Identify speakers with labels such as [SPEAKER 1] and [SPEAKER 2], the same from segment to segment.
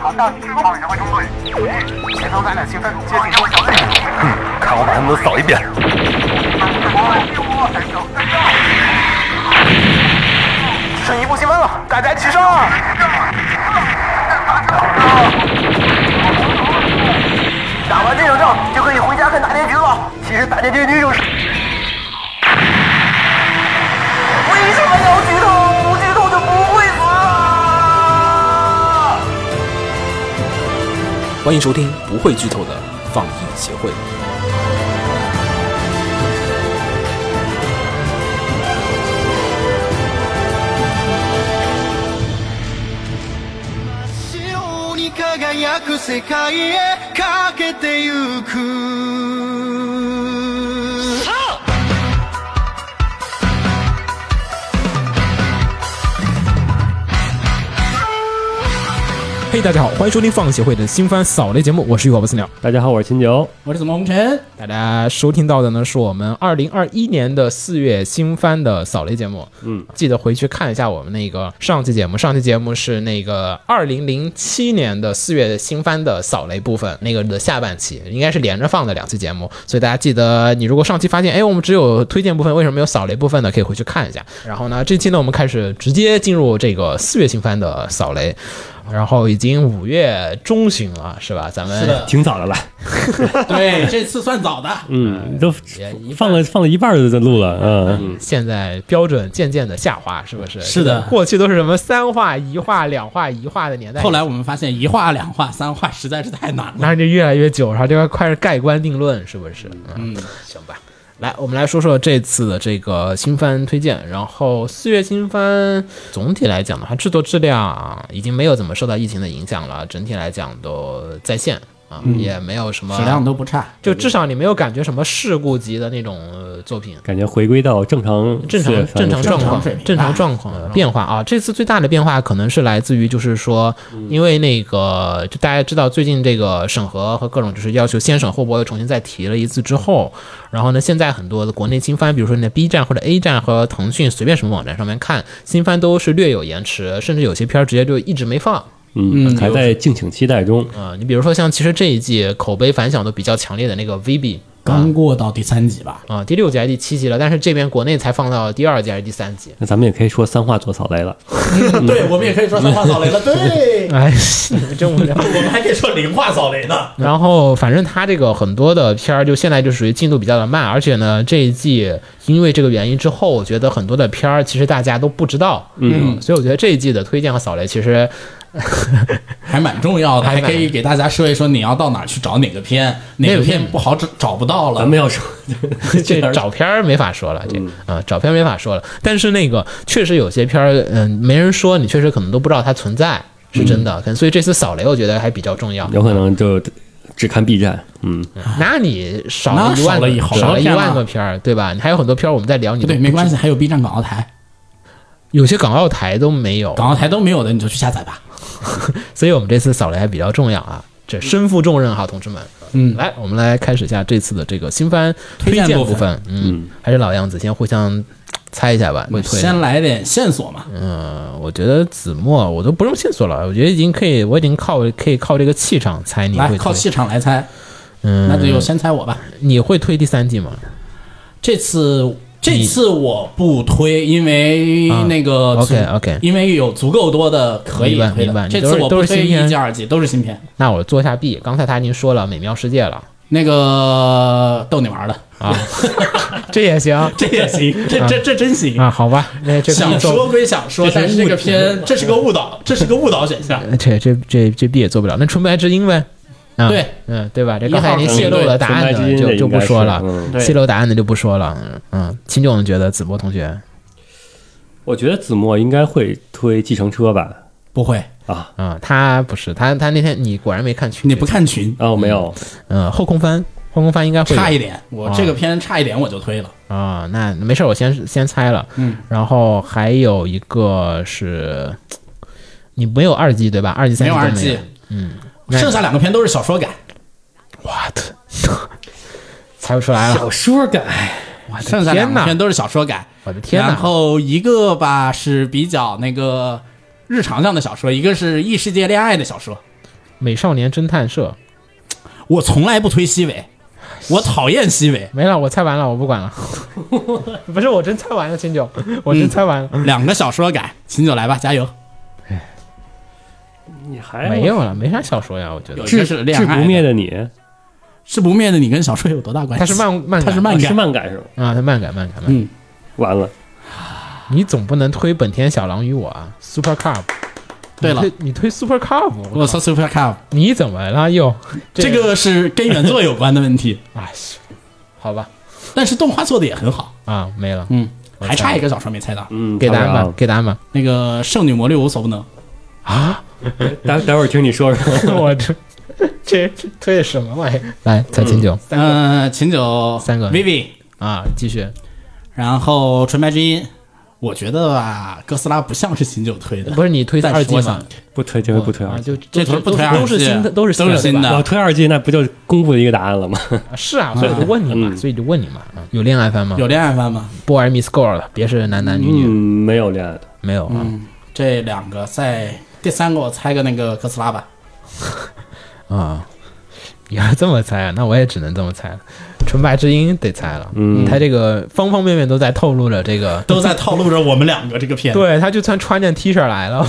[SPEAKER 1] 好，到指挥指挥中队，前方咱俩清分，接近多少队？
[SPEAKER 2] 看我把他们都扫一遍。
[SPEAKER 1] 剩一步积分了，大家齐上！打完这场仗就可以回家看大结局了。其实大结局就是……为什么要剧透？不剧透就不会死啊！
[SPEAKER 3] 欢迎收听不会剧透的放映协会。
[SPEAKER 4] 白に輝く世界へかけてゆく
[SPEAKER 3] 嘿、大家好，欢迎收听放映协会的新番扫雷节目，我是雨果不死鸟。
[SPEAKER 5] 大家好，我是秦九。
[SPEAKER 6] 我是怎么红 尘？
[SPEAKER 3] 大家收听到的呢，是我们二零二一年的四月新番的扫雷节目。
[SPEAKER 5] 嗯，
[SPEAKER 3] 记得回去看一下我们那个上期节目，上期节目是那个二零零七年的四月新番的扫雷部分，那个的下半期应该是连着放的两期节目，所以大家记得，你如果上期发现，哎，我们只有推荐部分，为什么没有扫雷部分呢？可以回去看一下。然后呢，这期呢，我们开始直接进入这个四月新番的扫雷。然后已经五月中旬了，是吧？咱们
[SPEAKER 6] 是的，
[SPEAKER 5] 挺早的了，
[SPEAKER 6] 对，这次算早的。
[SPEAKER 5] 嗯，都
[SPEAKER 3] 哎也一半
[SPEAKER 5] 放了放了一半儿就录了，嗯，
[SPEAKER 3] 现在标准渐渐的下滑，是不是？
[SPEAKER 6] 是的
[SPEAKER 3] 过去都是什么三话、一话、两话、一话的年代，
[SPEAKER 6] 后来我们发现一画、两画、三画实在是太难了。
[SPEAKER 3] 那就越来越久，然后这块开始盖棺定论，是不是？嗯，行吧。来，我们来说说这次的这个新番推荐。然后四月新番总体来讲的话，制作质量啊已经没有怎么受到疫情的影响了，整体来讲都在线啊，也没有什么
[SPEAKER 6] 嗯质量都不差，
[SPEAKER 3] 就至少你没有感觉什么事故级的那种呃作品。
[SPEAKER 5] 感觉回归到正常
[SPEAKER 3] 正
[SPEAKER 5] 四月
[SPEAKER 3] 常
[SPEAKER 5] 份
[SPEAKER 3] 正常
[SPEAKER 5] 的
[SPEAKER 3] 状况
[SPEAKER 6] 正常水平，
[SPEAKER 3] 正常状况变化啊。这次最大的变化可能是来自于，就是说，因为那个就大家知道，最近这个审核和各种就是要求先审后播又重新再提了一次之后，然后呢，现在很多的国内新番，比如说你的 B 站或者 A 站和腾讯随便什么网站上面看新番都是略有延迟，甚至有些片儿直接就一直没放。
[SPEAKER 5] 嗯，
[SPEAKER 6] 嗯
[SPEAKER 5] 还在敬请期待中。
[SPEAKER 3] 啊、你比如说像其实这一季口碑反响都比较强烈的那个 VB。啊
[SPEAKER 6] 嗯刚过到第三集吧。
[SPEAKER 3] 啊，第六集还是第七集了，但是这边国内才放到第二集还是第三集，
[SPEAKER 5] 那咱们也可以说三话做扫雷了，
[SPEAKER 6] 对，我们也可以说三画扫雷 了。对，
[SPEAKER 3] 哎，你们真无聊。
[SPEAKER 6] 我们还可以说零画扫雷呢。
[SPEAKER 3] 然后反正他这个很多的片儿，就现在就属于进度比较的慢，而且呢，这一季因为这个原因之后，我觉得很多的片儿其实大家都不知道，嗯，所以我觉得这一季的推荐和扫雷其 实
[SPEAKER 6] 还蛮重要的，
[SPEAKER 3] 还
[SPEAKER 6] 还
[SPEAKER 3] 蛮
[SPEAKER 6] 可以给大家说一说你要到哪儿去找哪个片，哪个片不好找找不到
[SPEAKER 5] 咱
[SPEAKER 6] 了。
[SPEAKER 5] 们要说
[SPEAKER 3] 这
[SPEAKER 5] 点儿
[SPEAKER 3] 找片儿没法说了，这
[SPEAKER 6] 嗯
[SPEAKER 3] 啊、找片儿没法说了。但是那个确实有些片儿，嗯、没人说，你确实可能都不知道它存在。是真的，可
[SPEAKER 6] 嗯
[SPEAKER 3] 能所以这次扫雷我觉得还比较重要。
[SPEAKER 5] 有可能就只看 B 站，嗯，
[SPEAKER 3] 那你少
[SPEAKER 6] 那
[SPEAKER 3] 了一万
[SPEAKER 6] 少
[SPEAKER 3] 个，
[SPEAKER 6] 了一好多
[SPEAKER 3] 少了一
[SPEAKER 6] 片
[SPEAKER 3] 万
[SPEAKER 6] 了
[SPEAKER 3] 个片儿，对吧？你还有很多片儿我们在聊，你
[SPEAKER 6] 不对，
[SPEAKER 3] 都
[SPEAKER 6] 没
[SPEAKER 3] 知
[SPEAKER 6] 关系，还有 B 站港澳台，
[SPEAKER 3] 有些港澳台都没有，
[SPEAKER 6] 港澳台都没有的你就去下载吧。
[SPEAKER 3] 所以我们这次扫雷还比较重要啊，这身负重任哈，同志们。
[SPEAKER 6] 嗯
[SPEAKER 3] 来，我们来开始一下这次的这个新番推
[SPEAKER 6] 推
[SPEAKER 3] 荐
[SPEAKER 6] 荐部
[SPEAKER 3] 部分。嗯，还是老样子，先互相猜一下吧。你推的，
[SPEAKER 6] 先来点线索嘛。
[SPEAKER 3] 嗯，我觉得子墨我都不用线索了，我觉得已经可以，我已经靠可以靠这个气场猜你
[SPEAKER 6] 来
[SPEAKER 3] 会
[SPEAKER 6] 靠
[SPEAKER 3] 推。
[SPEAKER 6] 气场来猜，
[SPEAKER 3] 嗯，
[SPEAKER 6] 那就先猜我吧。
[SPEAKER 3] 你会推第三季吗？
[SPEAKER 6] 这次这次我不推，因为
[SPEAKER 3] 啊
[SPEAKER 6] 那个足、
[SPEAKER 3] OK，OK
[SPEAKER 6] 因为有足够多的可以
[SPEAKER 3] 明白
[SPEAKER 6] 推
[SPEAKER 3] 明白
[SPEAKER 6] 的。
[SPEAKER 3] 你
[SPEAKER 6] 这
[SPEAKER 3] 都是
[SPEAKER 6] 次我
[SPEAKER 3] 都
[SPEAKER 6] 不
[SPEAKER 3] 是
[SPEAKER 6] 推
[SPEAKER 3] 新
[SPEAKER 6] 一
[SPEAKER 3] 片
[SPEAKER 6] 季、二季都是新片。
[SPEAKER 3] 那我做一下 B，刚才他已经说了《美妙世界》了
[SPEAKER 6] 那个逗你玩儿的，
[SPEAKER 3] 啊， 这也行
[SPEAKER 6] 这也行， 这这这真行。
[SPEAKER 3] 啊，好吧，那这个
[SPEAKER 6] 想说
[SPEAKER 3] 做，
[SPEAKER 6] 归想说，
[SPEAKER 3] 这是
[SPEAKER 6] 但是这个
[SPEAKER 3] 误啊
[SPEAKER 6] 片这是个误导，这是个误导选项。
[SPEAKER 3] 这这这这 B 也做不了，那纯白之音呗。啊
[SPEAKER 6] 对，
[SPEAKER 3] 嗯，对吧？这
[SPEAKER 6] 一
[SPEAKER 3] 刚才
[SPEAKER 6] 号
[SPEAKER 3] 已经
[SPEAKER 6] 可能
[SPEAKER 3] 泄露
[SPEAKER 6] 对
[SPEAKER 3] 了答案
[SPEAKER 5] 纯白之
[SPEAKER 3] 的，
[SPEAKER 5] 音
[SPEAKER 3] 就
[SPEAKER 5] 的
[SPEAKER 3] 就
[SPEAKER 5] 应该
[SPEAKER 3] 不说
[SPEAKER 5] 是
[SPEAKER 3] 了。
[SPEAKER 5] 嗯
[SPEAKER 6] 对
[SPEAKER 3] 泄露答案的就不说了。嗯嗯，秦总觉得子墨同学
[SPEAKER 5] 我觉得子墨应该会推计程车吧？
[SPEAKER 6] 不会，
[SPEAKER 5] 啊
[SPEAKER 3] 啊、他不是他，他那天你果然没看群，
[SPEAKER 6] 你不看群，
[SPEAKER 5] 啊，我没有，
[SPEAKER 3] 嗯、后空翻，后空翻应该会有
[SPEAKER 6] 差一点，我
[SPEAKER 3] 啊
[SPEAKER 6] 这个片差一点我就推了。
[SPEAKER 3] 啊、那没事儿，我先先猜了。
[SPEAKER 6] 嗯，
[SPEAKER 3] 然后还有一个是，你没有二季对吧？二季三
[SPEAKER 6] 没
[SPEAKER 3] 季
[SPEAKER 6] 有
[SPEAKER 3] 都
[SPEAKER 6] 二
[SPEAKER 3] 没嗯
[SPEAKER 6] 季
[SPEAKER 3] 有。，那
[SPEAKER 6] 剩下两个片都是小说改，
[SPEAKER 3] What？猜不出来了，
[SPEAKER 5] 说改，
[SPEAKER 6] 哎剩下两
[SPEAKER 3] 天哪
[SPEAKER 6] 个片都是小说改。
[SPEAKER 3] 我的天
[SPEAKER 6] 然
[SPEAKER 3] 哪！
[SPEAKER 6] 后一个吧是比较那个日常上的小说，一个是异世界恋爱的小说。
[SPEAKER 3] 美少年侦探社》
[SPEAKER 6] 我从来不推西
[SPEAKER 3] 哎
[SPEAKER 6] 尾，我讨厌西尾。
[SPEAKER 3] 没了，我猜完了，我不管了。 不是，我真猜完了，秦九，我
[SPEAKER 6] 嗯
[SPEAKER 3] 真猜完了，
[SPEAKER 6] 两个小说改，秦九来吧，加油！
[SPEAKER 5] 你还
[SPEAKER 3] 没有了，没啥小说呀，我觉得
[SPEAKER 6] 哎有。
[SPEAKER 5] 治
[SPEAKER 6] 这是恋
[SPEAKER 5] 治
[SPEAKER 6] 爱
[SPEAKER 5] 不灭的你，
[SPEAKER 6] 是不灭的你跟小说有多大关系？
[SPEAKER 3] 它是漫漫
[SPEAKER 6] 它
[SPEAKER 3] 改
[SPEAKER 6] 是漫
[SPEAKER 5] 啊
[SPEAKER 6] 改
[SPEAKER 5] 是，漫改是吗？
[SPEAKER 3] 啊，它漫改漫改漫改。
[SPEAKER 6] 嗯，
[SPEAKER 5] 完了，
[SPEAKER 3] 你总不能推本田小狼与我啊，Super Cup。
[SPEAKER 6] 对了
[SPEAKER 3] 你推你推 Super Cup，
[SPEAKER 6] 我
[SPEAKER 3] 我
[SPEAKER 6] 说 Super Cup，
[SPEAKER 3] 你怎么了又？
[SPEAKER 6] 这个是跟原作有关的 问题，
[SPEAKER 3] 哎，是好吧，
[SPEAKER 6] 但是动画做的也很好。
[SPEAKER 3] 啊，没了，
[SPEAKER 6] 嗯，
[SPEAKER 3] 我
[SPEAKER 6] 还差
[SPEAKER 3] 猜
[SPEAKER 6] 一个小说没猜到，
[SPEAKER 5] 嗯，
[SPEAKER 3] 给答
[SPEAKER 5] 咱
[SPEAKER 3] 案吧
[SPEAKER 5] 们，
[SPEAKER 3] 给答案吧。
[SPEAKER 6] 那个圣女魔力无所不能。啊
[SPEAKER 5] 待待会儿听你说 说。
[SPEAKER 3] 我这这这推的什么玩意儿？来，蔡琴酒
[SPEAKER 6] 嗯，秦九
[SPEAKER 3] 三个
[SPEAKER 6] Vivi，
[SPEAKER 3] 啊，继续。
[SPEAKER 6] 然后纯白之音。我觉得吧，哥斯拉不像是秦九推的，
[SPEAKER 3] 不是你推的
[SPEAKER 6] 再
[SPEAKER 3] 二季
[SPEAKER 6] 说
[SPEAKER 3] 吗
[SPEAKER 6] 呢？
[SPEAKER 5] 不推，这回不推
[SPEAKER 3] 啊，
[SPEAKER 5] 二季。
[SPEAKER 3] 就
[SPEAKER 6] 这
[SPEAKER 3] 都是
[SPEAKER 6] 头不
[SPEAKER 3] 都是
[SPEAKER 6] 推二季
[SPEAKER 3] 都是新的，都是
[SPEAKER 6] 都是
[SPEAKER 3] 新
[SPEAKER 6] 新
[SPEAKER 3] 的
[SPEAKER 6] 的
[SPEAKER 5] 我推二季，那不就公布一个答案了吗？
[SPEAKER 3] 吧。是啊，所以我就问你嘛，
[SPEAKER 5] 嗯
[SPEAKER 3] 所以就问你嘛。啊有恋爱番吗？
[SPEAKER 6] 有恋爱番吗？
[SPEAKER 3] ，boy miss girl 了，别是男男女
[SPEAKER 5] 嗯，
[SPEAKER 3] 女，
[SPEAKER 5] 没有恋爱的。
[SPEAKER 3] 没有
[SPEAKER 6] 嗯
[SPEAKER 3] 啊
[SPEAKER 6] 这两个在第三个，我猜个那个哥斯拉吧。
[SPEAKER 3] 啊。你要这么猜啊，那我也只能这么猜了。纯白之音得猜了，
[SPEAKER 5] 嗯
[SPEAKER 3] 他这个方方面面都在透露着这个
[SPEAKER 6] 都在套路着我们两个这个片子。
[SPEAKER 3] 对，他就算穿件 T 恤来了。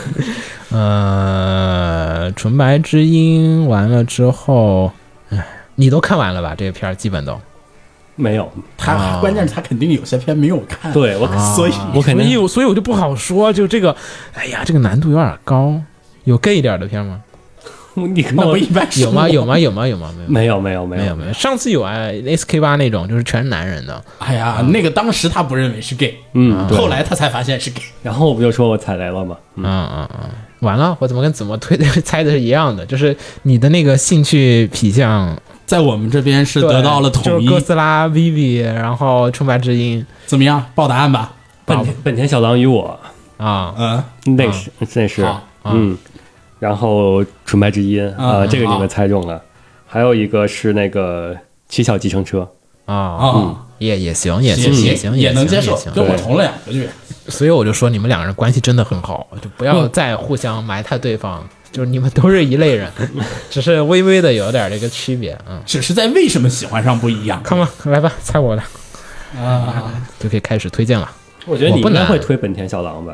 [SPEAKER 3] 呃，纯白之音完了之后，哎，你都看完了吧？这个片儿基本都。
[SPEAKER 5] 没有，
[SPEAKER 6] 他关键是他肯定有些片没有看，，
[SPEAKER 5] 对我
[SPEAKER 6] 所以
[SPEAKER 5] 我肯
[SPEAKER 3] 所以
[SPEAKER 5] 定
[SPEAKER 3] 我所以我就不好说，就这个，哎呀，这个难度有点高。有 gay 一点的片吗？
[SPEAKER 5] 你看
[SPEAKER 6] 那
[SPEAKER 5] 我
[SPEAKER 6] 不一般是
[SPEAKER 3] 有吗？
[SPEAKER 6] 我
[SPEAKER 3] 有？吗？有吗？有吗？没有。
[SPEAKER 5] 没有没有没
[SPEAKER 3] 没有没有，上次有啊，SK 八那种就是全是男人的，
[SPEAKER 6] 哎呀，
[SPEAKER 3] 嗯
[SPEAKER 6] 那个当时他不认为是 gay，
[SPEAKER 5] 嗯，对
[SPEAKER 6] 后来他才发现是 gay。
[SPEAKER 5] 然后我不就说我踩雷了吗？嗯，
[SPEAKER 3] 嗯嗯嗯，完了，我怎么跟怎么推的 猜的是一样的，就是你的那个兴趣癖向
[SPEAKER 6] 在我们这边是
[SPEAKER 3] 对
[SPEAKER 6] 得到了统
[SPEAKER 3] 就是
[SPEAKER 6] 一
[SPEAKER 3] 哥，斯拉、Vivi，然后纯白之音
[SPEAKER 6] 怎么样？报答案吧。
[SPEAKER 5] 本田本田小狼与我
[SPEAKER 3] 啊，
[SPEAKER 6] 嗯，
[SPEAKER 5] 那是那是
[SPEAKER 6] 好
[SPEAKER 5] 嗯，然后纯白之音啊，这个你们猜中了，还有一个是那个七巧计程车，
[SPEAKER 3] 啊，
[SPEAKER 6] 啊，
[SPEAKER 3] 也也行，也行，
[SPEAKER 6] 也
[SPEAKER 3] 行，
[SPEAKER 6] 也
[SPEAKER 3] 也
[SPEAKER 6] 能
[SPEAKER 3] 行
[SPEAKER 6] 接受
[SPEAKER 3] 也，行
[SPEAKER 6] 跟我
[SPEAKER 5] 对
[SPEAKER 6] 同了两个月。
[SPEAKER 3] 所以我就说你们两个人关系真的很好，就不要再互相埋汰对方，就是你们都是一类人， 只是微微的有点这个区别，嗯。
[SPEAKER 6] 只是在为什么喜欢上不一样
[SPEAKER 3] come on，来吧，猜我的
[SPEAKER 6] 啊！
[SPEAKER 3] 就可以开始推荐了。
[SPEAKER 5] 我觉得
[SPEAKER 3] 我
[SPEAKER 5] 你
[SPEAKER 3] 不
[SPEAKER 5] 应该
[SPEAKER 3] 难
[SPEAKER 5] 会推本田小狼吧？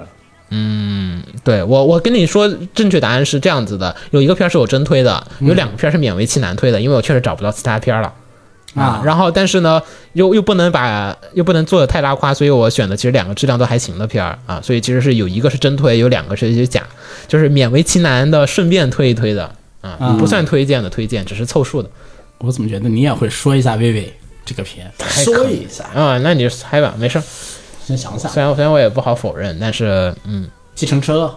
[SPEAKER 3] 对我，我跟你说，正确答案是这样子的：有一个片儿是我真推的，有两个片儿是勉为其难推的，因为我确实找不到其他片儿了。
[SPEAKER 6] 啊
[SPEAKER 3] 然后但是呢，又又不能把又不能做的太拉胯，所以我选的其实两个质量都还行的片儿啊，所以其实是有一个是真推，有两个是一些假，就是勉为其难的顺便推一推的啊
[SPEAKER 6] 嗯，
[SPEAKER 3] 不算推荐的推荐，只是凑数的
[SPEAKER 6] 我怎么觉得你也会说一下薇薇这个片？说一下，
[SPEAKER 3] 啊。那你就猜吧，没事儿。
[SPEAKER 6] 先想想。
[SPEAKER 3] 虽然虽然我也不好否认，但是嗯，
[SPEAKER 6] 计程车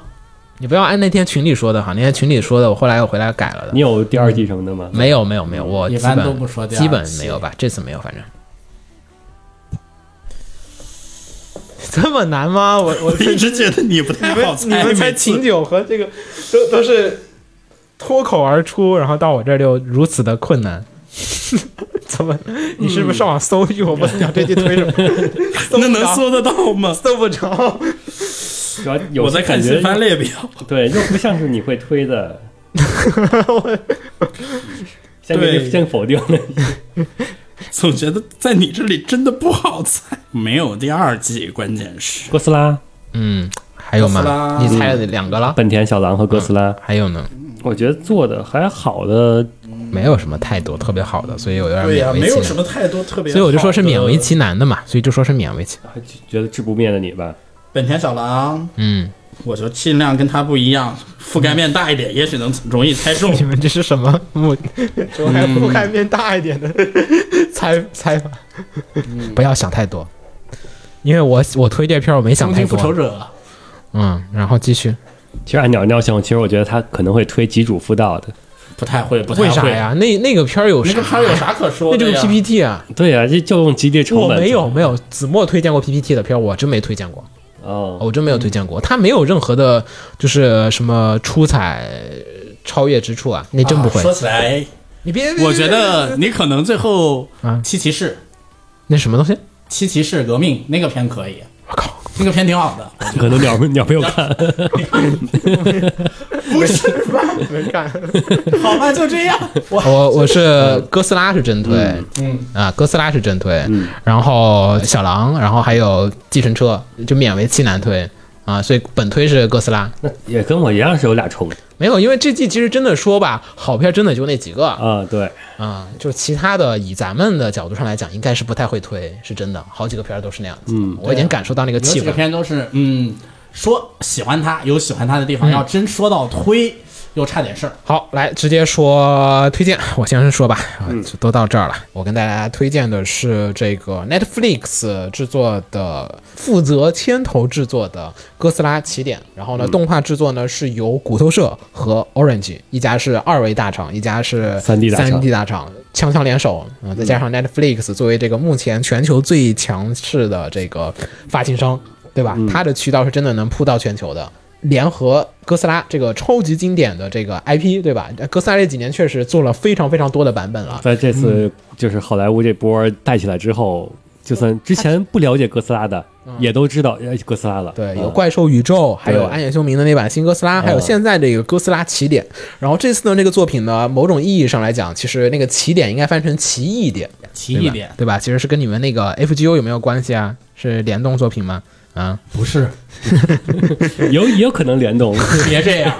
[SPEAKER 3] 你不要按那天群里说的哈，那天群里说的，我后来又回来改了的
[SPEAKER 5] 你。有第二季什么的吗？
[SPEAKER 3] 没有没有没有，我
[SPEAKER 6] 一
[SPEAKER 3] 基
[SPEAKER 6] 般
[SPEAKER 3] 本
[SPEAKER 6] 都不说第二
[SPEAKER 3] 基本
[SPEAKER 6] 期
[SPEAKER 3] 没有吧，这次没有，反正。 这么难吗？我我
[SPEAKER 6] 一直觉得你不太好猜，
[SPEAKER 3] 你们猜
[SPEAKER 6] 每次
[SPEAKER 3] 琴酒和这个都都是脱口而出，然后到我这儿就如此的困难。 怎么？你是不是上网搜一句？我不想这句推什么？搜不着
[SPEAKER 6] 得到吗？
[SPEAKER 3] 搜不着。
[SPEAKER 5] 主要有些感觉
[SPEAKER 6] 新番列表，
[SPEAKER 5] 对，又不像是你会推 的。先给
[SPEAKER 6] 对
[SPEAKER 5] 你先否定了，
[SPEAKER 6] 总觉得在你这里真的不好猜。没有第二季，关键是
[SPEAKER 5] 哥斯拉、
[SPEAKER 3] 嗯，还有
[SPEAKER 6] 特斯
[SPEAKER 3] 吗？
[SPEAKER 6] 拉
[SPEAKER 3] 你猜了两个了？
[SPEAKER 5] 本田小狼和哥斯拉，
[SPEAKER 3] 还有呢？
[SPEAKER 5] 我觉得做的还好的，
[SPEAKER 3] 没有什么太多特别好的，所以我有点
[SPEAKER 6] 对呀、
[SPEAKER 3] 勉为
[SPEAKER 6] 没
[SPEAKER 3] 其
[SPEAKER 6] 有
[SPEAKER 3] 难。
[SPEAKER 6] 什么太多特别。
[SPEAKER 3] 所以我就说是勉为。其难的嘛，所以就说是勉为其。
[SPEAKER 5] 还觉得治不灭的你吧，
[SPEAKER 6] 本田小狼，
[SPEAKER 3] 嗯，
[SPEAKER 6] 我就尽量跟他不一样，覆盖面大一点，也许能容易猜中。
[SPEAKER 3] 你们这是什么目？我还覆盖面大一点 的猜猜法，不要想太多，嗯因为我我推这片儿我没想
[SPEAKER 6] 东
[SPEAKER 3] 太
[SPEAKER 6] 京复仇
[SPEAKER 3] 多。
[SPEAKER 6] 者，
[SPEAKER 3] 嗯，然后继续，
[SPEAKER 5] 其实按鸟尿性，其实我觉得他可能会推吉主妇道的。
[SPEAKER 6] 不太会，不太会。
[SPEAKER 3] 为啥？呀？那那个片儿有
[SPEAKER 6] 那
[SPEAKER 3] 啥
[SPEAKER 6] 个？片儿有啥可说
[SPEAKER 3] 那
[SPEAKER 6] 的
[SPEAKER 3] 这
[SPEAKER 6] 呀？
[SPEAKER 3] 个 PPT 啊，
[SPEAKER 5] 对呀、这就用极地成
[SPEAKER 3] 我
[SPEAKER 5] 本。
[SPEAKER 3] 没有没有，子墨推荐过 PPT 的片儿，我真没推荐过，
[SPEAKER 5] 哦，
[SPEAKER 3] 我真没有推荐过，他没有任何的，就是什么出彩超越之处啊，那真不会
[SPEAKER 6] 啊。说起来，
[SPEAKER 3] 你别，别
[SPEAKER 6] 我觉得你可能最后
[SPEAKER 3] 啊
[SPEAKER 6] 七骑士，
[SPEAKER 3] 那什么东西？
[SPEAKER 6] 七骑士革命那个片可以。
[SPEAKER 3] 我靠，
[SPEAKER 7] 那个片挺好的，
[SPEAKER 5] 可能 鸟鸟没有看，
[SPEAKER 7] 不是吧？
[SPEAKER 3] 没看。
[SPEAKER 7] 好吧，就这样。我
[SPEAKER 3] 我我是哥斯拉是真推，呃嗯啊，哥斯拉是真推，然后小狼，然后还有计程车，就勉为其难推啊，所以本推是哥斯拉。
[SPEAKER 5] 那也跟我一样是有俩冲
[SPEAKER 3] 没有，因为这季其实真的说吧，好片真的就那几个啊、
[SPEAKER 5] 啊。对，
[SPEAKER 3] 就其他的以咱们的角度上来讲，应该是不太会推，是真的，好几个片儿都是那样子。嗯，我已经感受到那个
[SPEAKER 7] 有
[SPEAKER 3] 气
[SPEAKER 7] 几
[SPEAKER 3] 氛
[SPEAKER 7] 个。片都是，嗯，说喜欢他有喜欢他的地方，要真说到推，又差点事儿。
[SPEAKER 3] 好，来直接说推荐，我先说吧，啊，就都到这儿了。我跟大家推荐的是这个 Netflix 制作的，负责牵头制作的《哥斯拉：起点》。然后呢，动画制作呢是由骨头社和 Orange 一家是二维大厂，一家是
[SPEAKER 5] 3D 大厂
[SPEAKER 3] 三 D 大厂强强联手啊、再
[SPEAKER 5] 嗯
[SPEAKER 3] 加上 Netflix 作为这个目前全球最强势的这个发行商，对吧？
[SPEAKER 5] 嗯
[SPEAKER 3] 它的渠道是真的能铺到全球的。联合哥斯拉这个超级经典的这个 IP，对吧？哥斯拉这几年确实做了非常非常多的版本了，
[SPEAKER 5] 在这次就是好莱坞这波带起来之后，就算之前不了解哥斯拉的，也都知道哎哥斯拉了。
[SPEAKER 3] 对，
[SPEAKER 5] 嗯
[SPEAKER 3] 有怪兽宇宙，还有
[SPEAKER 5] 对嗯
[SPEAKER 3] 暗夜凶明的那版新哥斯拉，还有现在这个哥斯拉起点。然后这次的那个作品呢，某种意义上来讲，其实那个起点应该翻成奇异点，
[SPEAKER 7] 奇异点
[SPEAKER 3] 对吧？其实是跟你们那个 FGO 有没有关系啊？是联动作品吗？啊，
[SPEAKER 7] 不是，
[SPEAKER 5] 有也有可能联 动，
[SPEAKER 7] 别这 样，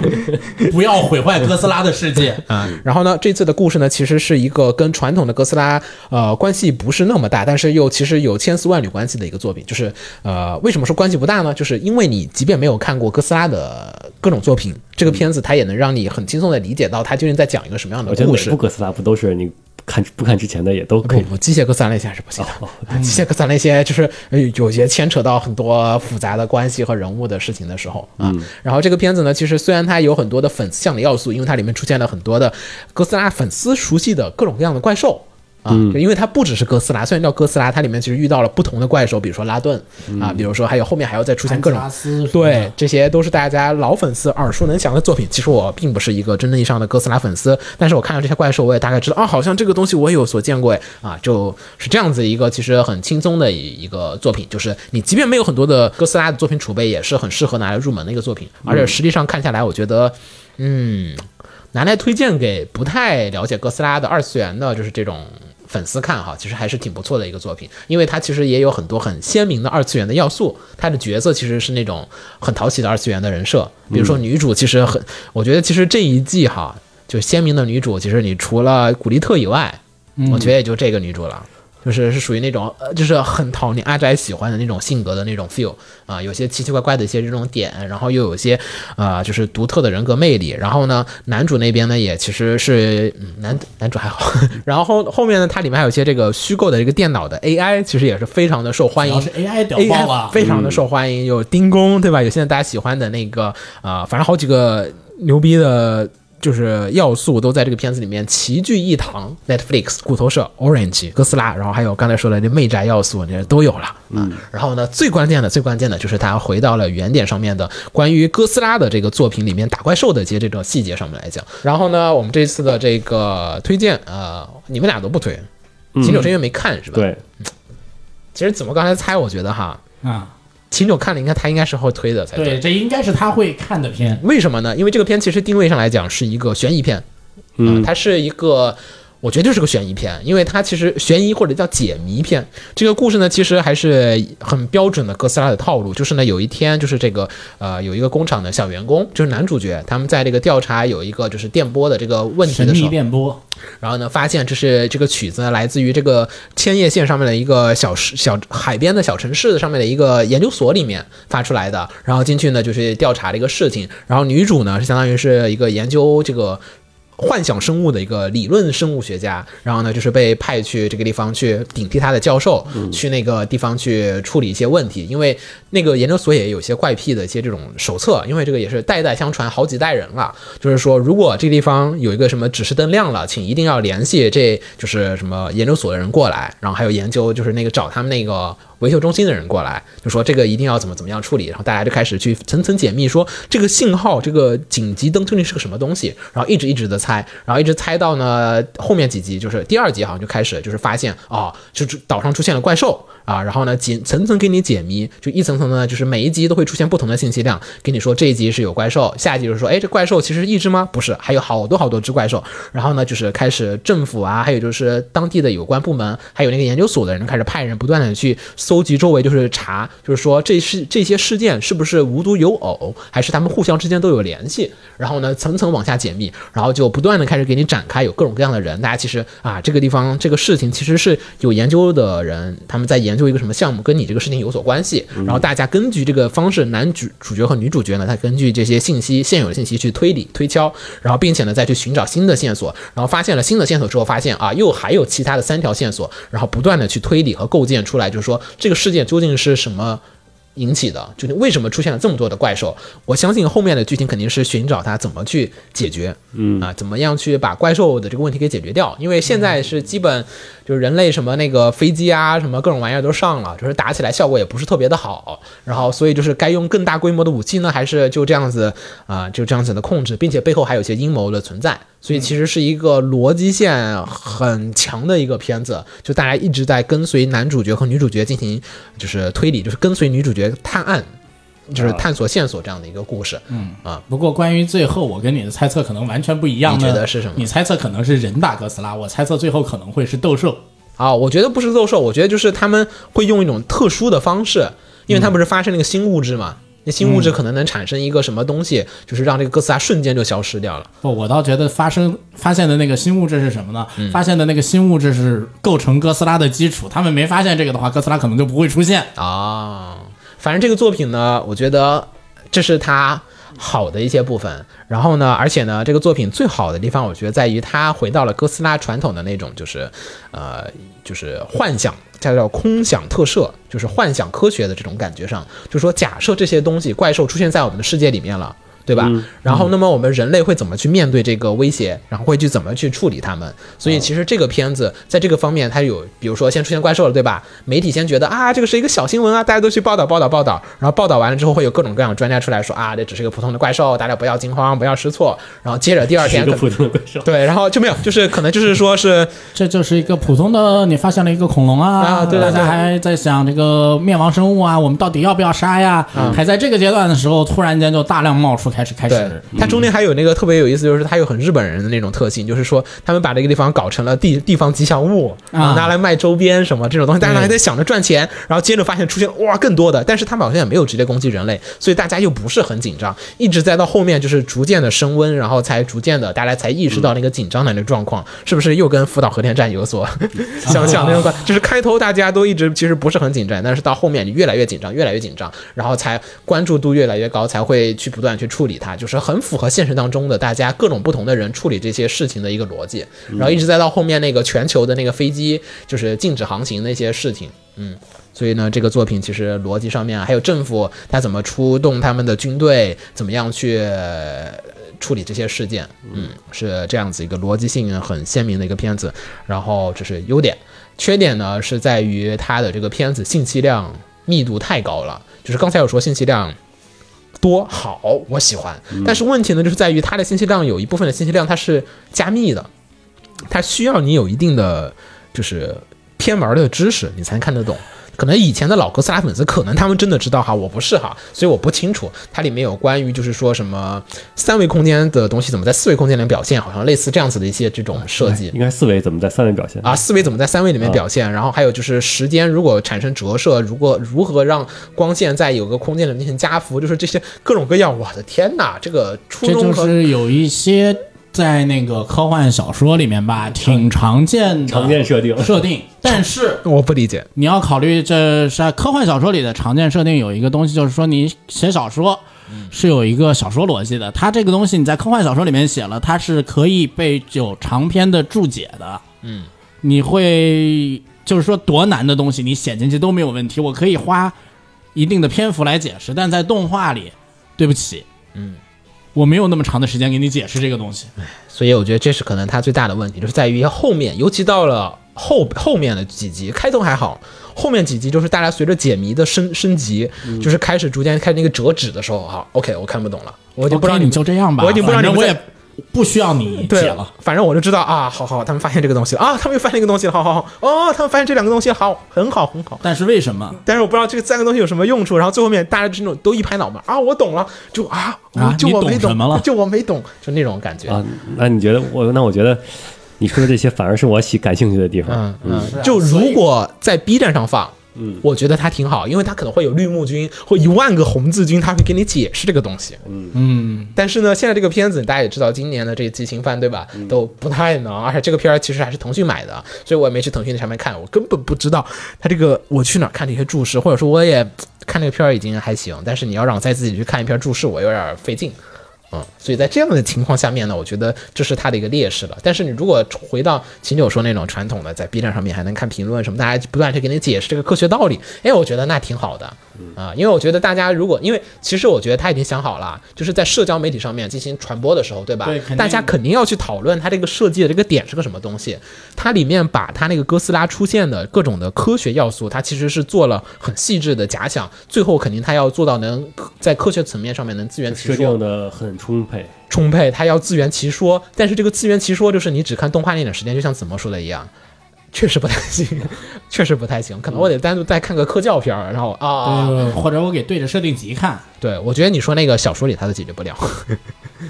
[SPEAKER 7] 不要毁坏哥斯拉的世界。
[SPEAKER 3] 啊，
[SPEAKER 5] 嗯
[SPEAKER 3] 然后呢，这次的故事呢，其实是一个跟传统的哥斯拉呃关系不是那么大，但是又其实有千丝万缕关系的一个作品。就是呃，为什么说关系不大呢？就是因为你即便没有看过哥斯拉的各种作品，这
[SPEAKER 5] 嗯
[SPEAKER 3] 个片子它也能让你很轻松的理解到它究竟在讲一个什么样的
[SPEAKER 5] 我觉得
[SPEAKER 3] 故
[SPEAKER 5] 每
[SPEAKER 3] 事
[SPEAKER 5] 部。哥斯拉不都是你看不看之前的也都可
[SPEAKER 3] 不
[SPEAKER 5] 以哦嗯
[SPEAKER 3] 不，哦机械哥斯拉那些还是不行的。嗯机械哥斯拉那些就是呃有些牵扯到很多复杂的关系和人物的事情的时候
[SPEAKER 5] 嗯
[SPEAKER 3] 啊。然后这个片子呢，其实虽然它有很多的粉丝向的要素，因为它里面出现了很多的哥斯拉粉丝熟悉的各种各样的怪兽。啊，
[SPEAKER 5] 嗯
[SPEAKER 3] 就因为它不只是哥斯拉，虽然叫哥斯拉，它里面其实遇到了不同的怪兽，比如说拉顿
[SPEAKER 5] 嗯
[SPEAKER 3] 啊，比如说还有后面还要再出现各种
[SPEAKER 7] 安吉拉斯什么
[SPEAKER 3] 对
[SPEAKER 7] 的，
[SPEAKER 3] 这些都是大家老粉丝耳熟能详的作品。其实我并不是一个真正意义上的哥斯拉粉丝，但是我看到这些怪兽，我也大概知道，哦，好像这个东西我也有所见过，哎啊，就是这样子一个其实很轻松的一一个作品，就是你即便没有很多的哥斯拉的作品储备，也是很适合拿来入门的一个作品。而且实际上看下来，我觉得，嗯，拿来推荐给不太了解哥斯拉的二次元的，就是这种。粉丝看哈，其实还是挺不错的一个作品，因为它其实也有很多很鲜明的二次元的要素。它的角色其实是那种很讨喜的二次元的人设，比如说女主其实很，我觉得其实这一季哈，就鲜明的女主，其实你除了古力特以外，我觉得也就这个女主了。就是是属于那种呃，就是很讨你阿宅喜欢的那种性格的那种 feel 啊、有些奇奇怪怪的一些这种点，然后又有一些啊、就是独特的人格魅力。然后呢，男主那边呢也其实是、嗯、男男主还好， 然后后后面呢，它里面还有一些这个虚构的这个电脑的 AI，其实也是非常的受欢
[SPEAKER 7] 主
[SPEAKER 3] 迎
[SPEAKER 7] 要是 AI 屌
[SPEAKER 3] AI
[SPEAKER 7] 爆了，
[SPEAKER 3] 非常的受欢迎。有丁工对吧？有现在大家喜欢的那个啊、呃反正好几个牛逼的。就是要素都在这个片子里面齐聚一堂，Netflix、骨头社、Orange、哥斯拉，然后还有刚才说的那媚宅要素，这都有了。嗯，然后呢，最关键的、最关键的就是它回到了原点上面的关于哥斯拉的这个作品里面打怪兽的一些这种细节上面来讲。然后呢，我们这次的这个推荐，呃，你们俩都不推，秦九是因为没看是吧？。
[SPEAKER 5] 对，
[SPEAKER 3] 其实怎么刚才猜，我觉得哈，
[SPEAKER 7] 啊。
[SPEAKER 3] 秦九看了，应该他应该是会推的才
[SPEAKER 7] 对，这应该是他会看的片。
[SPEAKER 3] 为什么呢？因为这个片其实定位上来讲是一个悬疑片，嗯、它是一个。我觉得就是个悬疑片，因为它其实悬疑或者叫解谜片。这个故事呢，其实还是很标准的哥斯拉的套路，就是呢，有一天就是这个呃，有一个工厂的小员工，就是男主角，他们在这个调查有一个就是电波的这个问题
[SPEAKER 7] 神
[SPEAKER 3] 的时
[SPEAKER 7] 秘
[SPEAKER 3] 候，
[SPEAKER 7] 电波，
[SPEAKER 3] 然后呢，发现这是这个曲子呢来自于这个千叶县上面的一个小市小海边的小城市上面的一个研究所里面发出来的。然后进去呢，就去调查这个事情。然后女主呢，是相当于是一个研究这个。幻想生物的一个理论生物学家，然后呢，就是被派去这个地方去顶替他的教授，去那个地方去处理一些问题，因为那个研究所也有一些怪癖的一些这种手册，因为这个也是代代相传好几代人了，就是说如果这个地方有一个什么指示灯亮了，请一定要联系这就是什么研究所的人过来，然后还有研究就是那个找他们那个维修中心的人过来，就说这个一定要怎么怎么样处理，然后大家就开始去层层解密，说这个信号这个紧急灯究竟是个什么东西，然后一直一直的猜，然后一直猜到呢后面几集就是第二集好像就开始就是发现哦，就是岛上出现了怪兽，啊，然后呢解层层给你解谜，就一层层的，就是每一集都会出现不同的信息量，跟你说这一集是有怪兽，下一集就是说，哎，这怪兽其实是一只吗？不是，还有好多好多只怪兽。然后呢，就是开始政府啊，还有就是当地的有关部门，还有那个研究所的人开始派人不断的去搜集周围，就是查，就是说这是这些事件是不是无独有偶，还是他们互相之间都有联系？然后呢，层层往下解密，然后就不断的开始给你展开有各种各样的人，大家其实啊，这个地方这个事情其实是有研究的人，他们在研究一个什么项目，跟你这个事情有所关系。然后大家根据这个方式，男主主角和女主角呢，他根据这些信息现有的信息去推理推敲，然后并且呢再去寻找新的线索，然后发现了新的线索之后，发现啊又还有其他的三条线索，然后不断的去推理和构建出来，就是说这个事件究竟是什么。引起的，就是为什么出现了这么多的怪兽？我相信后面的剧情肯定是寻找它怎么去解决，嗯啊，怎么样去把怪兽的这个问题给解决掉？因为现在是基本就是人类什么那个飞机啊，什么各种玩意儿都上了，就是打起来效果也不是特别的好，然后所以就是该用更大规模的武器呢，还是就这样子啊、就这样子的控制，并且背后还有一些阴谋的存在。所以其实是一个逻辑线很强的一个片子，就大家一直在跟随男主角和女主角进行就是推理，就是跟随女主角探案，就是探索线索这样的一个故事。嗯啊，
[SPEAKER 6] 不过关于最后，我跟你的猜测可能完全不一样呢。
[SPEAKER 3] 你觉得是什么
[SPEAKER 6] 你猜测可能是人打哥斯拉，我猜测最后可能会是斗兽。
[SPEAKER 3] 啊，我觉得不是斗兽，我觉得就是他们会用一种特殊的方式，因为他不是发生那个新物质嘛。那新物质可能能产生一个什么东西，就是让这个哥斯拉瞬间就消失掉了。
[SPEAKER 6] 不，我倒觉得发生发现的那个新物质是什么呢？发现的那个新物质是构成哥斯拉的基础。他们没发现这个的话，哥斯拉可能就不会出现。
[SPEAKER 3] 啊，反正这个作品呢，我觉得这是它好的一些部分。然后呢，而且呢，这个作品最好的地方，我觉得在于它回到了哥斯拉传统的那种，就是呃，就是幻想，叫叫空想特摄，就是幻想科学的这种感觉上，就说假设这些东西怪兽出现在我们的世界里面了。对吧？然后，那么我们人类会怎么去面对这个威胁？然后会去怎么去处理它们？所以，其实这个片子在这个方面，它有，比如说先出现怪兽了，对吧？媒体先觉得啊，这个是一个小新闻啊，大家都去报道报道报道。然后报道完了之后，会有各种各样的专家出来说啊，这只是一个普通的怪兽，大家不要惊慌，不要失措。然后接着第二
[SPEAKER 5] 是
[SPEAKER 3] 天
[SPEAKER 5] 一
[SPEAKER 3] 可
[SPEAKER 5] 个
[SPEAKER 3] 能，
[SPEAKER 5] 普通的怪兽。
[SPEAKER 3] 对，然后就没有，就是可能就是说是
[SPEAKER 6] 这就是一个普通的，你发现了一个恐龙啊，
[SPEAKER 3] 啊对对对
[SPEAKER 6] 大家还在想这个灭亡生物啊，我们到底要不要杀呀？还在这个阶段的时候，突然间就大量冒出，开始开
[SPEAKER 3] 对
[SPEAKER 6] 始，嗯
[SPEAKER 3] 它中间还有那个特别有意思，就是它有很日本人的那种特性，就是说他们把这个地方搞成了地地方吉祥物，然后拿来卖周边什么这种东西，大家还在想着赚钱，然后接着发现出现哇更多的，但是他们好像也没有直接攻击人类，所以大家又不是很紧张，一直在到后面就是逐渐的升温，然后才逐渐的大家才意识到那个紧张的那个状况，是不是又跟福岛核电站有所相
[SPEAKER 6] 啊
[SPEAKER 3] 像那种感？就是开头大家都一直其实不是很紧张，但是到后面你越来越紧张，越来越紧张，然后才关注度越来越高，才会去不断去处理它，就是很符合现实当中的大家各种不同的人处理这些事情的一个逻辑。然后一直再到后面那个全球的那个飞机就是禁止航行那些事情，嗯。所以呢，这个作品其实逻辑上面啊，还有政府他怎么出动他们的军队，怎么样去呃处理这些事件，嗯，是这样子一个逻辑性很鲜明的一个片子。然后这是优点，缺点呢是在于它的这个片子信息量密度太高了，就是刚才有说信息量。多好，我喜欢。但是问题呢，就是在于它的信息量有一部分的信息量它是加密的，它需要你有一定的就是偏门的知识，你才能看得懂。可能以前的老哥斯拉粉丝，可能他们真的知道哈，我不是哈，所以我不清楚它里面有关于就是说什么三维空间的东西怎么在四维空间里面表现，好像类似这样子的一些这种设计。
[SPEAKER 5] 应该四维怎么在三维表现？
[SPEAKER 3] 啊，思维怎么在三维里面表现？然后还有就是时间如果产生折射，如果如何让光线在有个空间里面进行加幅，就是这些各种各样。我的天哪，这个初
[SPEAKER 6] 这
[SPEAKER 3] 中
[SPEAKER 6] 就
[SPEAKER 3] 和
[SPEAKER 6] 是有一些在那个科幻小说里面吧，挺常见的
[SPEAKER 5] 常见设
[SPEAKER 3] 啊
[SPEAKER 5] 定
[SPEAKER 6] 设定，但是。
[SPEAKER 3] 我不理解
[SPEAKER 6] 你要考虑，这是科幻小说里的常见设定，有一个东西就是说，你写小说是有一个小说逻辑的。它这个东西你在科幻小说里面写了，它是可以被有长篇的注解的。嗯，你会就是说多难的东西你写进去都没有问题，我可以花一定的篇幅来解释。但在动画里，对不起，嗯，我没有那么长的时间给你解释这个东西。
[SPEAKER 3] 所以我觉得这是可能他最大的问题，就是在于后面，尤其到了后后面的几集，开头还好，后面几集就是大家随着解谜的升升级，就是开始逐渐开始那个折纸的时候，哈，OK，我看不懂了，我已经不知道
[SPEAKER 6] OK，
[SPEAKER 3] 你
[SPEAKER 6] 你就这样吧，
[SPEAKER 3] 我已经不知道
[SPEAKER 6] 反
[SPEAKER 3] 你
[SPEAKER 6] 正
[SPEAKER 3] 们
[SPEAKER 6] 我
[SPEAKER 3] 在
[SPEAKER 6] 也不需要你
[SPEAKER 3] 对
[SPEAKER 6] 解了。，
[SPEAKER 3] 反正我就知道啊，好好，他们发现这个东西了啊，他们又发现一个东西了，好好好，哦，他们发现这两个东西好，很好，很好。
[SPEAKER 6] 但是为什么
[SPEAKER 3] 但是我不知道这个三个东西有什么用处，然后最后面大家这种都一拍脑门啊，我懂了，就啊，我
[SPEAKER 6] 啊
[SPEAKER 3] 就
[SPEAKER 6] 你
[SPEAKER 3] 我
[SPEAKER 6] 懂
[SPEAKER 3] 没
[SPEAKER 6] 什么了
[SPEAKER 3] 就我没懂，就那种感觉。
[SPEAKER 5] 啊，那你觉得我？那我觉得你说的这些反而是我喜感兴趣的地方。
[SPEAKER 3] 嗯嗯，就如果在 B 站上放，嗯，我觉得它挺好，因为它可能会有绿幕君或一万个红字君，他会给你解释这个东西。嗯嗯。但是呢，现在这个片子大家也知道，今年的这激情番对吧，都不太能，而且这个片儿其实还是腾讯买的，所以我也没去腾讯那上面看，我根本不知道它这个我去哪儿看这些注释，或者说我也看这个片儿已经还行，但是你要让我再自己去看一篇注释，我有点儿费劲。嗯，所以在这样的情况下面呢，我觉得这是它的一个劣势了。但是你如果回到秦九说那种传统的，在 B 站上面还能看评论什么，大家不断去给你解释这个科学道理，哎，我觉得那挺好的
[SPEAKER 6] 嗯
[SPEAKER 3] 啊、因为我觉得大家如果因为其实我觉得他已经想好了，就是在社交媒体上面进行传播的时候，对吧？
[SPEAKER 6] 对肯定
[SPEAKER 3] 大家肯定要去讨论它这个设计的这个点是个什么东西。它里面把它那个哥斯拉出现的各种的科学要素，它其实是做了很细致的假想，最后肯定它要做到能在科学层面上面能自圆其
[SPEAKER 5] 设
[SPEAKER 3] 说。
[SPEAKER 5] 定的很充沛，
[SPEAKER 3] 充沛，它要自圆其说。但是这个自圆其说，就是你只看动画那点时间，就像子墨说的一样，确实不太行，确实不太行。可能我得单独再看个科教片儿，然后啊，
[SPEAKER 6] 呃，或者我给对着设定集看
[SPEAKER 3] 对，我觉得你说那个小说里他都解决不了，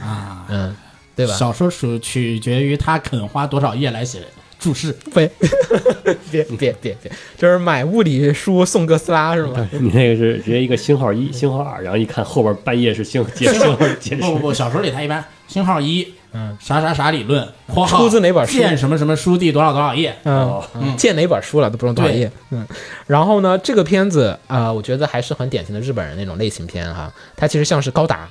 [SPEAKER 6] 啊？
[SPEAKER 3] 嗯，对吧？
[SPEAKER 6] 小说属取决于他肯花多少页来写注释。
[SPEAKER 3] 别别别别别，就是买物理书送哥斯拉是吗？
[SPEAKER 5] 你那个是直接一个星号一、星号二，然后一看后边半夜是星解星号解
[SPEAKER 6] 不不
[SPEAKER 5] 释，
[SPEAKER 6] 不，小说里他一般星号一，嗯，啥啥啥理论，括号
[SPEAKER 3] 出自哪本书
[SPEAKER 6] 见什么什么书第多少多少页，
[SPEAKER 3] 嗯，嗯见哪本书了都不用多少页。嗯，然后呢，这个片子啊、呃我觉得还是很典型的日本人那种类型片哈，它其实像是高达，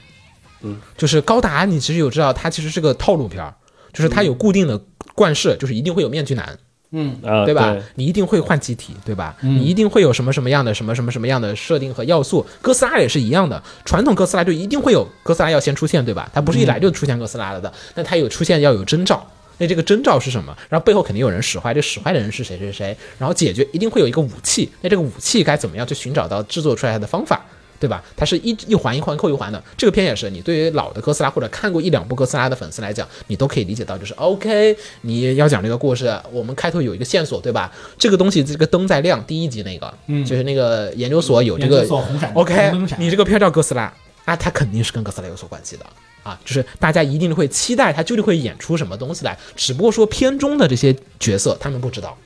[SPEAKER 3] 嗯，就是高达，你其实有知道，它其实是个套路片儿，就是它有固定的惯式，就是一定会有面具男，
[SPEAKER 5] 啊，
[SPEAKER 3] 嗯对吧？你一定会换机体，对吧？你一定会有什么什么样的什么什么什么样的设定和要素。哥斯拉也是一样的，传统哥斯拉就一定会有哥斯拉要先出现，对吧？它不是一来就出现哥斯拉了的，那它有出现要有征兆。那这个征兆是什么？然后背后肯定有人使坏，这使坏的人是谁谁谁？然后解决一定会有一个武器，那这个武器该怎么样去寻找到制作出来的方法？对吧？它是一一环一环扣一环的。这个片也是，你对于老的哥斯拉或者看过一两部哥斯拉的粉丝来讲，你都可以理解到，就是 OK，你要讲这个故事，我们开头有一个线索，对吧？这个东西这个灯在亮，第一集那个，嗯，就是那个研究所有这个
[SPEAKER 6] 研究所红闪灯
[SPEAKER 3] OK，
[SPEAKER 6] 红灯闪
[SPEAKER 3] 你这个片叫哥斯拉，那它肯定是跟哥斯拉有所关系的。啊，就是大家一定会期待它究竟会演出什么东西来，只不过说片中的这些角色他们不知道，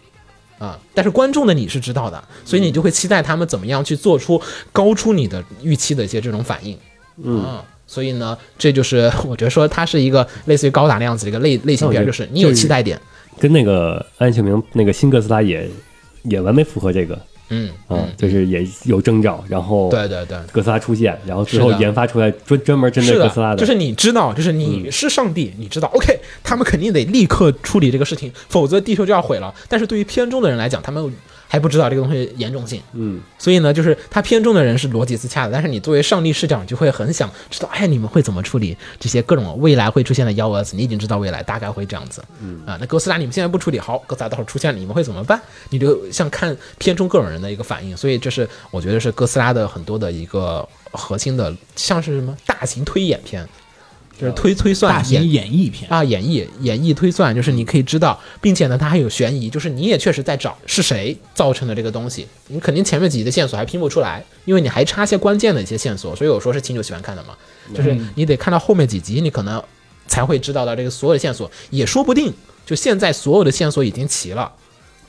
[SPEAKER 3] 啊，但是观众的你是知道的，所以你就会期待他们怎么样去做出高出你的预期的一些这种反应，嗯。所以呢，这就是 我觉得说它是一个类似于高达那样子的一个类类型片，
[SPEAKER 5] 那我觉得
[SPEAKER 3] 就是你有期待点，
[SPEAKER 5] 跟那个安庆明那个新哥斯拉也也完美符合这个，
[SPEAKER 3] 嗯
[SPEAKER 5] 啊
[SPEAKER 3] 嗯，，
[SPEAKER 5] 就是也有征兆，然后
[SPEAKER 3] 对对对，
[SPEAKER 5] 哥斯拉出现，然后最后
[SPEAKER 3] 是的
[SPEAKER 5] 研发出来专专门针对
[SPEAKER 3] 是
[SPEAKER 5] 哥斯拉嗯
[SPEAKER 3] 就是你知道，就是你是上帝，你知道，OK，他们肯定得立刻处理这个事情，否则地球就要毁了。但是对于片中的人来讲，他们还不知道这个东西的严重性，
[SPEAKER 5] 嗯，
[SPEAKER 3] 所以呢，就是他片中的人是逻辑自洽的，但是你作为上帝视角，你就会很想知道，哎，你们会怎么处理这些各种未来会出现的幺蛾子？你已经知道未来大概会这样子，嗯啊，那哥斯拉你们现在不处理好，哥斯拉到时候出现了，你们会怎么办？你就像看片中各种人的一个反应，所以这是我觉得是哥斯拉的很多的一个核心的，像是什么大型推演片，就是推推算
[SPEAKER 6] 大型演绎片。
[SPEAKER 3] 啊，演绎演绎推算，就是你可以知道，并且呢，它还有悬疑，就是你也确实在找是谁造成的这个东西，你肯定前面几集的线索还拼不出来，因为你还差一些关键的一些线索，所以我说是秦九喜欢看的嘛，就是你得看到后面几集，你可能才会知道到这个所有的线索，也说不定就现在所有的线索已经齐了，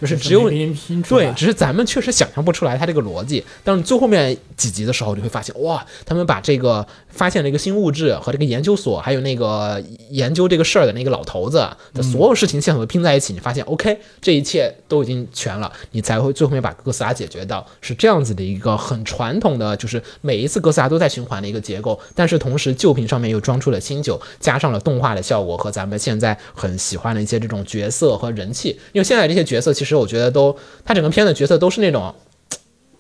[SPEAKER 3] 就是只有
[SPEAKER 6] 没给你拼出来
[SPEAKER 3] 对，只是咱们确实想象不出来它这个逻辑。但是最后面几集的时候，你会发现，哇，他们把这个发现了一个新物质和这个研究所，还有那个研究这个事儿的那个老头子的所有事情线索拼在一起，你发现，OK，这一切都已经全了，你才会最后面把哥斯拉解决到，是这样子的一个很传统的，就是每一次哥斯拉都在循环的一个结构，但是同时旧瓶上面又装出了新酒，加上了动画的效果和咱们现在很喜欢的一些这种角色和人气，因为现在这些角色其实我觉得都，他整个片的角色都是那种嘖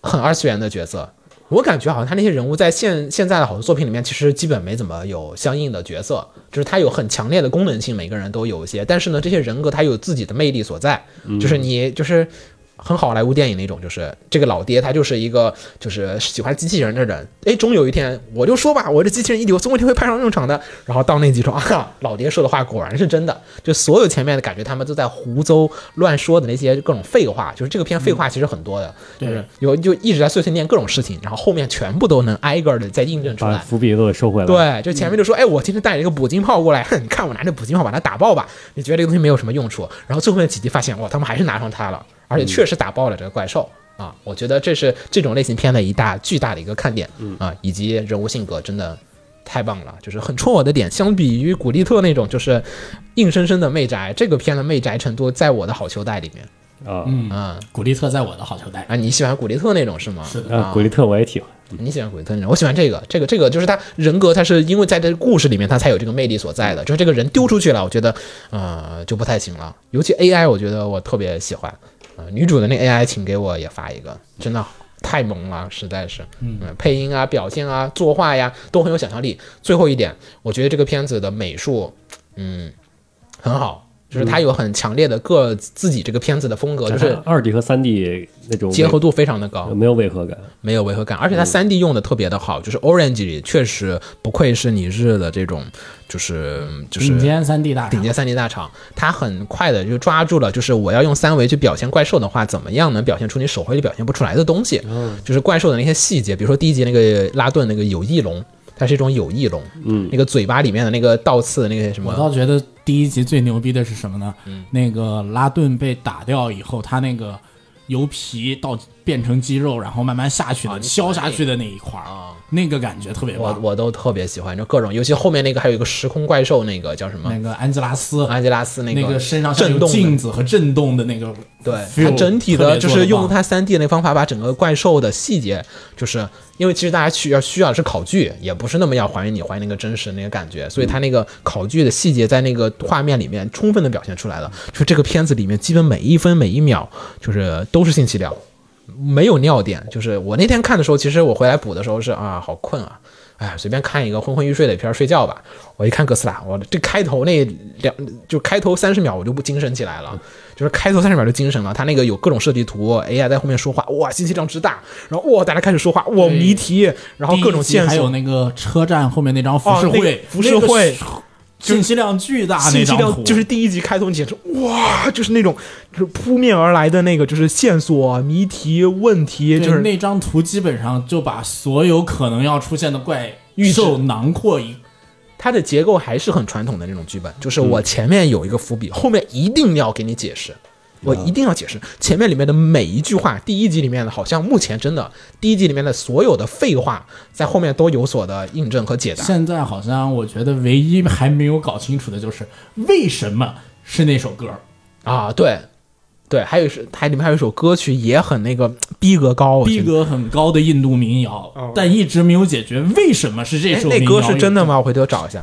[SPEAKER 3] 很二次元的角色。我感觉好像他那些人物在现现在的好多作品里面，其实基本没怎么有相应的角色，就是他有很强烈的功能性，每个人都有一些，但是呢，这些人格他有自己的魅力所在，就是你就是很好莱坞电影那种，就是这个老爹他就是一个就是喜欢机器人的人，哎，终有一天我就说吧，我这机器人一流，总有一天会派上用场的。然后到那集中啊，老爹说的话果然是真的，就所有前面的感觉他们都在胡诌乱说的那些各种废话，就是这个片废话其实很多的，就是有就一直在碎碎念各种事情，然后后面全部都能挨个的再印证出
[SPEAKER 5] 把
[SPEAKER 3] 来。
[SPEAKER 5] 伏笔都给收回来。，
[SPEAKER 3] 对，就前面就
[SPEAKER 6] 嗯
[SPEAKER 3] 说，哎，我今天带了一个捕鲸炮过来，哼，你看我拿着捕鲸炮把它打爆吧。你觉得这个东西没有什么用处，然后最后面几集发现，哇，他们还是拿上它了，而
[SPEAKER 6] 嗯
[SPEAKER 3] 且确实打爆了这个怪兽。啊，我觉得这是这种类型片的一大巨大的一个看点，
[SPEAKER 6] 嗯
[SPEAKER 3] 啊，以及人物性格真的太棒了，就是很戳我的点。相比于古力特那种就是硬生生的媚宅，这个片的媚宅程度在我的好球带里面
[SPEAKER 5] 啊
[SPEAKER 6] 古力特在我的好球带，
[SPEAKER 3] 啊。你喜欢古力特那种是吗？
[SPEAKER 6] 是的
[SPEAKER 5] 啊，古力特我也挺
[SPEAKER 3] 你喜欢鬼特人，我喜欢这个，这个这个就是他人格，他是因为在这个故事里面他才有这个魅力所在的，就是这个人丢出去了，我觉得呃就不太行了。尤其 AI，我觉得我特别喜欢，呃，女主的那 AI，请给我也发一个，真的太萌了，实在是，嗯、配音啊、表现啊、作画呀都很有想象力。最后一点，我觉得这个片子的美术，嗯，很好。就是它有很强烈的个自己这个片子的风格，
[SPEAKER 5] 嗯
[SPEAKER 3] 就是
[SPEAKER 5] 二 D 和三 D 那种
[SPEAKER 3] 结合度非常的高
[SPEAKER 5] 违，没有违和感，
[SPEAKER 3] 没有违和感，而且
[SPEAKER 6] 嗯
[SPEAKER 3] 它三 D 用的特别的好，就是 Orange 里确实不愧是你日的这种，就是就是
[SPEAKER 6] 顶尖三 D 大厂
[SPEAKER 3] 顶尖三 D 大厂，它很快的就抓住了，就是我要用三维去表现怪兽的话，怎么样能表现出你手绘里表现不出来的东西？
[SPEAKER 6] 嗯
[SPEAKER 3] 就是怪兽的那些细节，比如说第一集那个拉顿那个有翼龙。它是一种有翼龙，嗯，那个嘴巴里面的那个倒刺，那个什
[SPEAKER 6] 我倒
[SPEAKER 3] 么，
[SPEAKER 6] 觉得第一集最牛逼的是什么呢？
[SPEAKER 3] 嗯
[SPEAKER 6] 那个拉顿被打掉以后，他那个由皮到变成肌肉，然后慢慢下去的、
[SPEAKER 3] 哦你哦喜欢
[SPEAKER 6] 消下去的那一块儿、那个感觉特别
[SPEAKER 3] 我
[SPEAKER 6] 棒。
[SPEAKER 3] 我都特别喜欢，就各种，尤其后面那个还有一个时空怪兽，那个叫什么
[SPEAKER 6] 那？个安吉拉斯，
[SPEAKER 3] 嗯安吉拉斯那
[SPEAKER 6] 那
[SPEAKER 3] 个
[SPEAKER 6] 身上像
[SPEAKER 3] 震
[SPEAKER 6] 有
[SPEAKER 3] 动的
[SPEAKER 6] 镜子和震动的那个，
[SPEAKER 3] 对，它整体
[SPEAKER 6] 特
[SPEAKER 3] 的
[SPEAKER 6] 别
[SPEAKER 3] 就
[SPEAKER 6] 做
[SPEAKER 3] 是
[SPEAKER 6] 得
[SPEAKER 3] 用
[SPEAKER 6] 棒
[SPEAKER 3] 它三 D 那方法，把整个怪兽的细节，就是因为其实大家需要需要的是考据，也不是那么要还原你还原那个真实那个感觉，所以它
[SPEAKER 6] 嗯
[SPEAKER 3] 那个考据的细节在那个画面里面充分的表现出来了。就这个片子里面，基本每一分每一秒就是都是信息量，没有尿点。就是我那天看的时候，其实我回来补的时候是啊，好困啊。哎，随便看一个昏昏欲睡的片儿睡觉吧。我一看哥斯拉，我这开头那两就开头三十秒我就不精神起来了，就是开头三十秒就精神了。他那个有各种设计图，AI 在后面说话，哇，信息量之大，然后哇，大家开始说话，哇，谜题，然后各种线
[SPEAKER 6] 还有
[SPEAKER 3] 索，
[SPEAKER 6] 那个车站后面那张浮
[SPEAKER 3] 哦
[SPEAKER 6] 世
[SPEAKER 3] 那个
[SPEAKER 6] 绘，
[SPEAKER 3] 浮世
[SPEAKER 6] 那个
[SPEAKER 3] 绘
[SPEAKER 6] 信息量巨大，那
[SPEAKER 3] 信息
[SPEAKER 6] 张
[SPEAKER 3] 量
[SPEAKER 6] 图
[SPEAKER 3] 就是第一集开头你简直哇，就是那种就是扑面而来的那个就是线索、谜题、问题，
[SPEAKER 6] 对
[SPEAKER 3] 就是
[SPEAKER 6] 那张图基本上就把所有可能要出现的怪
[SPEAKER 3] 预
[SPEAKER 6] 兽
[SPEAKER 3] 知
[SPEAKER 6] 囊括一
[SPEAKER 3] 它的结构还是很传统的那种剧本，就是我前面有一个伏笔，后面一定要给你解释，我一定要解释前面里面的每一句话。第一集里面的，好像目前真的第一集里面的所有的废话，在后面都有所的印证和解答。
[SPEAKER 6] 现在好像我觉得唯一还没有搞清楚的就是为什么是那首歌，
[SPEAKER 3] 啊，对，对，还有是它里面还有一首歌曲也很那个逼格高，我觉
[SPEAKER 6] 逼
[SPEAKER 3] 得。
[SPEAKER 6] 格很高的印度民谣，但一直没有解决为什么是这
[SPEAKER 3] 哎
[SPEAKER 6] 首
[SPEAKER 3] 那
[SPEAKER 6] 民谣。
[SPEAKER 3] 歌是真的？吗？我回头找一下。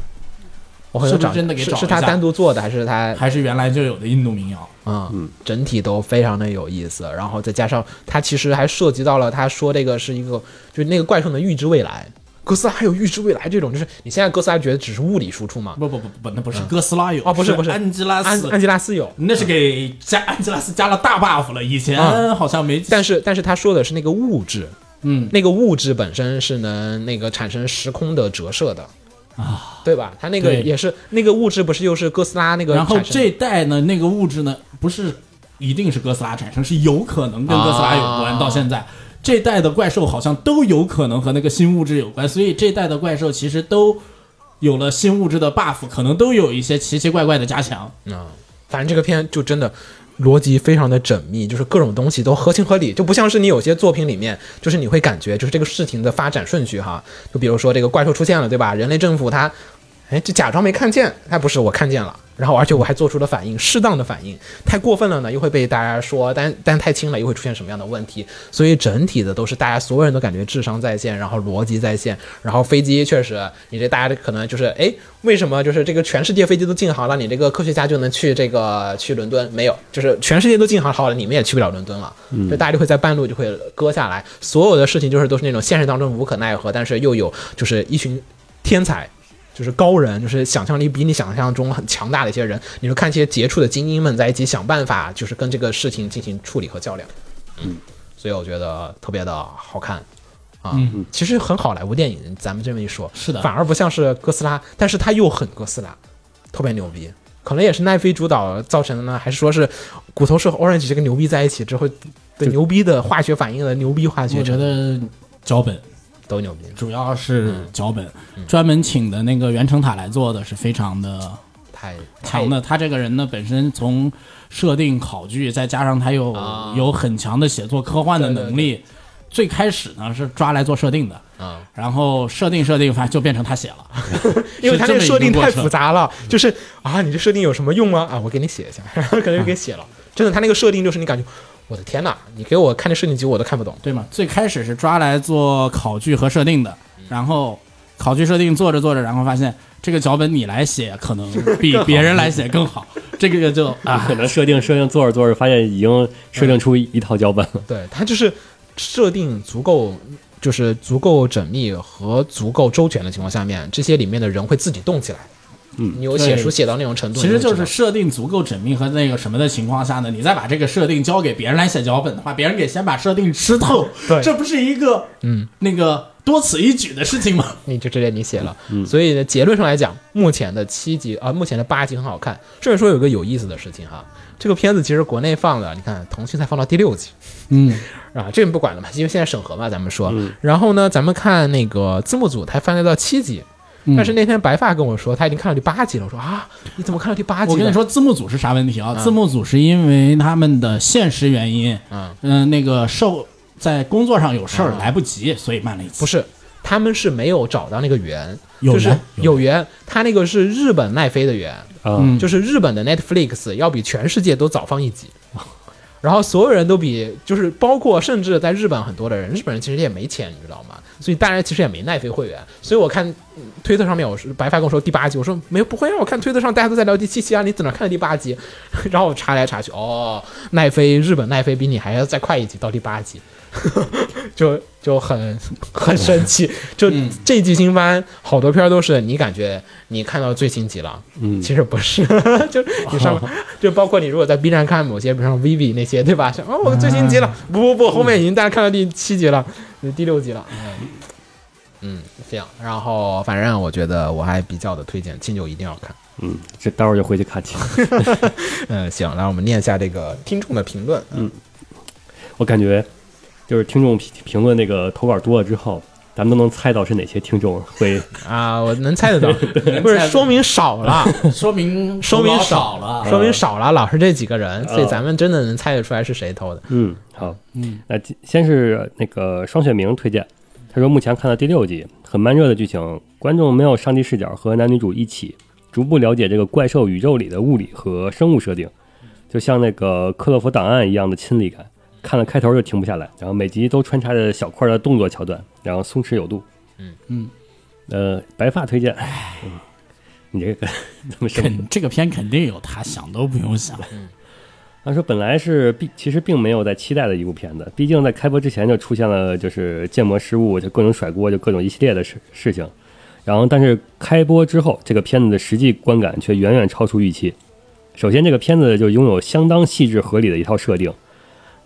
[SPEAKER 3] 我回头
[SPEAKER 6] 是不是
[SPEAKER 3] 找一下，
[SPEAKER 6] 真的给
[SPEAKER 3] 是
[SPEAKER 6] 找
[SPEAKER 3] 是
[SPEAKER 6] 一
[SPEAKER 3] 他
[SPEAKER 6] 下
[SPEAKER 3] 单独做的，还是他
[SPEAKER 6] 还是原来就有的印度民谣？
[SPEAKER 3] 啊，
[SPEAKER 6] 嗯
[SPEAKER 3] 整体都非常的有意思。然后再加上它其实还涉及到了他说这个是一个，就是那个怪兽能预知未来。哥斯拉还有预知未来这种，就是你现在哥斯拉觉得只是物理输出嘛？
[SPEAKER 6] 不不不不，那不是哥斯拉有
[SPEAKER 3] 哦，不
[SPEAKER 6] 是
[SPEAKER 3] 不是，
[SPEAKER 6] 安吉拉
[SPEAKER 3] 安
[SPEAKER 6] 斯嗯
[SPEAKER 3] 安吉拉斯有，
[SPEAKER 6] 那是给加安吉拉斯加了大 buff 了，以前
[SPEAKER 3] 嗯
[SPEAKER 6] 好像没 记，
[SPEAKER 3] 但是但是他说的是那个物质，
[SPEAKER 6] 嗯，
[SPEAKER 3] 那个物质本身是能那个产生时空的折射的啊，对吧？他那个
[SPEAKER 6] 对
[SPEAKER 3] 也是那个物质，不是又是哥斯拉那个
[SPEAKER 6] 然后
[SPEAKER 3] 产生的
[SPEAKER 6] 这代呢，那个物质呢，不是一定是哥斯拉产生，是有可能跟哥斯拉有关。
[SPEAKER 3] 啊
[SPEAKER 6] 到现在，这代的怪兽好像都有可能和那个新物质有关，所以这代的怪兽其实都有了新物质的 buff，可能都有一些奇奇怪怪的加强。
[SPEAKER 3] 啊，反正这个片就真的逻辑非常的缜密，就是各种东西都合情合理，就不像是你有些作品里面，就是你会感觉就是这个事情的发展顺序哈，就比如说这个怪兽出现了，对吧？人类政府它，哎，就假装没看见，哎，不是我看见了。然后，而且我还做出了反应，适当的反应，太过分了呢，又会被大家说；但但太轻了，又会出现什么样的问题？所以整体的都是大家所有人都感觉智商在线，然后逻辑在线，然后飞机确实，你这大家可能就是哎，为什么就是这个全世界飞机都进航了，你这个科学家就能去这个去伦敦？没有，就是全世界都进航好了，你们也去不了伦敦了，就大家就会在半路就会割下来。所有的事情就是都是那种现实当中无可奈何，但是又有就是一群天才。就是高人，就是想象力比你想象中很强大的一些人，你就看一些杰出的精英们在一起想办法，就是跟这个事情进行处理和较量。嗯所以我觉得特别的好看。啊，其实很好莱坞电影，咱们这么一说，
[SPEAKER 6] 嗯是的
[SPEAKER 3] 反而不像是哥斯拉，但是它又很哥斯拉，特别牛逼。可能也是奈飞主导造成的呢，还是说是骨头社和 Orange 这个牛逼在一起之后的牛逼的化学反应的牛逼化学
[SPEAKER 6] 我觉
[SPEAKER 3] 成分
[SPEAKER 6] 得脚本
[SPEAKER 3] 都牛逼。
[SPEAKER 6] 主要是
[SPEAKER 3] 嗯
[SPEAKER 6] 脚本，专门请的那个袁成塔来做的是非常的
[SPEAKER 3] 太
[SPEAKER 6] 强的。他这个人呢，本身从设定考据，再加上他有、
[SPEAKER 3] 啊
[SPEAKER 6] 有很强的写作科幻的能力。最开始呢是抓来做设定的，
[SPEAKER 3] 啊，
[SPEAKER 6] 然后设定设定，反正就变成他写了，
[SPEAKER 3] 因为它这个
[SPEAKER 6] 是这么
[SPEAKER 3] 设定
[SPEAKER 6] 一个过
[SPEAKER 3] 太
[SPEAKER 6] 程
[SPEAKER 3] 复杂了，就是啊，你这设定有什么用吗？啊，我给你写一下，然后可能就给写了。真的，它那个设定就是你感觉，我的天呐，你给我看这设定集我都看不懂。
[SPEAKER 6] 对吗？最开始是抓来做考据和设定的，
[SPEAKER 3] 嗯
[SPEAKER 6] 然后考据设定做着做着，然后发现这个脚本你来写可能比别人来写更好，这个就啊，
[SPEAKER 5] 可能设定设定做着做着，发现已经设定出一套脚本了。
[SPEAKER 3] 对，它就是设定足够，就是足够缜密和足够周全的情况下面，这些里面的人会自己动起来。嗯，你有写
[SPEAKER 6] 对
[SPEAKER 3] 书写到那种程度，
[SPEAKER 6] 其实
[SPEAKER 3] 你会
[SPEAKER 6] 就
[SPEAKER 3] 知道
[SPEAKER 6] 是设定足够缜密和那个什么的情况下呢，你再把这个设定交给别人来写脚本的话，别人给先把设定吃透，
[SPEAKER 3] 对
[SPEAKER 6] 这不是一个嗯那个多此一举的事情吗？
[SPEAKER 3] 你就直接你写了。
[SPEAKER 6] 嗯
[SPEAKER 3] 所以呢，结论上来讲，目前的七集啊、目前的八集很好看。甚至说有个有意思的事情哈，这个片子其实国内放了，你看腾讯才放到第六集。
[SPEAKER 6] 嗯，
[SPEAKER 3] 啊，这个不管了嘛，因为现在审核嘛，咱们说。然后呢，咱们看那个字幕组才翻到到七集，
[SPEAKER 6] 嗯
[SPEAKER 3] 但是那天白发跟我说他已经看到第八集了，我说啊，你怎么看到第八集？
[SPEAKER 6] 我跟你，说，字幕组是啥问题啊？字幕组是因为他们的现实原因，呃
[SPEAKER 3] 嗯
[SPEAKER 6] 那个受在工作上有事儿来不及，所以慢了一次。
[SPEAKER 3] 不，是，他们是没有找到那个源，
[SPEAKER 6] 有
[SPEAKER 3] 就是
[SPEAKER 6] 源有
[SPEAKER 3] 有源，他那个是日本奈飞的源，
[SPEAKER 5] 啊，
[SPEAKER 6] 嗯
[SPEAKER 3] 就是日本的 Netflix 要比全世界都早放一集。然后所有人都比，就是包括甚至在日本很多的人，日本人其实也没钱，你知道吗？所以大家其实也没奈飞会员。所以我看嗯推特上面，我是白发跟我说第八集，我说没有不会啊让我看推特上大家都在聊第七期啊，你怎么看第八集？ 然后我查来查去，哦，奈飞日本奈飞比你还要再快一集到第八集， 就就很很神奇。就这季新番好多片儿都是你感觉你看到最新集了，嗯，哦其实不是， 就你上面就包括你如果在 B 站看某些，比如像 Vivi 那些，对吧？像哦，我最新集了，不不不，后面已经大家看到第七集了，呃第六集了，嗯，这样。然后反正我觉得我还比较的推荐，亲友一定要看。
[SPEAKER 5] 嗯，这待会儿就回去看 去。
[SPEAKER 3] 嗯，行，来我们念一下这个听众的评论。嗯，
[SPEAKER 5] 我感觉就是听众评评论那个投稿多了之后，咱们都能猜到是哪些听众会
[SPEAKER 3] 啊，我能猜得 到，不是说明少了。
[SPEAKER 6] 说明
[SPEAKER 3] 说明
[SPEAKER 6] 投
[SPEAKER 3] 少
[SPEAKER 6] 稿少了。嗯
[SPEAKER 3] 说明少了，老是这几个人，所以咱们真的能猜得出来是谁偷的。
[SPEAKER 5] 嗯，好，嗯，那今先是那个双雪明推荐，他说目前看到第六集，很慢热的剧情，观众没有上帝视角和男女主一起逐步了解这个怪兽宇宙里的物理和生物设定，就像那个克洛弗档案一样的亲历感。看了开头就停不下来，然后每集都穿插着小块的动作桥段，然后松弛有度。嗯嗯，呃，白发推荐， 嗯，你这个 怎么什么？
[SPEAKER 6] 肯这个片肯定有他想都不用想，
[SPEAKER 3] 嗯
[SPEAKER 5] 他说本来是并其实并没有在期待的一部片子，毕竟在开播之前就出现了就是建模失误，就各种甩锅，就各种一系列的事事情。然后，但是开播之后，这个片子的实际观感却远远超出预期。首先，这个片子就拥有相当细致合理的一套设定，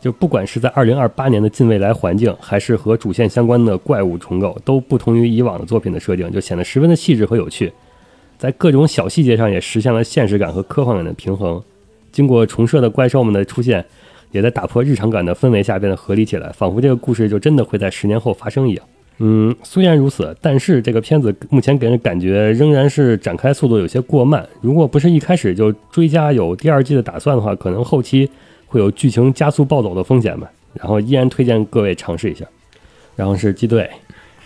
[SPEAKER 5] 就不管是在2028年的近未来环境，还是和主线相关的怪物重构，都不同于以往的作品的设定，就显得十分的细致和有趣。在各种小细节上也实现了现实感和科幻感的平衡。经过重设的怪兽们的出现，也在打破日常感的氛围下变得合理起来，仿佛这个故事就真的会在十年后发生一样。嗯，虽然如此，但是这个片子目前给人感觉仍然是展开速度有些过慢。如果不是一开始就追加有第二季的打算的话，可能后期会有剧情加速暴走的风险吧。然后依然推荐各位尝试一下。然后是鸡队，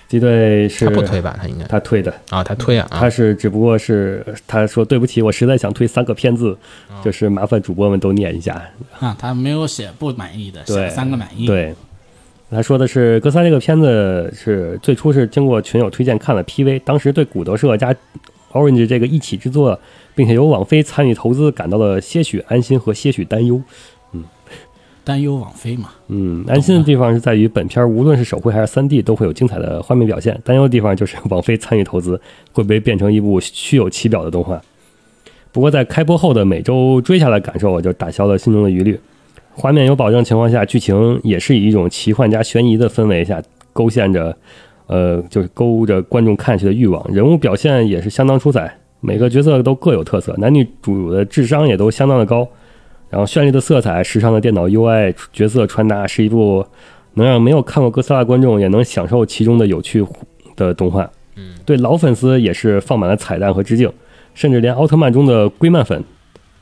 [SPEAKER 5] 鸡队是
[SPEAKER 3] 他不推吧？他应该
[SPEAKER 5] 他推的，
[SPEAKER 3] 啊，他推啊啊
[SPEAKER 5] 他是只不过是他说对不起，我实在想推三个片子，就是麻烦主播们都念一下。
[SPEAKER 6] 啊，他没有写不满意的，写
[SPEAKER 5] 对
[SPEAKER 6] 了三个满意。，
[SPEAKER 5] 对，他说的是哥斯拉这个片子是最初是经过群友推荐看了 PV，当时对骨头社加 Orange 这个一起制作，并且由网飞参与投资感到了些许安心和些许担忧。
[SPEAKER 6] 担忧网飞嘛，
[SPEAKER 5] 嗯，安心的地方是在于本片无论是手绘还是三 D 都会有精彩的画面表现，担忧的地方就是网飞参与投资会不会变成一部虚有其表的动画。不过在开播后的每周追下来感受，我就打消了心中的疑虑。画面有保证情况下，剧情也是以一种奇幻加悬疑的氛围下勾线着，呃，就是勾着观众看去的欲望。人物表现也是相当出彩，每个角色都各有特色，男女主的智商也都相当的高。然后绚丽的色彩、时尚的电脑 UI、角色穿搭，是一部能让没有看过哥斯拉的观众也能享受其中的有趣的动画。嗯，对老粉丝也是放满了彩蛋和致敬，甚至连奥特曼中的龟曼粉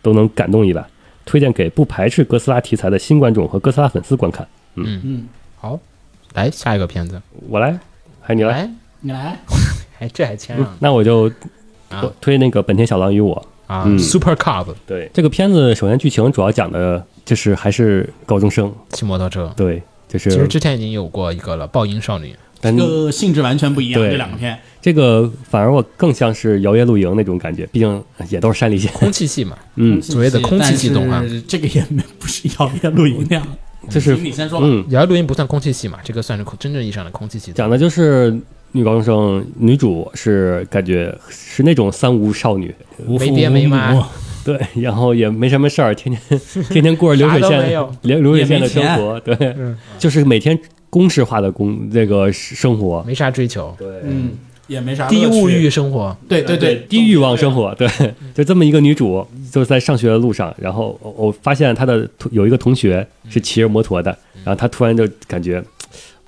[SPEAKER 5] 都能感动一把。推荐给不排斥哥斯拉题材的新观众和哥斯拉粉丝观看。
[SPEAKER 3] 好，来下一个片子，
[SPEAKER 5] 我来，还是你来？
[SPEAKER 3] 来，
[SPEAKER 6] 你来，
[SPEAKER 3] 哎，这还谦让呢
[SPEAKER 5] 那我就
[SPEAKER 3] 啊
[SPEAKER 5] 我推那个《本田小狼与我》。
[SPEAKER 3] 啊
[SPEAKER 5] 嗯
[SPEAKER 3] ！Super Cub
[SPEAKER 5] 对，这个片子首先剧情主要讲的就是还是高中生，
[SPEAKER 3] 骑摩托车，
[SPEAKER 5] 对，就
[SPEAKER 3] 其
[SPEAKER 5] 是
[SPEAKER 3] 实之前已经有过一个了，《爆音少女》
[SPEAKER 5] 但
[SPEAKER 6] 这个性质完全不一样，
[SPEAKER 5] 对
[SPEAKER 6] 这两个片。
[SPEAKER 5] 这个反而我更像是摇曳露营那种感觉，毕竟也都是山 里县。
[SPEAKER 3] 空气系嘛，
[SPEAKER 5] 嗯，
[SPEAKER 3] 所谓的空气系啊动画
[SPEAKER 6] 但是这个也没不是摇曳露营 那样的。
[SPEAKER 5] 就是
[SPEAKER 6] 请你先说吧。
[SPEAKER 5] 嗯，
[SPEAKER 3] 摇摇录音不算空气系嘛，这个算是空真正意义上的空气系动
[SPEAKER 5] 讲的就是女高中生，女主是感觉是那种三无少女，
[SPEAKER 3] 画，没爹没妈，
[SPEAKER 5] 对，然后也没什么事儿，天天天天过着流水
[SPEAKER 3] 啥都没
[SPEAKER 5] 线
[SPEAKER 3] 有、
[SPEAKER 5] 流流水线的生
[SPEAKER 6] 也
[SPEAKER 5] 活，对，就是每天公式化的工这个生活，
[SPEAKER 3] 没啥追求，
[SPEAKER 6] 嗯，
[SPEAKER 7] 也没啥
[SPEAKER 3] 低
[SPEAKER 7] 乐趣
[SPEAKER 3] 物欲生活，
[SPEAKER 6] 对对对，
[SPEAKER 5] 低欲望生活，对，啊 就这么一个女主，就是在上学的路上，然后我我发现她的同有一个同学是骑着摩托的，然后她突然就感觉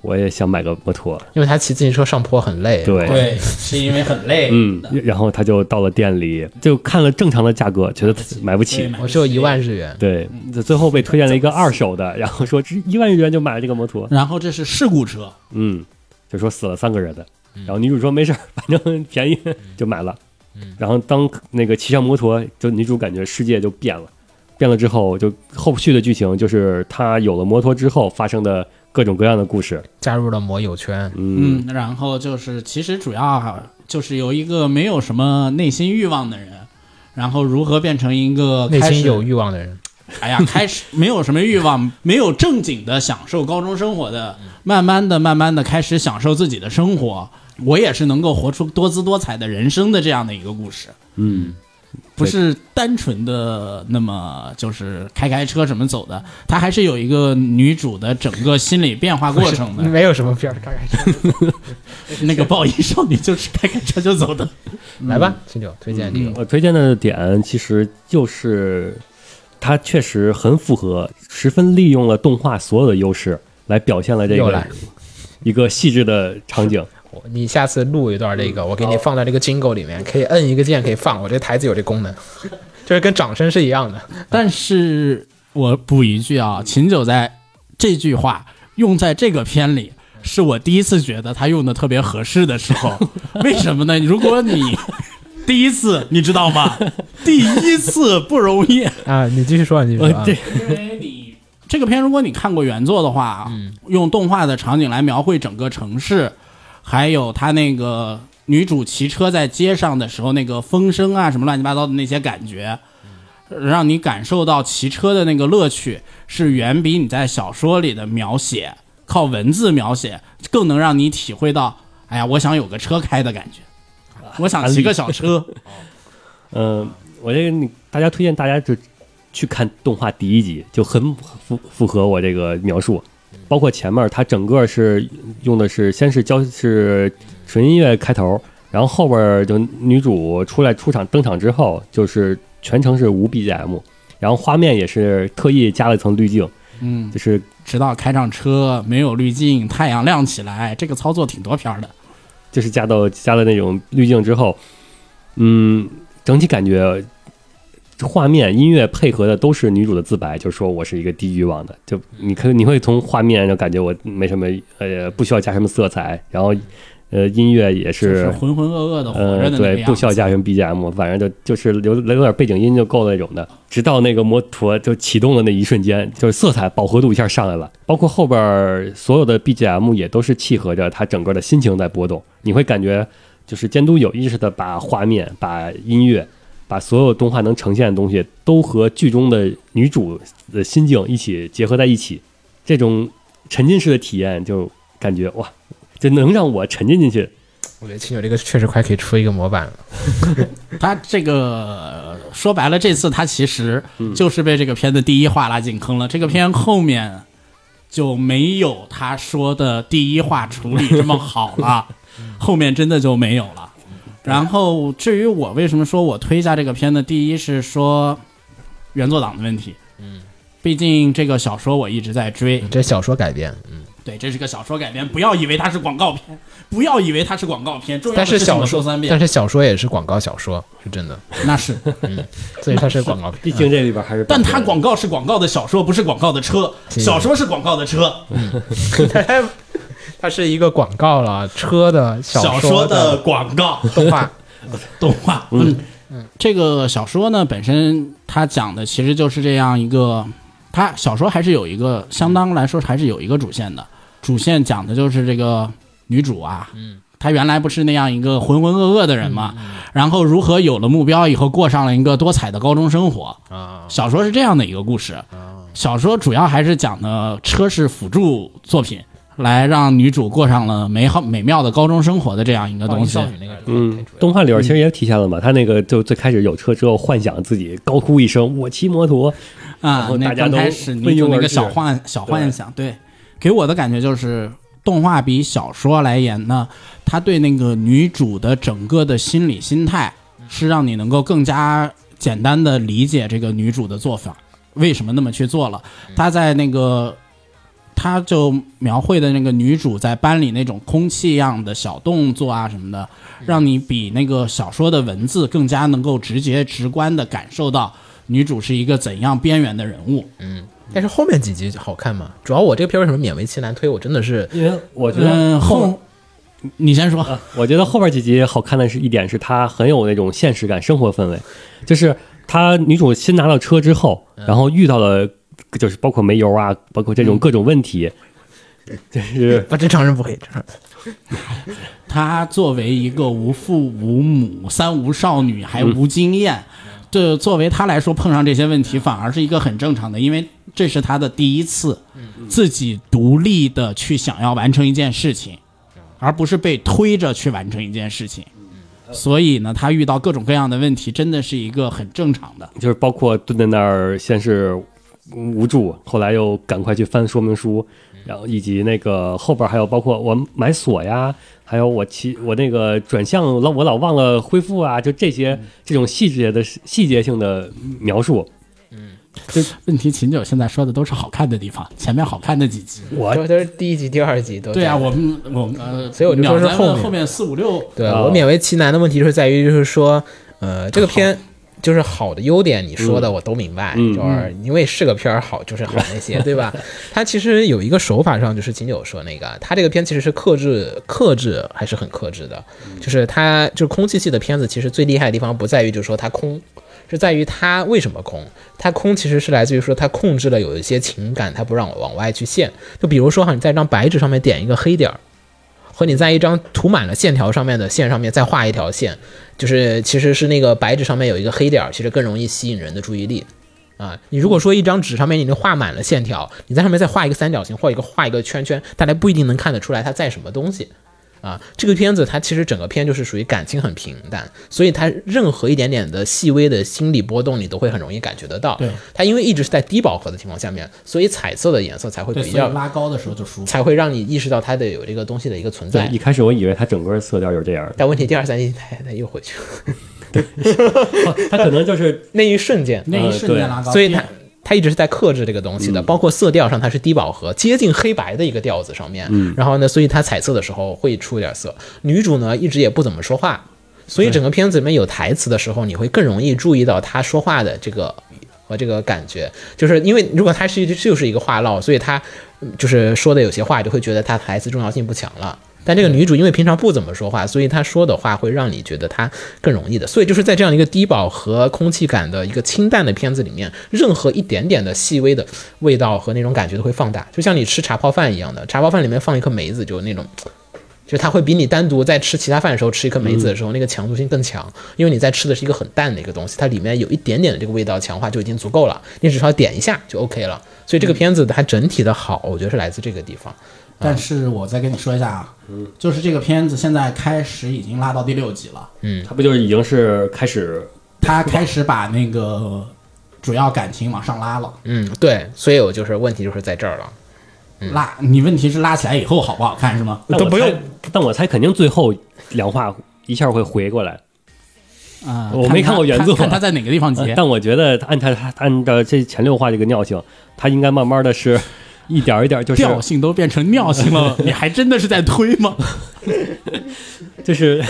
[SPEAKER 5] 我也想买个摩托，
[SPEAKER 3] 因为他骑自行车上坡很累，
[SPEAKER 5] 对，
[SPEAKER 6] 对，是因为很累，
[SPEAKER 5] 嗯，然后她就到了店里，就看了正常的价格，觉得她买不起
[SPEAKER 6] 对，买
[SPEAKER 3] 嗯我只有一万日元，
[SPEAKER 5] 对，嗯最后被推荐了一个二手的，然后说这一万日元就买了这个摩托，
[SPEAKER 6] 然后这是事故车，
[SPEAKER 5] 嗯，就说死了三个人的，
[SPEAKER 3] 嗯
[SPEAKER 5] 然后女主说没事儿，反正便宜就买了。
[SPEAKER 3] 嗯
[SPEAKER 5] 然后当那个骑上摩托，就女主感觉世界就变了，变了之后，就后续的剧情就是她有了摩托之后发生的各种各样的故事。
[SPEAKER 3] 加入了摩友圈，
[SPEAKER 5] 嗯，
[SPEAKER 6] 嗯，然后就是其实主要就是由一个没有什么内心欲望的人，然后如何变成一个
[SPEAKER 3] 内
[SPEAKER 6] 开
[SPEAKER 3] 心
[SPEAKER 6] 始
[SPEAKER 3] 有欲望的人，
[SPEAKER 6] 哎呀，开始没有什么欲望，没有正经的享受高中生活的，慢慢的、慢慢的开始享受自己的生活。我也是能够活出多姿多彩的人生的这样的一个故事，
[SPEAKER 5] 嗯，
[SPEAKER 6] 不是单纯的那么就是开开车什么走的，它还是有一个女主的整个心理变化过 程的。
[SPEAKER 3] 没有什么片儿，看看
[SPEAKER 6] 那个暴衣少女就是开开车就走的，
[SPEAKER 3] 来吧，秦九推
[SPEAKER 6] 嗯
[SPEAKER 3] 荐这个，
[SPEAKER 5] 我推荐的点其实就是它确实很符合，十分利用了动画所有的优势来表现了这
[SPEAKER 3] 又
[SPEAKER 5] 个
[SPEAKER 3] 来
[SPEAKER 5] 一个细致的场景。
[SPEAKER 3] 我你下次录一段这个，我给你放到这个 jingle 里面，可以摁一个键可以放，我这台子有这功能， 就是跟掌声是一样的。
[SPEAKER 6] 但是我补一句啊，秦九在这句话用在这个片里，是我第一次觉得他用的特别合适的时候。为什么呢？如果你第一次，你知道吗？第一次不容易。
[SPEAKER 3] 啊，你继续说，你继续
[SPEAKER 5] 呃
[SPEAKER 3] 说、啊。
[SPEAKER 6] 因为你这个片，如果你看过原作的话，用动画的场景来描绘整个城市，还有他那个女主骑车在街上的时候那个风声啊，什么乱七八糟的那些感觉，让你感受到骑车的那个乐趣，是远比你在小说里的描写靠文字描写更能让你体会到，哎呀，我想有个车开的感觉。我想骑个 小车，
[SPEAKER 5] 嗯，我这个你大家推荐大家就去看动画第一集，就很符符合我这个描述。包括前面它整个是用的是先是交是纯音乐开头，然后后边儿就女主出来出场登场之后，就是全程是无 BGM，然后画面也是特意加了一层滤镜，
[SPEAKER 6] 嗯，
[SPEAKER 5] 就是
[SPEAKER 6] 直到开上车，没有滤镜，太阳亮起来，这个操作挺多片儿的。
[SPEAKER 5] 就是加到加了那种滤镜之后，嗯，整体感觉画面、音乐配合的都是女主的自白，就是说我是一个低欲望的，就你可你会从画面就感觉我没什么呃，不需要加什么色彩，然后呃，音乐也
[SPEAKER 6] 就是
[SPEAKER 5] 是。
[SPEAKER 6] 浑浑噩噩的活着
[SPEAKER 5] 呃，
[SPEAKER 6] 的那个
[SPEAKER 5] 对，
[SPEAKER 6] 样
[SPEAKER 5] 不需要
[SPEAKER 6] 子。
[SPEAKER 5] 加什么 BGM，反正就就是留留点背景音就够那种的。直到那个摩托就启动的那一瞬间，就是色彩饱和度一下上来了，包括后边儿所有的 BGM 也都是契合着他整个的心情在波动。你会感觉就是监督有意识的把画面、把音乐、把所有动画能呈现的东西都和剧中的女主的心境一起结合在一起，这种沉浸式的体验就感觉哇，就能让我沉浸进去。
[SPEAKER 3] 我觉得青九这个确实快可以出一个模板了。
[SPEAKER 6] 他这个说白了，这次他其实
[SPEAKER 3] 嗯
[SPEAKER 6] 就是被这个片子第一话拉进坑了。这个片后面就没有他说的第一话处理这么好 了，后面真的就没有了。
[SPEAKER 3] 嗯
[SPEAKER 6] 然后至于我为什么说我推一下这个片子，第一是说原作党的问题，嗯，毕竟这个小说我一直在追，
[SPEAKER 3] 这小说改编，嗯，
[SPEAKER 6] 对，这是个小说改编，不要以为它是广告片，不要以为它是广告片，重要
[SPEAKER 3] 但
[SPEAKER 6] 的
[SPEAKER 3] 是
[SPEAKER 6] 事情
[SPEAKER 3] 小
[SPEAKER 6] 我说
[SPEAKER 3] 说
[SPEAKER 6] 三遍
[SPEAKER 3] 但，是小说也是广告小说，是真的，
[SPEAKER 6] 那是。
[SPEAKER 3] 所以它是广告 片。
[SPEAKER 5] 毕竟这里边还是，
[SPEAKER 6] 但它广告是广告的小说，不是广告的车；
[SPEAKER 3] 对
[SPEAKER 6] 小说是广告的车，
[SPEAKER 3] 它 它是一个广告了，车的
[SPEAKER 6] 小
[SPEAKER 3] 说
[SPEAKER 6] 的广告
[SPEAKER 3] 动画，
[SPEAKER 6] 动画。嗯嗯，这个小说呢本身它讲的其实就是这样一个，它小说还是有一个相当来说还是有一个主线的，主线讲的就是这个女主啊，嗯。她原来不是那样一个浑浑噩噩的人嘛，然后如何有了目标以后，过上了一个多彩的高中生活
[SPEAKER 3] 嗯
[SPEAKER 6] 啊。小说是这样的一个故事，
[SPEAKER 5] 啊
[SPEAKER 6] 小说主要还是讲的车是辅助作品，来让女主过上了美好美妙的高中生活的这样一个东西。
[SPEAKER 3] 少女那个，
[SPEAKER 5] 嗯，动画里边其实也体现了嘛，他那个就最开始有车之后，幻想自己高呼一声“我骑摩托然
[SPEAKER 6] 啊，
[SPEAKER 5] 后
[SPEAKER 6] 那
[SPEAKER 5] 大家
[SPEAKER 6] 刚
[SPEAKER 5] 都
[SPEAKER 6] 开始
[SPEAKER 5] 奔
[SPEAKER 6] 你有
[SPEAKER 5] 涌
[SPEAKER 6] 那
[SPEAKER 5] 而
[SPEAKER 6] 个
[SPEAKER 5] 至
[SPEAKER 6] 小幻小幻想，对，给我的感觉就是动画比小说来言呢，他对那个女主的整个的心理心态是让你能够更加简单的理解这个女主的做法，为什么那么去做了。他在那个。他就描绘的那个女主在班里那种空气一样的小动作啊什么的，让你比那个小说的文字更加能够直接直观的感受到女主是一个怎样边缘的人物。
[SPEAKER 3] 但是后面几集好看嘛？主要我这个片为什么勉为其难推？我真的是”，
[SPEAKER 5] 因为我觉
[SPEAKER 6] 嗯，
[SPEAKER 5] 得后
[SPEAKER 6] 后啊你先说，
[SPEAKER 5] 我觉得后边几集好看的是一点是它很有那种现实感、生活氛围，就是她女主新拿到车之后，然后遇到了就是包括没油啊，包括这种各种问题，就是
[SPEAKER 3] 不，正常人不啊会这样。
[SPEAKER 6] 她作为一个无父无母、三无少女，还无经验，这作为她来说碰上这些问题，反而是一个很正常的，因为这是她的第一次自己独立的去想要完成一件事情，而不是被推着去完成一件事情。所以呢，她遇到各种各样的问题，真的是一个很正常的。
[SPEAKER 5] 就是包括蹲在那儿先是无助，后来又赶快去翻说明书，然后以及那个后边还有包括我买锁呀，还有我骑我那个转向我老我老忘了恢复啊，就这些这种细节的细节性的描述。
[SPEAKER 6] 问题秦九现在说的都是好看的地方，前面好看的几集。
[SPEAKER 5] 我
[SPEAKER 3] 都都是第一集、第二集都
[SPEAKER 6] 对啊，我们我们呃，
[SPEAKER 3] 所以我就说是
[SPEAKER 6] 秒咱们
[SPEAKER 3] 后面
[SPEAKER 6] 后面四五六
[SPEAKER 3] 对
[SPEAKER 5] 哦
[SPEAKER 3] 我勉为其难的问题就是在于，就是说，呃，这个片就是好的优点，你说的我都明白，就是因为是个片儿好，就是好那些，对吧？它其实有一个手法上，就是秦九说那个，它这个片其实是克制，克制还是很克制的，就是它就是空气系的片子，其实最厉害的地方不在于就是说它空。是在于它为什么空？它空其实是来自于说它控制了有一些情感，它不让我往外去陷。就比如说哈，你在一张白纸上面点一个黑点儿，和你在一张涂满了线条上面的线上面再画一条线，就是其实是那个白纸上面有一个黑点儿，其实更容易吸引人的注意力。啊，你如果说一张纸上面已经画满了线条，你在上面再画一个三角形或一个画一个圈圈，大家不一定能看得出来它在什么东西。啊，这个片子它其实整个片就是属于感情很平淡，所以它任何一点点的细微的心理波动，你都会很容易感觉得到。
[SPEAKER 6] 对，
[SPEAKER 3] 它因为一直是在低饱和的情况下面，所以彩色的颜色才会
[SPEAKER 6] 对，
[SPEAKER 3] 比
[SPEAKER 6] 所
[SPEAKER 3] 较呃
[SPEAKER 6] 以，拉高的时候就舒服。
[SPEAKER 3] 才会让你意识到它的有这个东西的一个存
[SPEAKER 5] 对
[SPEAKER 3] 在，
[SPEAKER 5] 一。开始我以为它整个色调就是这 样的，
[SPEAKER 3] 但问题第二三季它它又回去了，
[SPEAKER 5] 它可能就是
[SPEAKER 3] 那一瞬间，
[SPEAKER 6] 那一瞬间拉高，
[SPEAKER 3] 所以它它一直是在克制这个东西的，包括色调上它是低饱和，接近黑白的一个调子上面。然后呢，所以它彩色的时候会出一点色。女主呢一直也不怎么说话，所以整个片子里面有台词的时候，你会更容易注意到她说话的这个和这个感觉，就是因为如果她是一就是一个话唠，所以她嗯就是说的有些话，就会觉得她台词重要性不强了。但这个女主因为平常不怎么说话，所以她说的话会让你觉得她更容易的。所以就是在这样一个低饱和、空气感的一个清淡的片子里面，任何一点点的细微的味道和那种感觉都会放大，就像你吃茶泡饭一样的，茶泡饭里面放一颗梅子，就那种就它会比你单独在吃其他饭的时候吃一颗梅子的时候，那个强度性更强，因为你在吃的是一个很淡的一个东西，它里面有一点点的这个味道强化就已经足够了，你只需要点一下就 OK 了。所以这个片子它整体的好，我觉得是来自这个地方。
[SPEAKER 6] 但是我再跟你说一下啊，就是这个片子现在开始已经拉到第六集了，
[SPEAKER 5] 他不就是已经是开始
[SPEAKER 6] 他开始把那个主要感情往上拉了，
[SPEAKER 3] 嗯，对，所以我就是问题就是在这儿了。
[SPEAKER 6] 拉你问题是拉起来以后好不好看是吗？
[SPEAKER 5] 但
[SPEAKER 2] 都
[SPEAKER 5] 我
[SPEAKER 2] 不
[SPEAKER 5] 猜
[SPEAKER 2] 用，
[SPEAKER 5] 但我猜肯定最后两话一下会回过来。
[SPEAKER 6] 啊、
[SPEAKER 5] 我没看过原作
[SPEAKER 6] 看他在哪个地方
[SPEAKER 5] 呃
[SPEAKER 6] 截。
[SPEAKER 5] 但我觉得按他他按照这前六话这个尿性，他应该慢慢的 是一点儿一点儿就是
[SPEAKER 6] 调性都变成尿性了，你还真的是在推吗？
[SPEAKER 5] 就是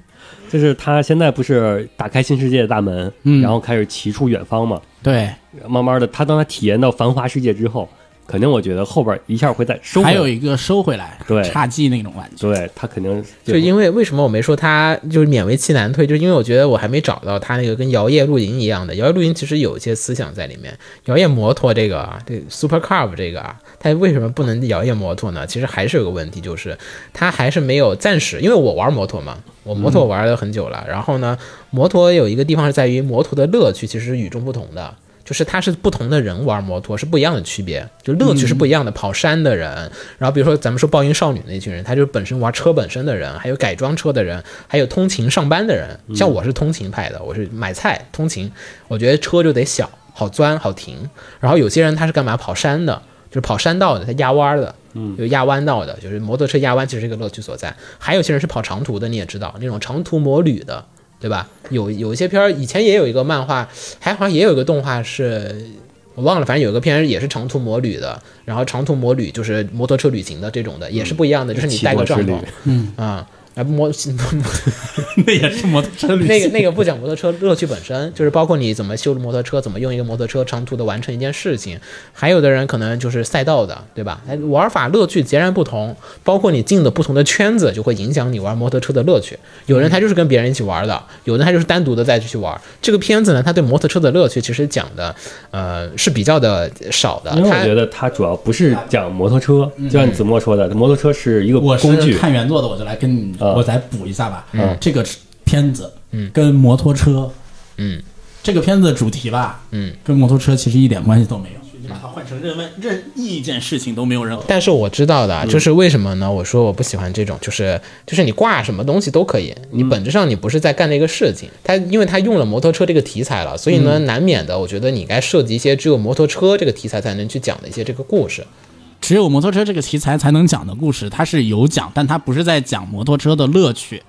[SPEAKER 5] 就是他现在不是打开新世界的大门，
[SPEAKER 6] 嗯
[SPEAKER 5] 然后开始骑出远方嘛。
[SPEAKER 6] 对，
[SPEAKER 5] 慢慢的，他当他体验到繁华世界之后，肯定我觉得后边一下会再收回来。
[SPEAKER 6] 还有一个收回来，
[SPEAKER 5] 对
[SPEAKER 6] 差记那种感觉。
[SPEAKER 5] 对他肯定
[SPEAKER 3] 就因为为什么我没说他就是勉为其难推，就是因为我觉得我还没找到他那个跟摇曳露营一样的。摇曳露营其实有一些思想在里面，摇曳摩托这个啊，这 Super Carb 这个啊，它为什么不能摇曳摩托呢？其实还是有个问题，就是它还是没有暂时，因为我玩摩托嘛，我摩托玩了很久了。然后呢，摩托有一个地方是在于摩托的乐趣其实是与众不同的。就是它是不同的人玩摩托是不一样的区别，就乐趣是不一样的。跑山的人，然后比如说咱们说暴音少女那群人，他就是本身玩车本身的人，还有改装车的人，还有通勤上班的人。像我是通勤派的，我是买菜通勤，我觉得车就得小，好钻好停。然后有些人他是干嘛跑山的，就是跑山道的，他压弯的。
[SPEAKER 5] 嗯
[SPEAKER 3] 有压弯道的，就是摩托车压弯，其实是一个乐趣所在。还有些人是跑长途的，你也知道那种长途摩旅的，对吧？有有一些片儿，以前也有一个漫画，还好像也有一个动画是，我忘了，反正有一个片儿也是长途摩旅的，然后长途摩旅就是摩托车旅行的这种的，也是不一样的，就是你
[SPEAKER 5] 嗯骑
[SPEAKER 3] 带个
[SPEAKER 5] 摩之
[SPEAKER 3] 帐
[SPEAKER 5] 旅
[SPEAKER 3] 篷，嗯啊。啊，摩
[SPEAKER 7] 那也是摩托车旅
[SPEAKER 3] 那个那个不讲摩托车乐趣本身，就是包括你怎么修摩托车，怎么用一个摩托车长途的完成一件事情。还有的人可能就是赛道的，对吧？哎玩法乐趣截然不同，包括你进的不同的圈子，就会影响你玩摩托车的乐趣。有人他就是跟别人一起玩的，有人他就是单独的再去玩。这个片子呢，他对摩托车的乐趣其实讲的，呃，是比较的少的。
[SPEAKER 5] 因为我
[SPEAKER 3] 它
[SPEAKER 5] 觉得它主要不是讲摩托车，就像子墨说的，摩托车是一个
[SPEAKER 6] 嗯我
[SPEAKER 5] 工
[SPEAKER 6] 是
[SPEAKER 5] 具，
[SPEAKER 6] 看原作的，我就来跟你，
[SPEAKER 5] 啊
[SPEAKER 6] 我再补一下吧。这个片子，跟摩托车，
[SPEAKER 3] 嗯，
[SPEAKER 6] 这个片子的主题吧，
[SPEAKER 3] 嗯，
[SPEAKER 6] 跟摩托车其实一点关系都没有。
[SPEAKER 7] 你把它换成任问任意一件事情都没有任何。
[SPEAKER 3] 但是我知道的啊，就是为什么呢？我说我不喜欢这种，就是就是你挂什么东西都可以，你本质上你不是在干那个事情。他因为他用了摩托车这个题材了，所以呢，难免的，我觉得你应该设计一些只有摩托车这个题材才能去讲的一些这个故事。
[SPEAKER 6] 只有摩托车这个题材才能讲的故事，它是有讲，但它不是在讲摩托车的乐趣，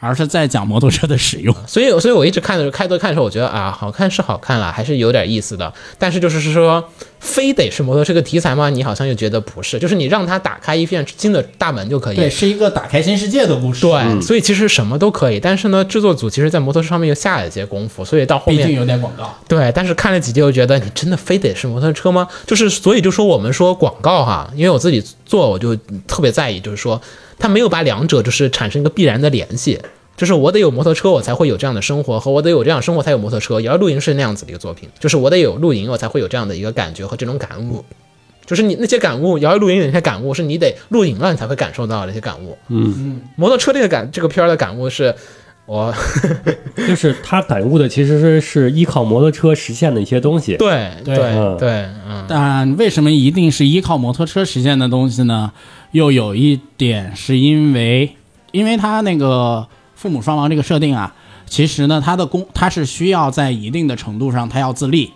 [SPEAKER 6] 而是在讲摩托车的使用。
[SPEAKER 3] 所以，所以我一直看的时候，开头看的时候，我觉得啊，好看是好看了，还是有点意思的。但是就是说，非得是摩托车这个题材吗？你好像又觉得不是，就是你让它打开一片新的大门就可以了。
[SPEAKER 6] 对，是一个打开新世界的故事。
[SPEAKER 3] 对，所以其实什么都可以，但是呢，制作组其实在摩托车上面又下了一些功夫，所以到后
[SPEAKER 6] 毕竟
[SPEAKER 3] 面
[SPEAKER 6] 有点广告。
[SPEAKER 3] 对，但是看了几集，我觉得你真的非得是摩托车吗？就是所以就说我们说广告哈，因为我自己做，我就特别在意，就是说他没有把两者就是产生一个必然的联系。就是我得有摩托车，我才会有这样的生活，和我得有这样的生活才有摩托车。也要露营是那样子的一个作品，就是我得有露营，我才会有这样的一个感觉和这种感悟。就是你那些感悟，摇曳露营的那些感悟，是你得露营了你才会感受到的那些感悟。嗯，摩托车这个感这个片儿的感悟是，我
[SPEAKER 5] 就是他感悟的其实是是依靠摩托车实现的一些东西。
[SPEAKER 3] 对对
[SPEAKER 5] 嗯
[SPEAKER 3] 对，嗯，
[SPEAKER 6] 但为什么一定是依靠摩托车实现的东西呢？又有一点是因为，因为他那个父母双亡这个设定啊，其实呢，他的公他是需要在一定的程度上，他要自立，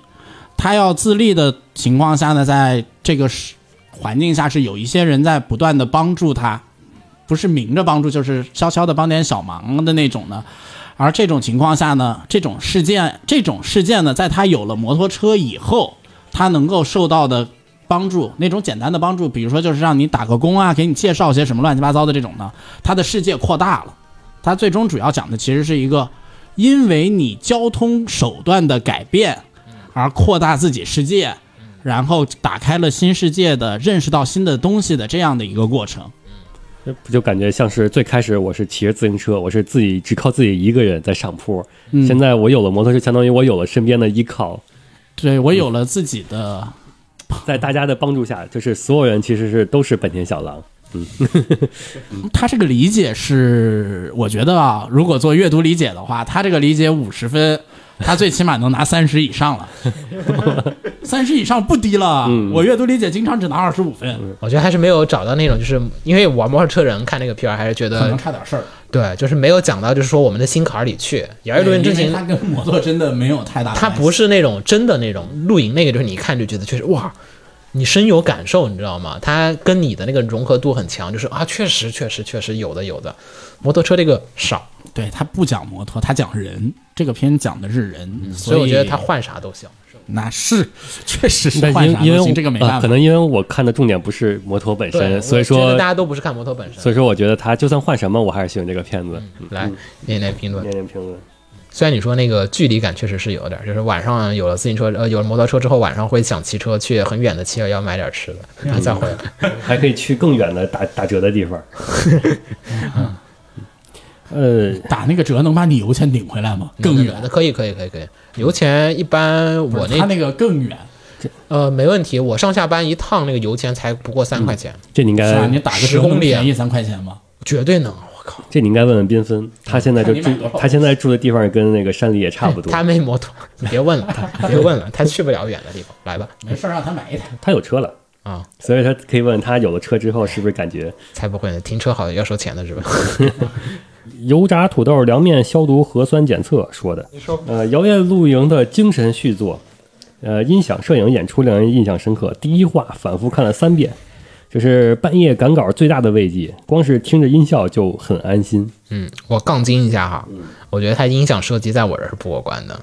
[SPEAKER 6] 他要自立的情况下呢，在这个是环境下是有一些人在不断的帮助他，不是明着帮助，就是悄悄的帮点小忙的那种呢。而这种情况下呢，这种事件，这种事件呢，在他有了摩托车以后，他能够受到的帮助，那种简单的帮助，比如说就是让你打个工啊，给你介绍些什么乱七八糟的这种呢，他的世界扩大了。他最终主要讲的其实是一个，因为你交通手段的改变而扩大自己世界，然后打开了新世界的，认识到新的东西的这样的一个过程。
[SPEAKER 5] 不就感觉像是最开始我是骑着自行车，我是自己只靠自己一个人在上坡。
[SPEAKER 6] 嗯
[SPEAKER 5] 现在我有了摩托车，相当于我有了身边的依靠，
[SPEAKER 6] 对我有了自己的
[SPEAKER 5] 在大家的帮助下，就是所有人其实是都是本田小狼。
[SPEAKER 6] 他这个理解是，我觉得啊，如果做阅读理解 的话，他这个理解五十分，他最起码能拿三十以上了。三十以上不低了。
[SPEAKER 3] 嗯
[SPEAKER 6] 我阅读理解经常只拿二十五分，
[SPEAKER 3] 我觉得还是没有找到那种，就是因为玩摩托车人看那个片儿，还是觉
[SPEAKER 6] 可能
[SPEAKER 3] 得
[SPEAKER 6] 差点事儿。
[SPEAKER 3] 对，就是没有讲到就是说我们的心坎儿里去。《而
[SPEAKER 6] 因
[SPEAKER 3] 路
[SPEAKER 6] 为
[SPEAKER 3] 哎人之行
[SPEAKER 6] 它》跟摩托真的没有太大的
[SPEAKER 3] 它
[SPEAKER 6] 关系，
[SPEAKER 3] 不是那种真的那种露营，那个就是你一看就觉得确实哇，你深有感受，你知道吗？它跟你的那个融合度很强，就是啊，确实确实确实有的有的。摩托车这个少，
[SPEAKER 6] 对他不讲摩托，他讲人。这个片讲的是人，
[SPEAKER 3] 嗯所
[SPEAKER 6] 所
[SPEAKER 3] 以我觉得它换啥都行。
[SPEAKER 6] 那是 确实是
[SPEAKER 5] 但
[SPEAKER 6] 换
[SPEAKER 5] 因
[SPEAKER 6] 啥
[SPEAKER 5] 因
[SPEAKER 6] 都
[SPEAKER 5] 为
[SPEAKER 6] 行，这个没
[SPEAKER 5] 呃
[SPEAKER 6] 办
[SPEAKER 3] 啊
[SPEAKER 6] 法。
[SPEAKER 5] 可能因为我看的重点不是摩托本
[SPEAKER 3] 对，
[SPEAKER 5] 身，所以
[SPEAKER 3] 我觉
[SPEAKER 5] 说
[SPEAKER 3] 得大家都不是看摩托本身。
[SPEAKER 5] 所以说我觉得他就算换什么，我还是喜欢这个片子。
[SPEAKER 3] 来念念评论
[SPEAKER 5] 念，念评论，
[SPEAKER 3] 虽然你说那个距离感确实是有点儿，就是晚上有了自行车，呃，有了摩托车之后，晚上会想骑车去很远的七幺幺买点儿吃的，
[SPEAKER 6] 嗯
[SPEAKER 3] 然后再回来。
[SPEAKER 5] 还可以去更远的打打折的地 方。呃，
[SPEAKER 6] 打那个折能把你油钱顶回来吗？ 更远，
[SPEAKER 3] 的可以可以可以可以，油钱一般
[SPEAKER 6] 不
[SPEAKER 3] 我
[SPEAKER 6] 是他那个更远
[SPEAKER 3] 呃，没问题，我上下班一趟那个油钱才不过三块钱，
[SPEAKER 6] 嗯
[SPEAKER 5] 这你应
[SPEAKER 6] 是吧？
[SPEAKER 5] 该
[SPEAKER 6] 你打个
[SPEAKER 3] 十
[SPEAKER 6] 折能
[SPEAKER 3] 公里啊
[SPEAKER 6] 便宜三块钱吗？
[SPEAKER 3] 绝对能。我靠，
[SPEAKER 5] 这你应该问问缤纷，他现在就
[SPEAKER 6] 看你
[SPEAKER 5] 住
[SPEAKER 6] 买多少
[SPEAKER 5] 他现在住的地方跟那个山里也差不多。
[SPEAKER 3] 他没摩托，你别问了，他 别问了，他去不了远的地方。来吧，
[SPEAKER 6] 没事儿，让他买一台。
[SPEAKER 5] 他有车了，
[SPEAKER 3] 啊、
[SPEAKER 5] 所以他可以问他有了车之后是不是感觉
[SPEAKER 3] 才不会呢，停车好要收钱的是吧？
[SPEAKER 5] 油炸土豆凉面消毒核酸检测说的。呃，摇曳露营的精神续作，呃，音响、摄影、演出令人印象深刻。第一话反复看了三遍，这是半夜赶稿最大的慰藉。光是听着音效就很安心。
[SPEAKER 3] 嗯，我杠精一下哈，我觉得他音响设计在我这儿是不过关的，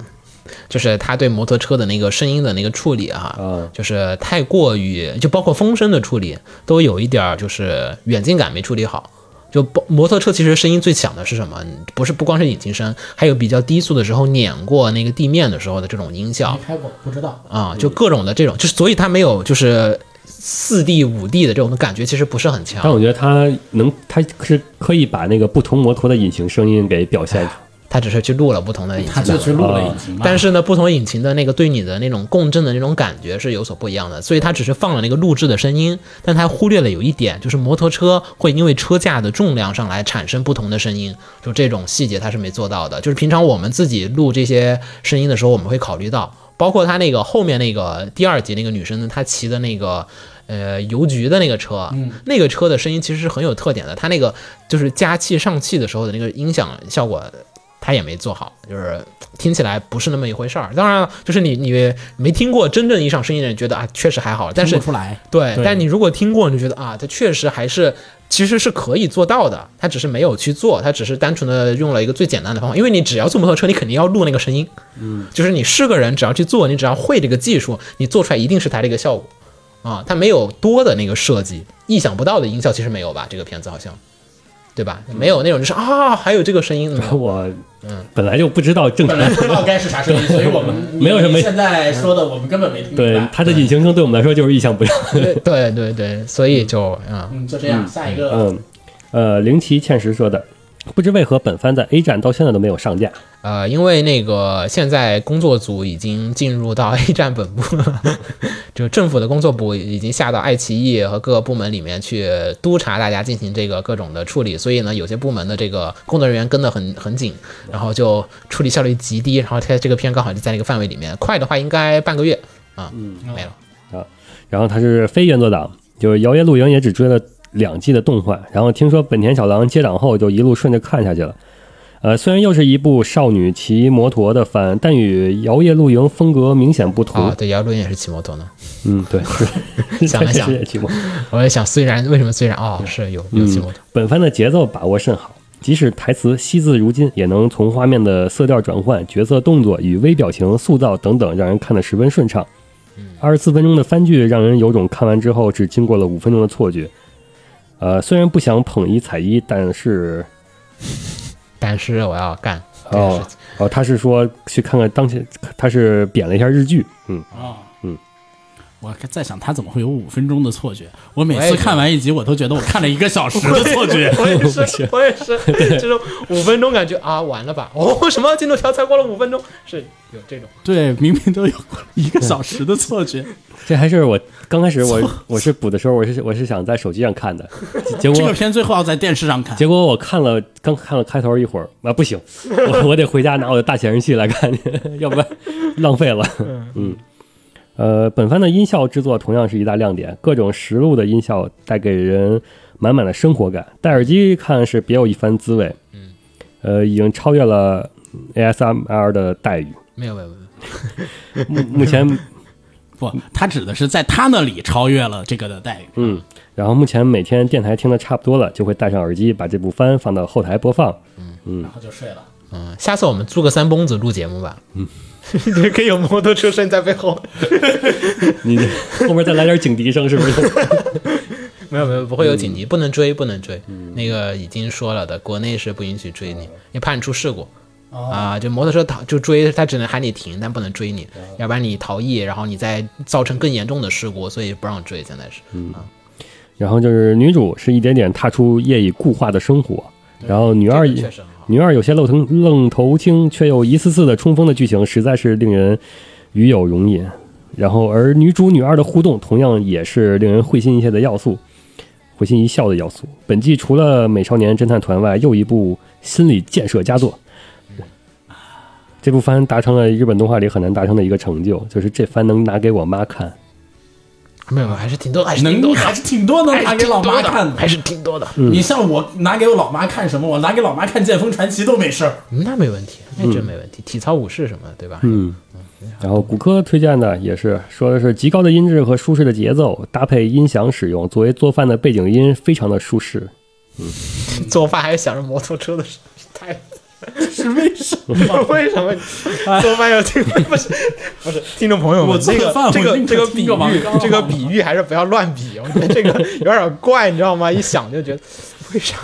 [SPEAKER 3] 就是他对摩托车的那个声音的那个处理哈，
[SPEAKER 5] 嗯
[SPEAKER 3] 就是太过于，就包括风声的处理，都有一点儿就是远近感没处理好。就包摩托车其实声音最响的是什么？不是不光是引擎声，还有比较低速的时候碾过那个地面的时候的这种音效
[SPEAKER 6] 没开过，不知道。
[SPEAKER 3] 啊、就各种的这种，就是所以它没有就是四 D 五 D 的这种的感觉，其实不是很强
[SPEAKER 5] 但。我觉得他能，他是可以把那个不同摩托的隐形声音给表现出。
[SPEAKER 3] 它只是去录了不同的引擎
[SPEAKER 6] 他
[SPEAKER 3] 声，
[SPEAKER 6] 就去录了引
[SPEAKER 5] 哦
[SPEAKER 6] 擎嘛。
[SPEAKER 3] 但是呢，不同引擎的那个对你的那种共振的那种感觉是有所不一样的，所以它只是放了那个录制的声音，但它忽略了有一点，就是摩托车会因为车架的重量上来产生不同的声音，就这种细节它是没做到的。就是平常我们自己录这些声音的时候，我们会考虑到，包括它那个后面那个第二集那个女生呢，她骑的那个。呃，邮局的那个车，那个车的声音其实是很有特点的。它那个就是加气上气的时候的那个音响效果，他也没做好，就是听起来不是那么一回事儿。当然了，就是你你没听过真正意义上声音的人觉得啊，确实还好，但
[SPEAKER 6] 听
[SPEAKER 3] 是
[SPEAKER 6] 不出来，
[SPEAKER 3] 对，
[SPEAKER 6] 对
[SPEAKER 3] 但你如果听过，你就觉得啊，它确实还是其实是可以做到的，他只是没有去做，他只是单纯的用了一个最简单的方法，因为你只要坐摩托车，你肯定要录那个声音，嗯，就是你是个人，只要去做，你只要会这个技术，你做出来一定是它这个效果啊，它没有多的那个设计，意想不到的音效其实没有吧？这个片子好像。对吧？没有那种就是啊，还有这个声音，没有
[SPEAKER 5] 我 本来就不知道正常
[SPEAKER 6] 嗯本，来不知道该是啥声音，所以我们
[SPEAKER 5] 没有什么
[SPEAKER 6] 你现在说的，我们根本没听明
[SPEAKER 5] 对
[SPEAKER 6] 白。
[SPEAKER 5] 他的隐形声对我们来说就是意想不到。
[SPEAKER 3] 对对对，所以就啊、
[SPEAKER 6] 嗯，就这样，下一个
[SPEAKER 5] 嗯，呃，灵奇倩石说的，不知为何本番在 A 站到现在都没有上架。
[SPEAKER 3] 呃，因为那个现在工作组已经进入到 A 站本部了， 就政府的工作部已经下到爱奇艺和各个部门里面去督查大家进行这个各种的处理，所以呢，有些部门的这个工作人员跟得很很紧，然后就处理效率极低，然后它这个片刚好就在那个范围里面，快的话应该半个月啊，没了。
[SPEAKER 5] 然后他是非原作党，就是《摇曳露营》也只追了两季的动画，然后听说本田小狼接档后就一路顺着看下去了。呃，虽然又是一部少女骑摩托的番，但与《摇曳露营》风格明显不同。
[SPEAKER 3] 啊，对，姚伦也是骑摩托呢。
[SPEAKER 5] 嗯，对，是
[SPEAKER 3] 想了想
[SPEAKER 5] 确实也骑摩托
[SPEAKER 3] 我也想，虽然为什么虽然哦，是有有骑摩托，
[SPEAKER 5] 本番的节奏把握甚好，即使台词惜字如金，也能从画面的色调转换、角色动作与微表情塑造等等，让人看得十分顺畅。二十四分钟的番剧让人有种看完之后只经过了五分钟的错觉。呃，虽然不想捧一踩一，但是
[SPEAKER 3] 但是我要干这个事
[SPEAKER 5] 哦
[SPEAKER 3] 情。
[SPEAKER 5] 哦，他是说去看看当前，他是贬了一下日剧，嗯，
[SPEAKER 6] 啊，
[SPEAKER 5] 嗯。
[SPEAKER 6] 我在想他怎么会有五分钟的错觉？我每
[SPEAKER 3] 我也
[SPEAKER 6] 次
[SPEAKER 3] 觉得
[SPEAKER 6] 看完一集，我都觉得我看了一个小时的错觉。
[SPEAKER 3] 我也是，我 也是，就是五分钟感觉啊，完了吧？哦， 什么进度条才过了五分钟，是有这种
[SPEAKER 6] 对，明明都有一个小时的错觉，
[SPEAKER 5] 这还是我刚开始我我是补的时候，我是我是想在手机上看的，结
[SPEAKER 6] 这个
[SPEAKER 5] 果
[SPEAKER 6] 片最后要在电视上看。
[SPEAKER 5] 嗯结果我看了，刚看了开头一会儿，啊，不行，我我得回家拿我的大显示器来看去，要不然浪费了。嗯，呃，本番的音效制作同样是一大亮点，各种实录的音效带给人满满的生活感，戴耳机看是别有一番滋味。嗯，呃，已经超越了 ASMR 的待遇。
[SPEAKER 3] 没有没有没有。
[SPEAKER 5] 目目前
[SPEAKER 6] 不，他指的是在他那里超越了这个的待遇。
[SPEAKER 5] 嗯，然后目前每天电台听的差不多了，就会戴上耳机，把这部番放到后台播放。
[SPEAKER 6] 然后就睡了。
[SPEAKER 3] 嗯，下次我们租个三蹦子录节目吧。 嗯，可以有摩托车声在背 后。
[SPEAKER 5] 你 后面再来点警笛声，是不是？
[SPEAKER 3] 没有没有，不会有紧急，
[SPEAKER 8] 嗯
[SPEAKER 3] 不能追，不能追。那个已经说了的，国内是不允许追
[SPEAKER 8] 哦
[SPEAKER 3] 你，也怕你出事故。啊，就摩托车逃就追，他只能喊你停，但不能追
[SPEAKER 8] 哦
[SPEAKER 3] 你，要不然你逃逸，然后你再造成更严重的事故，所以不让追。现在是，
[SPEAKER 8] 嗯
[SPEAKER 3] 啊，
[SPEAKER 5] 然后就是女主是一点点踏出夜已固化的生活，然后女二
[SPEAKER 3] 这个确实很好。
[SPEAKER 5] 女二有些愣头愣头青，却又一次次的冲锋的剧情，实在是令人与有容焉。然后，而女主女二的互动同样也是令人会心一笑的要素，会心一笑的要素。本季除了《美少年侦探团》外，又一部心理建设佳作。
[SPEAKER 3] 嗯
[SPEAKER 5] 这部番达成了日本动画里很难达成的一个成就，就是这番能拿给我妈看。
[SPEAKER 3] 没有，没有还是挺多，还是挺
[SPEAKER 8] 能
[SPEAKER 3] 多的，
[SPEAKER 8] 还是挺多能拿给老妈看的。
[SPEAKER 3] 还是挺多的。
[SPEAKER 8] 你像我拿给我老妈看什么？我拿给老妈看《剑锋传奇》都没事儿。
[SPEAKER 3] 嗯那没问题，那真没问题。体操武士什么的，对吧？嗯，
[SPEAKER 5] 然后骨科推荐的也是说的是极高的音质和舒适的节奏，搭配音响使用作为做饭的背景音，非常的舒适。
[SPEAKER 3] 做饭还想着摩托车的事，太是为什么？为什么做饭要听？不是不是，听众朋友们，
[SPEAKER 8] 我做
[SPEAKER 3] 这个
[SPEAKER 8] 饭
[SPEAKER 3] 这
[SPEAKER 8] 我
[SPEAKER 3] 个
[SPEAKER 8] 宁可
[SPEAKER 3] 这个比
[SPEAKER 8] 听个王
[SPEAKER 3] 喻
[SPEAKER 8] 刚好，
[SPEAKER 3] 这个比喻还是不要乱比，我觉得这个有点怪，你知道吗？一想就觉得为啥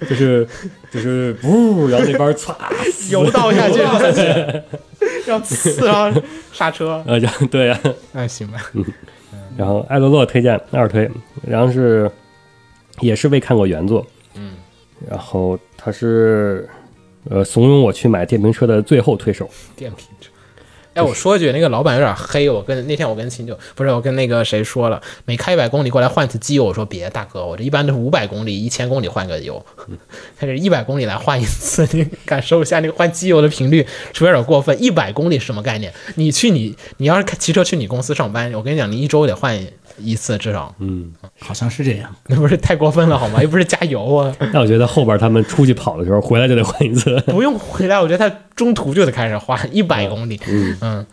[SPEAKER 5] 就是就是不，然后那边歘，
[SPEAKER 3] 油倒下去，要刺上刹车？
[SPEAKER 5] 呃，然后对呀、
[SPEAKER 3] 那行吧，
[SPEAKER 5] 然后艾洛洛推荐二推，然后是也是未看过原作，嗯，然后他是呃怂恿我去买电瓶车的最后推手，
[SPEAKER 3] 电瓶车。哎，我说一句，那个老板有点黑。我跟那天我跟秦九，不是我跟那个谁说了，每开一百公里过来换次机油。我说别，大哥，我这一般都是五百公里、一千公里换个油， 他是一百公里来换一次， 你感受一下那个换机油的频率，是不是有点过分？一百公里是什么概念？你去你你要是开骑车去你公司上班，我跟你讲，你一周得换一次至少，
[SPEAKER 6] 好像是这样。
[SPEAKER 3] 那不是太过分了好吗？又不是加油啊，
[SPEAKER 5] 但我觉得后边他们出去跑的时候，回来就得换一次。
[SPEAKER 3] 不用回来，我觉得他中途就得开始 换一百公里，嗯，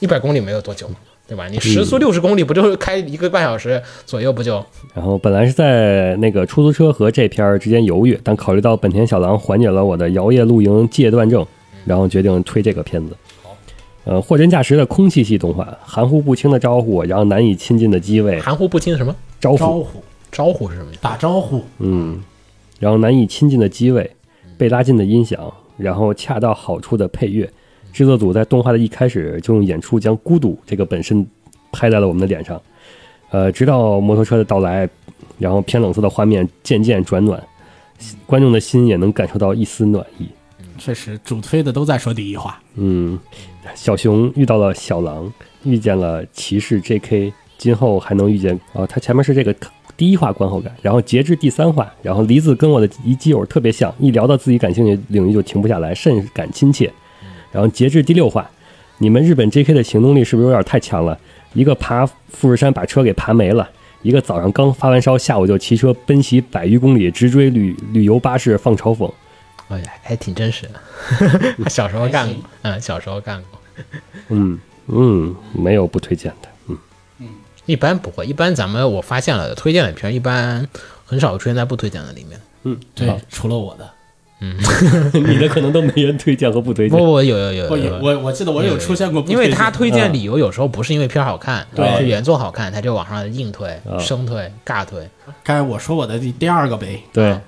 [SPEAKER 3] 一百公里没有多久，对吧？你时速六十公里，不就是开一个半小时左右，不就？
[SPEAKER 5] 然后本来是在那个出租车和这片儿之间犹豫，但考虑到本田小狼缓解了我的摇曳露营戒断症，然后决定推这个片子。呃，货真价实的空气系动画，含糊不清的招呼，然后难以亲近的机位，
[SPEAKER 3] 含糊不清的什么
[SPEAKER 5] 招
[SPEAKER 6] 招
[SPEAKER 5] 呼，
[SPEAKER 6] 呼，
[SPEAKER 3] 招呼是什么意思？
[SPEAKER 6] 打招呼，
[SPEAKER 5] 嗯，然后难以亲近的机位，被拉近的音响，然后恰到好处的配乐。制作组在动画的一开始就用演出将孤独这个本身拍在了我们的脸上，呃，直到摩托车的到来，然后偏冷色的画面渐渐转暖，观众的心也能感受到一丝暖意。
[SPEAKER 6] 确实主推的都在说第一话。
[SPEAKER 5] 嗯，小熊遇到了小狼，遇见了骑士 J.K.，今后还能遇见哦。他前面是这个第一话观后感，然后截至第三话，然后梨子跟我的一基友特别像，一聊到自己感兴趣的领域就停不下来，甚感亲切。然后截至第六话，你们日本 J.K. 的行动力是不是有点太强了？一个爬富士山把车给爬没了。一个早上刚发完烧，下午就骑车奔袭百余公里，直追旅旅游巴士放嘲讽。
[SPEAKER 3] 哎呀，还挺真 实的，小时候干过，嗯，小时候干过，
[SPEAKER 5] 嗯嗯，没有不推荐的。嗯，
[SPEAKER 3] 一般不会，一般咱们我发现了推荐的片儿，一般很少出现在不推荐的里面。
[SPEAKER 6] 对，除了我的，
[SPEAKER 5] 你的可能都没人推荐和不推
[SPEAKER 3] 不
[SPEAKER 5] 荐。
[SPEAKER 3] 不，有有有
[SPEAKER 6] 我
[SPEAKER 3] 有
[SPEAKER 6] 有，我我记得我有出现过不推
[SPEAKER 3] 因
[SPEAKER 6] 荐的，嗯
[SPEAKER 3] 为他推荐理由有时候不是因为片儿好看，
[SPEAKER 6] 对嗯
[SPEAKER 3] 是原作好看，他就往上硬推、
[SPEAKER 5] 啊
[SPEAKER 3] 生推、尬推。
[SPEAKER 6] 该我说我的第第二个呗。
[SPEAKER 5] 对，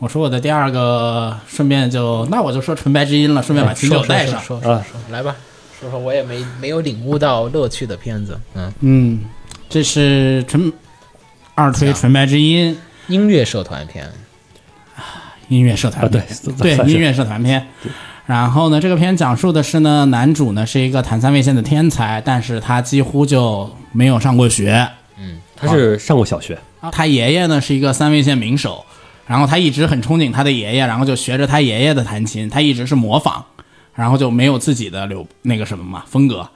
[SPEAKER 6] 我说我的第二个，顺便就那我就说纯白之音了，顺便把秦九带上。
[SPEAKER 3] 说
[SPEAKER 5] 啊
[SPEAKER 3] 说说，来吧，说说我也没没有领悟到乐趣的片子，嗯，
[SPEAKER 6] 嗯，这是纯二推纯白之音
[SPEAKER 3] 音乐社团片，
[SPEAKER 6] 音乐社团
[SPEAKER 5] 啊对
[SPEAKER 6] 片
[SPEAKER 5] 算
[SPEAKER 6] 对
[SPEAKER 5] 是
[SPEAKER 6] 音乐社团片。然后呢，这个片讲述的是呢，男主呢是一个弹三味线的天才，但是他几乎就没有上过学。
[SPEAKER 5] 他是上过小学，
[SPEAKER 6] 他爷爷呢是一个三味线名手，然后他一直很憧憬他的爷爷，然后就学着他爷爷的弹琴，他一直是模仿，然后就没有自己的流那个什么嘛风格。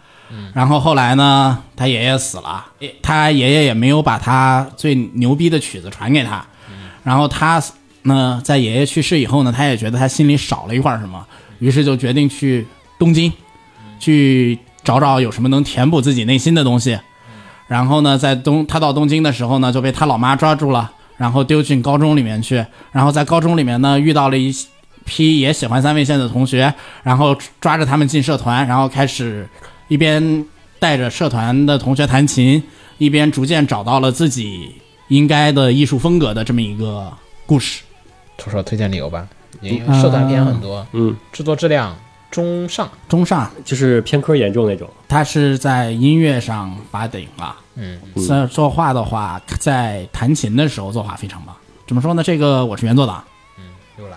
[SPEAKER 6] 然后后来呢，他爷爷死了，他爷爷也没有把他最牛逼的曲子传给他。然后他呢，在爷爷去世以后呢，他也觉得他心里少了一块什么，于是就决定去东京，去找找有什么能填补自己内心的东西。然后呢，在东他到东京的时候呢，就被他老妈抓住了，然后丢进高中里面去。然后在高中里面呢，遇到了一批也喜欢三味线的同学，然后抓着他们进社团，然后开始一边带着社团的同学弹琴，一边逐渐找到了自己应该的艺术风格的这么一个故事。
[SPEAKER 3] 出手推荐理由吧，因为社团片很多，
[SPEAKER 5] 嗯，
[SPEAKER 3] 制作质量中上，
[SPEAKER 6] 中上，
[SPEAKER 5] 就是偏科严重那种。
[SPEAKER 6] 他是在音乐上拔顶了。
[SPEAKER 3] 嗯，
[SPEAKER 6] 在作画的话，在弹琴的时候作画非常棒。怎么说呢？这个我是原作党。
[SPEAKER 3] 嗯又来。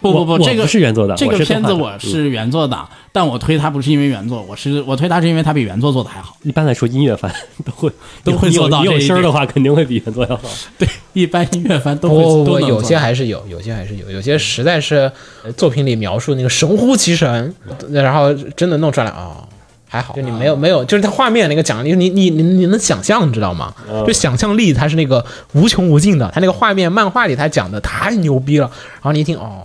[SPEAKER 6] 不不
[SPEAKER 5] 我
[SPEAKER 6] 不，
[SPEAKER 5] 我
[SPEAKER 6] 这个
[SPEAKER 5] 不是原作党
[SPEAKER 6] 这
[SPEAKER 5] 我
[SPEAKER 6] 个
[SPEAKER 5] 是
[SPEAKER 6] 片
[SPEAKER 5] 动
[SPEAKER 6] 子
[SPEAKER 5] 画嗯
[SPEAKER 6] 我
[SPEAKER 5] 党
[SPEAKER 6] 是原作党，但我推它不是因为原作，我是我推它是因为它比原作做的还好。
[SPEAKER 5] 一般来说，音乐番 都会
[SPEAKER 6] 都会
[SPEAKER 5] 你有
[SPEAKER 6] 做到
[SPEAKER 5] 你
[SPEAKER 6] 这
[SPEAKER 5] 有
[SPEAKER 6] 一
[SPEAKER 5] 心儿的
[SPEAKER 6] 点
[SPEAKER 5] 话，肯定会比原作要 好。
[SPEAKER 6] 对，一般音乐番都会
[SPEAKER 5] 哦
[SPEAKER 3] 不
[SPEAKER 6] 都
[SPEAKER 3] 不，
[SPEAKER 6] 能
[SPEAKER 3] 有
[SPEAKER 6] 做
[SPEAKER 3] 些
[SPEAKER 6] 到
[SPEAKER 3] 还是有，有些还是有，有些实在是呃作品里描述那个神乎其神，然后真的弄出来啊、哦，还好，就你没有没有，就是它画面那个讲，你你你你你能想象，你知道吗？就想象力它是那个无穷无尽的，它那个画面漫画里它讲的太牛逼了，然后你一听哦，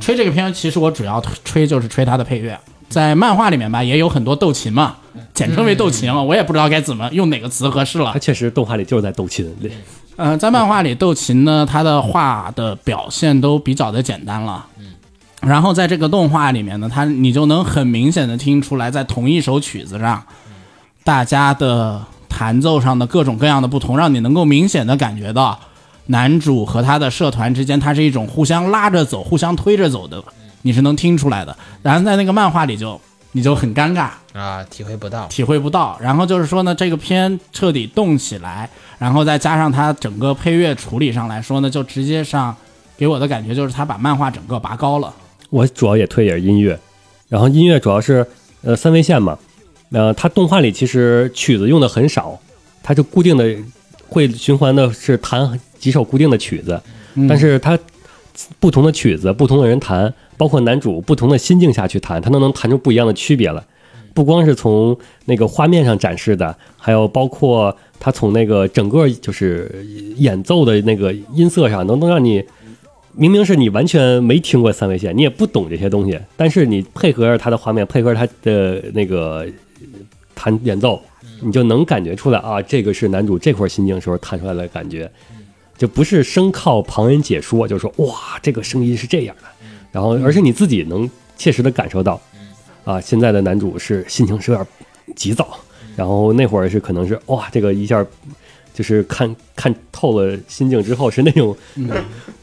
[SPEAKER 6] 吹这个片，其实我主要吹就是吹它的配乐。在漫画里面吧，也有很多斗琴嘛，简称为斗琴了，我也不知道该怎么用哪个词合适了
[SPEAKER 5] 他。确实动画里就是在斗琴，对
[SPEAKER 6] 呃，在漫画里，斗琴呢，它的画的表现都比较的简单了。嗯。然后在这个动画里面呢，它你就能很明显的听出来，在同一首曲子上，大家的弹奏上的各种各样的不同，让你能够明显的感觉到男主和他的社团之间，它是一种互相拉着走、互相推着走的，你是能听出来的。然后在那个漫画里就你就很尴尬，
[SPEAKER 3] 啊，体会不到，
[SPEAKER 6] 体会不到。然后就是说呢，这个片彻底动起来，然后再加上它整个配乐处理上来说呢，就直接上给我的感觉就是他把漫画整个拔高了。
[SPEAKER 5] 我主要也推也是音乐，然后音乐主要是呃三味线嘛，呃，它动画里其实曲子用的很少，它就固定的会循环的是弹几首固定的曲子，但是它不同的曲子，不同的人弹，包括男主不同的心境下去弹，它都能弹出不一样的区别来。不光是从那个画面上展示的，还有包括它从那个整个就是演奏的那个音色上，能能让你明明是你完全没听过三味线，你也不懂这些东西，但是你配合着它的画面，配合着它的那个呃弹演奏，你就能感觉出来啊，这个是男主这块心境时候弹出来的感觉，就不是生靠旁人解说，就说哇，这个声音是这样的，然后而是你自己能切实的感受到，啊，现在的男主是心情是有点急躁，然后那会儿是可能是哇，这个一下就是看看透了心境之后是那种、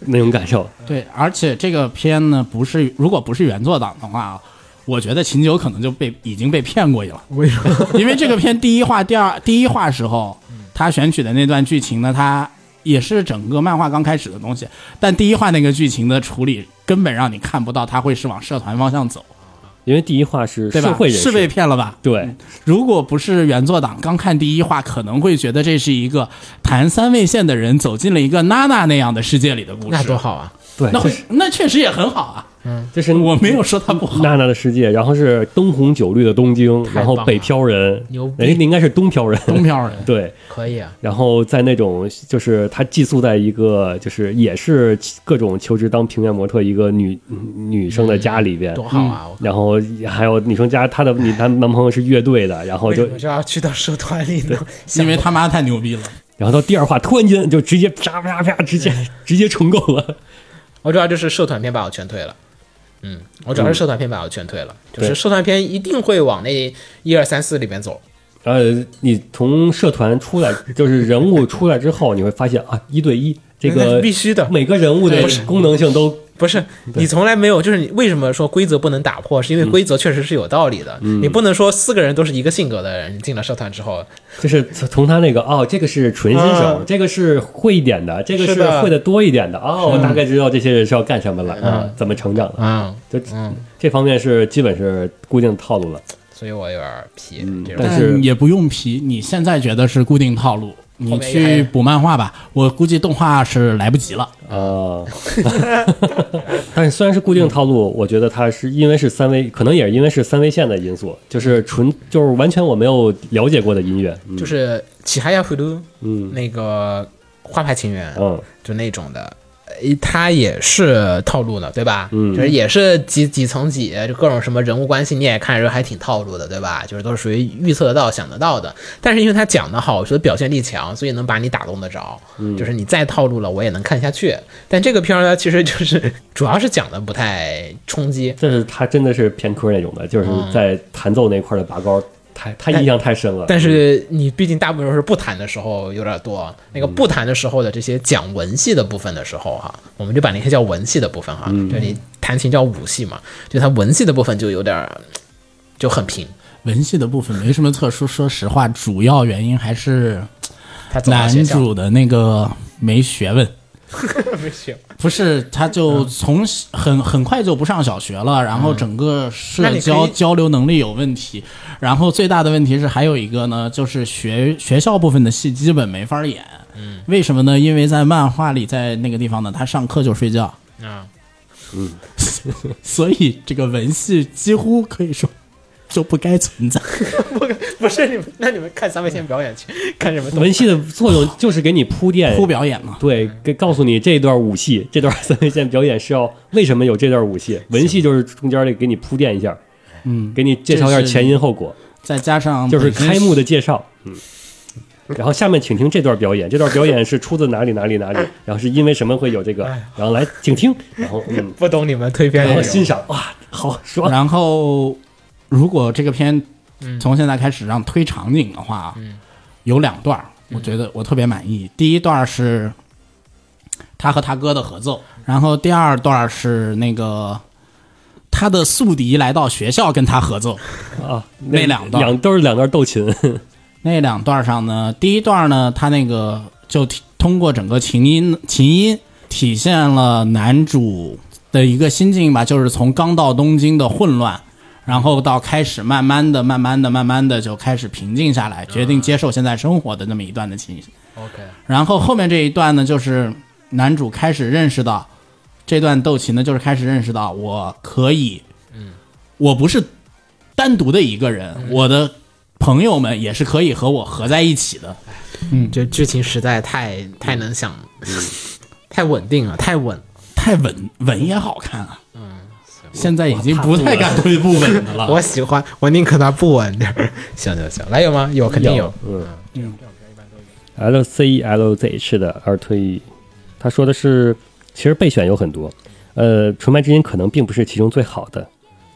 [SPEAKER 5] 那种感受，
[SPEAKER 6] 对，而且这个片呢，不是如果不是原作党的话啊。我觉得秦九可能就被已经被骗过去了，为什么？嗯因为这个片第一话、第二第一话时候，他选取的那段剧情呢，它也是整个漫画刚开始的东西，但第一话那个剧情的处理根本让你看不到他会是往社团方向走，
[SPEAKER 5] 因为第一话是
[SPEAKER 6] 对
[SPEAKER 5] 社
[SPEAKER 6] 吧？
[SPEAKER 5] 会人
[SPEAKER 6] 是
[SPEAKER 5] 士，
[SPEAKER 6] 嗯被骗了吧？
[SPEAKER 5] 对，
[SPEAKER 6] 如果不是原作党，刚看第一话，可能会觉得这是一个弹三味线的人走进了一个娜娜那样的世界里的故事，
[SPEAKER 3] 那多，好啊！
[SPEAKER 5] 对，
[SPEAKER 6] 那
[SPEAKER 5] 这
[SPEAKER 6] 会
[SPEAKER 5] 是
[SPEAKER 6] 那确实也很好啊。
[SPEAKER 5] 这是
[SPEAKER 6] 我没有说它不好，
[SPEAKER 5] 娜娜的世界，然后是灯红酒绿的东京，
[SPEAKER 3] 太
[SPEAKER 5] 然
[SPEAKER 3] 棒
[SPEAKER 5] 后
[SPEAKER 3] 了
[SPEAKER 5] 北漂人，
[SPEAKER 3] 牛逼
[SPEAKER 5] 人家应该是东漂人，
[SPEAKER 6] 东漂人
[SPEAKER 5] 对，
[SPEAKER 3] 可以啊，
[SPEAKER 5] 然后在那种就是她寄宿在一个就是也是各种求职当平面模特一个女女生的家里
[SPEAKER 6] 嗯
[SPEAKER 5] 边，嗯
[SPEAKER 3] 多好啊！我
[SPEAKER 5] 然后还有女生家她的你男男朋友是乐队的，然后
[SPEAKER 3] 为
[SPEAKER 5] 就
[SPEAKER 3] 什么就要去到社团里 呢？
[SPEAKER 6] 因为他妈太牛逼了。
[SPEAKER 5] 然后到第二话突然间就直接啪啪啪直 接直接重构了，
[SPEAKER 3] 我主要就是社团片把我全退了。嗯，我主要是社团片把我全退了，就是社团片一定会往那一二三四里面走。
[SPEAKER 5] 呃，你从社团出来，就是人物出来之后，你会发现啊，一对一这
[SPEAKER 3] 那
[SPEAKER 5] 个
[SPEAKER 3] 是必须的
[SPEAKER 5] 每个人物的功能性都
[SPEAKER 3] 不是你从来没有，就是你为什么说规则不能打破，是因为规则确实是有道理的。你不能说四个人都是一个性格的人，你进了社团之后，
[SPEAKER 5] 就是从从他那个哦，这个是纯新手，这个是会一点的，这个
[SPEAKER 3] 啊是
[SPEAKER 5] 是
[SPEAKER 3] 的
[SPEAKER 5] 会的多一点的哦，我大概知道这些人是要干什么了啊，怎么成长了，
[SPEAKER 3] 嗯，
[SPEAKER 5] 就这方面是基本是固定套路了。
[SPEAKER 3] 所以我有点皮。这种
[SPEAKER 5] 但是
[SPEAKER 6] 但也不用皮，你现在觉得是固定套路，你去补漫画吧，我估计动画是来不及了。
[SPEAKER 3] 嗯
[SPEAKER 5] 啊，但是虽然是固定套路，我觉得它是因为是三维，可能也是因为是三维线的因素，就是纯就是完全我没有了解过的音乐，嗯
[SPEAKER 3] 就是《起哈亚葫芦》，
[SPEAKER 5] 嗯
[SPEAKER 3] 那个《花牌情缘》，
[SPEAKER 5] 嗯
[SPEAKER 3] 就那种的，呃它也是套路的，对吧？
[SPEAKER 5] 嗯
[SPEAKER 3] 就是也是几几层几，就各种什么人物关系，你也看着还挺套路的，对吧？就是都是属于预测得到、想得到的。但是因为它讲得好，我觉得表现力强，所以能把你打动得着。
[SPEAKER 5] 嗯
[SPEAKER 3] 就是你再套路了，我也能看下去。但这个片儿呢，其实就是 主要是讲的不太冲击。
[SPEAKER 5] 但是他真的是偏科那种的，就是在弹奏那块的拔高，太他印象太深了。
[SPEAKER 3] 但是你毕竟大部分时候是不谈的时候有点多，那个不谈的时候的这些讲文戏的部分的时候哈，我们就把那些叫文戏的部分哈，就你弹琴叫武戏嘛，就它文戏的部分就有点儿就很平，
[SPEAKER 6] 文戏的部分没什么特殊，说实话，主要原因还是
[SPEAKER 3] 他走到学
[SPEAKER 6] 男
[SPEAKER 3] 校
[SPEAKER 6] 主的那个没学问。
[SPEAKER 3] 没学，
[SPEAKER 6] 不是，他就从小很很快就不上小学了，然后整个
[SPEAKER 3] 那
[SPEAKER 6] 社
[SPEAKER 3] 你可以
[SPEAKER 6] 交交流能力有问题，然后最大的问题是还有一个呢，就是学学校部分的戏基本没法演。嗯，为什么呢？因为在漫画里，在那个地方呢，他上课就睡觉，
[SPEAKER 3] 啊，
[SPEAKER 6] 所以这个文戏几乎可以说就不该存在。
[SPEAKER 3] 不 不是你们，那你们看三位线表演去看什么东
[SPEAKER 5] 文
[SPEAKER 3] 西？
[SPEAKER 5] 戏的作用就是给你铺垫，
[SPEAKER 6] 铺表演嘛，
[SPEAKER 5] 对，给告诉你这段武戏， 这段三维线表演是要为什么有这段武戏。文戏就是中间得给你铺垫一下，
[SPEAKER 6] 嗯，
[SPEAKER 5] 给你介绍一下前因后果，
[SPEAKER 6] 再加上
[SPEAKER 5] 就是
[SPEAKER 6] 本身
[SPEAKER 5] 开幕的介绍，嗯。然后下面请听这段表演，这段表演是出自哪里哪里哪里，然后是因为什么会有这个，然后来请听，然后嗯，
[SPEAKER 3] 不懂你们推片的
[SPEAKER 5] 然后
[SPEAKER 3] 人
[SPEAKER 5] 欣赏，哇，好爽，
[SPEAKER 6] 然后，如果这个片从现在开始让推场景的话，有两段儿，我觉得我特别满意。第一段儿是他和他哥的合奏，然后第二段儿是那个他的宿敌来到学校跟他合奏。
[SPEAKER 5] 啊，
[SPEAKER 6] 那两段
[SPEAKER 5] 两都是两段斗琴，
[SPEAKER 6] 那两段上呢，第一段呢，他那个就体通过整个琴音琴音体现了男主的一个心境吧，就是从刚到东京的混乱，然后到开始慢慢的、慢慢的、慢慢的就开始平静下来，决定接受现在生活的那么一段的情形。
[SPEAKER 3] ，OK，
[SPEAKER 6] 然后后面这一段呢，就是男主开始认识到，这段斗琴呢，就是开始认识到我可以，我不是单独的一个人，我的朋友们也是可以和我合在一起的。
[SPEAKER 3] 就剧情实在太太能想，太稳定了，太稳。
[SPEAKER 6] 太稳稳也好看啊，嗯，现在已经不太敢推不稳的了。
[SPEAKER 3] 我喜欢，我宁可它不稳点儿。行行行，来有吗？有肯定有。
[SPEAKER 5] L C E L Z H 的二推一，他说的是，其实备选有很多，呃，《纯白之音》可能并不是其中最好的，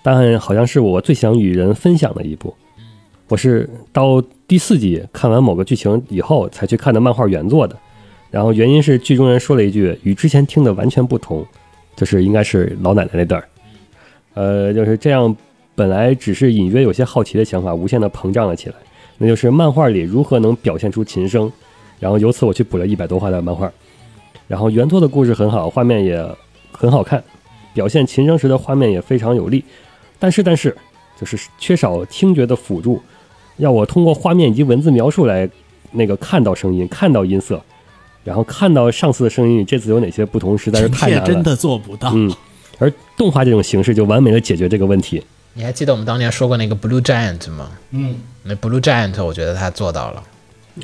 [SPEAKER 5] 但好像是我最想与人分享的一部。我是到第四集看完某个剧情以后才去看的漫画原作的，然后原因是剧中人说了一句与之前听的完全不同，就是应该是老奶奶那段儿，呃，就是这样，本来只是隐约有些好奇的想法，无限的膨胀了起来。那就是漫画里如何能表现出琴声。然后由此我去补了一百多话的漫画。然后原作的故事很好，画面也很好看，表现琴声时的画面也非常有力。但是，但是就是缺少听觉的辅助，要我通过画面以及文字描述来那个看到声音，看到音色，然后看到上次的声音与这次有哪些不同，实在是
[SPEAKER 6] 臣
[SPEAKER 5] 太
[SPEAKER 6] 妾
[SPEAKER 5] 难了。
[SPEAKER 6] 真的做不到，
[SPEAKER 5] 嗯，而动画这种形式就完美的解决这个问题。
[SPEAKER 3] 你还记得我们当年说过那个 Blue Giant 吗？
[SPEAKER 6] 嗯，
[SPEAKER 3] 那 Blue Giant 我觉得他做到了，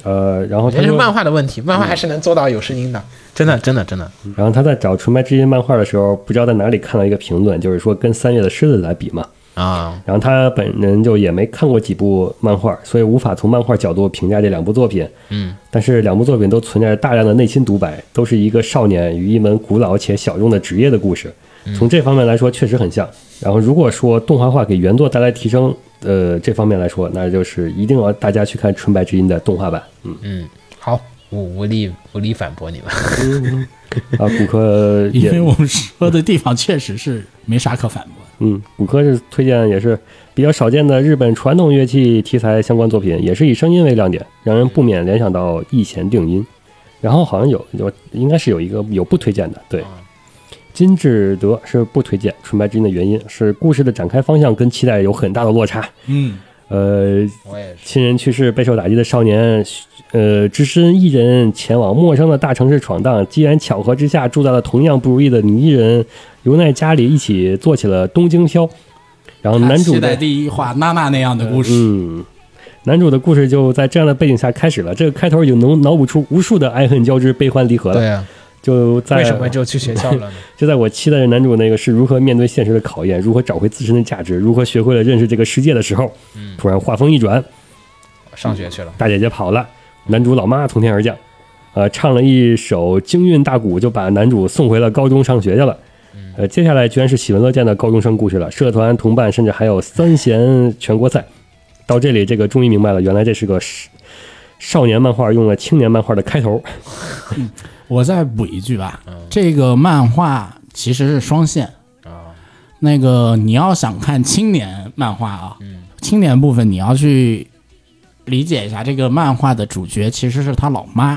[SPEAKER 5] 呃，然后
[SPEAKER 3] 我觉
[SPEAKER 5] 他
[SPEAKER 3] 得是
[SPEAKER 5] 说
[SPEAKER 3] 漫画的问题，漫画
[SPEAKER 6] 嗯
[SPEAKER 3] 还是能做到有声音的，真的真的真的。
[SPEAKER 5] 然后他在找《纯白之音》漫画的时候，不知道在哪里看到一个评论，就是说跟三月的狮子来比嘛。
[SPEAKER 3] 啊，
[SPEAKER 5] 然后他本人就也没看过几部漫画，所以无法从漫画角度评价这两部作品。
[SPEAKER 3] 嗯，
[SPEAKER 5] 但是两部作品都存在着大量的内心独白，都是一个少年与一门古老且小众的职业的故事。
[SPEAKER 3] 嗯
[SPEAKER 5] 从这方面来说，确实很像。然后如果说动画化给原作带来提升，呃，这方面来说，那就是一定要大家去看《纯白之音》的动画版。嗯，
[SPEAKER 3] 好，我无力无力反驳你 们。
[SPEAKER 5] 啊，骨科
[SPEAKER 6] 因
[SPEAKER 5] 也
[SPEAKER 6] 为我们说的地方确实是没啥可反驳的。
[SPEAKER 5] 嗯，骨科是推荐也是比较少见的日本传统乐器题材相关作品，也是以声音为亮点，让人不免联想到《一弦定音》。然后好像有有应该是有一个有不推荐的，
[SPEAKER 6] 啊
[SPEAKER 5] 对，金志德是不推荐《纯白之音》的原因是故事的展开方向跟期待有很大的落差。
[SPEAKER 6] 嗯，
[SPEAKER 5] 呃，
[SPEAKER 3] 我也是，
[SPEAKER 5] 亲人去世、备受打击的少年，呃，只身一人前往陌生的大城市闯荡，机缘巧合之下，住在了同样不如意的女艺人尤奈家里，一起做起了东京漂。然后男主
[SPEAKER 6] 期待
[SPEAKER 5] 的
[SPEAKER 6] 第一话娜娜那样的故事，
[SPEAKER 5] 嗯，男主的故事就在这样的背景下开始了。这个开头就能脑补出无数的爱恨交织、悲欢离合了。
[SPEAKER 3] 对啊，
[SPEAKER 5] 就在
[SPEAKER 3] 为什么就去学校 了呢？
[SPEAKER 5] 就在我期待着男主那个是如何面对现实的考验，如何找回自身的价值，如何学会了认识这个世界的时候，突然画风一转，
[SPEAKER 3] 上学去了，
[SPEAKER 5] 大姐姐跑了，男主老妈从天而降，呃，唱了一首京韵大鼓，就把男主送回了高中上学去了。呃，接下来居然是喜闻乐见的高中生故事了，社团、同伴，甚至还有三弦全国赛。到这里，这个终于明白了，原来这是个少少年漫画用了青年漫画的开头。
[SPEAKER 6] 我再补一句吧，
[SPEAKER 3] 嗯
[SPEAKER 6] 这个漫画其实是双线
[SPEAKER 3] 啊
[SPEAKER 6] 那个你要想看青年漫画啊，
[SPEAKER 3] 嗯
[SPEAKER 6] 青年部分你要去理解一下，这个漫画的主角其实是他老妈。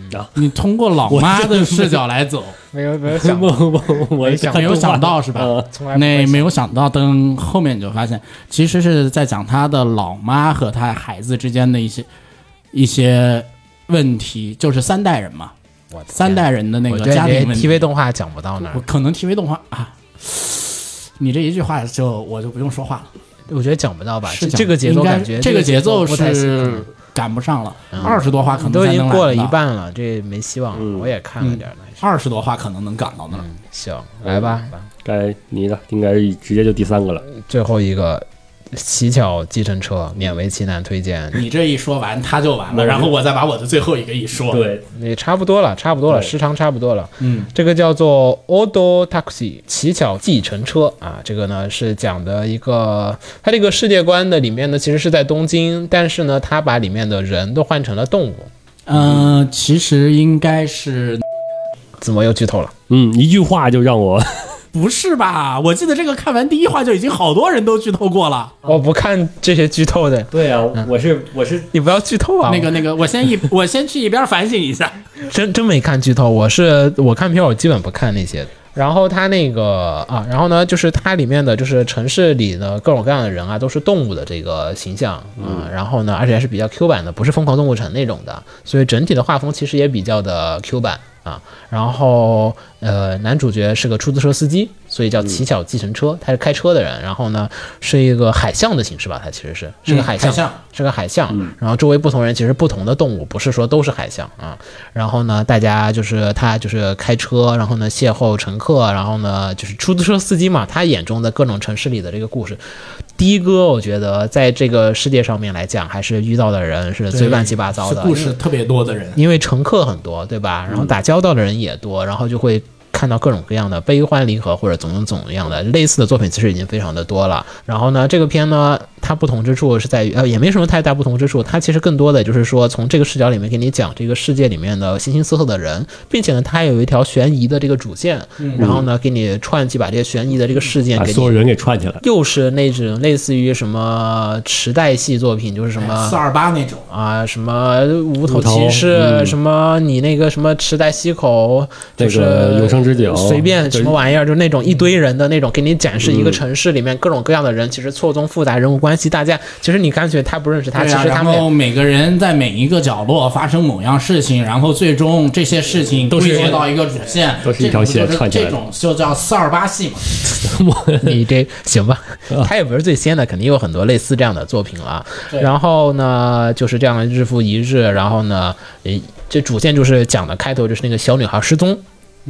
[SPEAKER 3] 嗯
[SPEAKER 5] 啊
[SPEAKER 6] 你通过老妈的视角来走，
[SPEAKER 3] 没有没有想过，
[SPEAKER 5] 我我 我
[SPEAKER 3] 没想过呃
[SPEAKER 6] 没有想到是吧？
[SPEAKER 5] 呃
[SPEAKER 3] 从来不会
[SPEAKER 6] 那
[SPEAKER 3] 想
[SPEAKER 6] 没有想到，等后面你就发现，其实是在讲他的老妈和他孩子之间的一些一些问题，就是三代人嘛，
[SPEAKER 3] 我的
[SPEAKER 6] 三
[SPEAKER 3] 天
[SPEAKER 6] 代人的那
[SPEAKER 3] 我
[SPEAKER 6] 个
[SPEAKER 3] 觉
[SPEAKER 6] 家
[SPEAKER 3] 得
[SPEAKER 6] 庭
[SPEAKER 3] 你
[SPEAKER 6] 问题。
[SPEAKER 3] TV 动画讲不到那
[SPEAKER 6] 我
[SPEAKER 3] 儿，
[SPEAKER 6] 可能 TV 动画啊，你这一句话就我就不用说话了，
[SPEAKER 3] 我觉得讲不到吧？
[SPEAKER 6] 是
[SPEAKER 3] 这
[SPEAKER 6] 讲
[SPEAKER 3] 这个节奏
[SPEAKER 6] 应该
[SPEAKER 3] 感觉，
[SPEAKER 6] 这个节奏
[SPEAKER 3] 不太行嗯
[SPEAKER 6] 是赶不上了，二十多话可能嗯
[SPEAKER 3] 都已
[SPEAKER 6] 才
[SPEAKER 3] 经
[SPEAKER 6] 能
[SPEAKER 3] 过了
[SPEAKER 6] 来得
[SPEAKER 3] 一
[SPEAKER 6] 到，
[SPEAKER 3] 半了，这没希望了。我也看了点儿了，
[SPEAKER 6] 二十多话可能能赶到那儿。
[SPEAKER 3] 嗯行，来吧，
[SPEAKER 5] 该你了，应该直接就第三个了。
[SPEAKER 3] 最后一个。乞巧计程车，勉为其难推荐，
[SPEAKER 6] 你这一说完，他就完
[SPEAKER 5] 我
[SPEAKER 6] 了，然后我再把我的最后一个一说。，
[SPEAKER 5] 对，
[SPEAKER 3] 也差不多了，差不多了，
[SPEAKER 5] 对
[SPEAKER 3] 时长差不多了。
[SPEAKER 6] 嗯，
[SPEAKER 3] 这个叫做 Auto Taxi 乞巧计程车啊，这个呢是讲的一个，它这个世界观的里面呢，其实是在东京，但是呢，它把里面的人都换成了动物，
[SPEAKER 6] 嗯、其实应该是
[SPEAKER 3] 怎么又剧透了？
[SPEAKER 5] 嗯，一句话就让我
[SPEAKER 6] 不是吧？我记得这个看完第一话就已经好多人都剧透过了。
[SPEAKER 3] 我不看这些剧透的，
[SPEAKER 5] 对啊，我是我是
[SPEAKER 3] 你不要剧透啊！
[SPEAKER 6] 那个那个，我先一 我先去一边反省一下。
[SPEAKER 3] 真真没看剧透，我是我看片儿我基本不看那些的。然后它那个啊，然后呢，就是它里面的就是城市里的各种各样的人啊，都是动物的这个形象啊、然后呢，而且还是比较 Q 版的，不是疯狂动物城那种的，所以整体的画风其实也比较的 Q 版啊。然后呃，男主角是个出租车司机，所以叫乞巧计程车，他是开车的人。然后呢，是一个海象的形式吧，他其实是是个
[SPEAKER 6] 嗯
[SPEAKER 3] 海象，
[SPEAKER 6] 海象
[SPEAKER 3] 是个海象。
[SPEAKER 6] 嗯
[SPEAKER 3] 然后周围不同人其实不同的动物，不是说都是海象啊。然后呢，大家就是他就是开车，然后呢邂逅乘客，然后呢就是出租车司机嘛，他眼中的各种城市里的这个故事。的哥，我觉得在这个世界上面来讲，还是遇到的人是最乱七八糟的，
[SPEAKER 6] 是故事特别多的人。
[SPEAKER 3] 因为乘客很多，对吧？然后打交道的人也多，然后就会看到各种各样的悲欢离合或者怎么怎么样的类似的作品，其实已经非常的多了。然后呢，这个片呢，它不同之处是在于，呃，也没什么太大不同之处，它其实更多的就是说从这个视角里面给你讲这个世界里面的形形色色的人，并且呢，它有一条悬疑的这个主线，然后呢，给你串起把这些悬疑的这个事件
[SPEAKER 5] 把
[SPEAKER 3] 给
[SPEAKER 5] 所有
[SPEAKER 3] 你。
[SPEAKER 5] 哎人给串起来。
[SPEAKER 3] 又是那种类似于什么时代系作品，就是什么
[SPEAKER 6] 四二八那种，
[SPEAKER 3] 啊，什么无头
[SPEAKER 5] 无头
[SPEAKER 3] 骑士，
[SPEAKER 5] 嗯
[SPEAKER 3] 什么你那个什么池袋西口，就
[SPEAKER 5] 这个
[SPEAKER 3] 是
[SPEAKER 5] 永生之酒
[SPEAKER 3] 随便
[SPEAKER 5] 对嗯
[SPEAKER 3] 什么玩意儿，就那种一堆人的那种，给你展示一个城市里面各种各样的人，其实错综复杂人物关系，大家其实你感觉他不认识他，
[SPEAKER 6] 对
[SPEAKER 3] 其
[SPEAKER 6] 啊，
[SPEAKER 3] 实他
[SPEAKER 6] 然后
[SPEAKER 3] 们
[SPEAKER 6] 每个人在每一个角落发生某样事情，然后最终这些事情
[SPEAKER 5] 都
[SPEAKER 6] 归
[SPEAKER 5] 是
[SPEAKER 6] 结到一个主线，
[SPEAKER 5] 都是一条线
[SPEAKER 6] 这种
[SPEAKER 5] 串
[SPEAKER 6] 就
[SPEAKER 5] 起
[SPEAKER 6] 是
[SPEAKER 5] 来的
[SPEAKER 6] 这种就叫四二八系嘛。
[SPEAKER 3] 你这行吧，他也不是最先的，肯定有很多类似这样的作品了。然后呢，就是这样日复一日，然后呢，诶，这主线就是讲的开头就是那个小女孩失踪。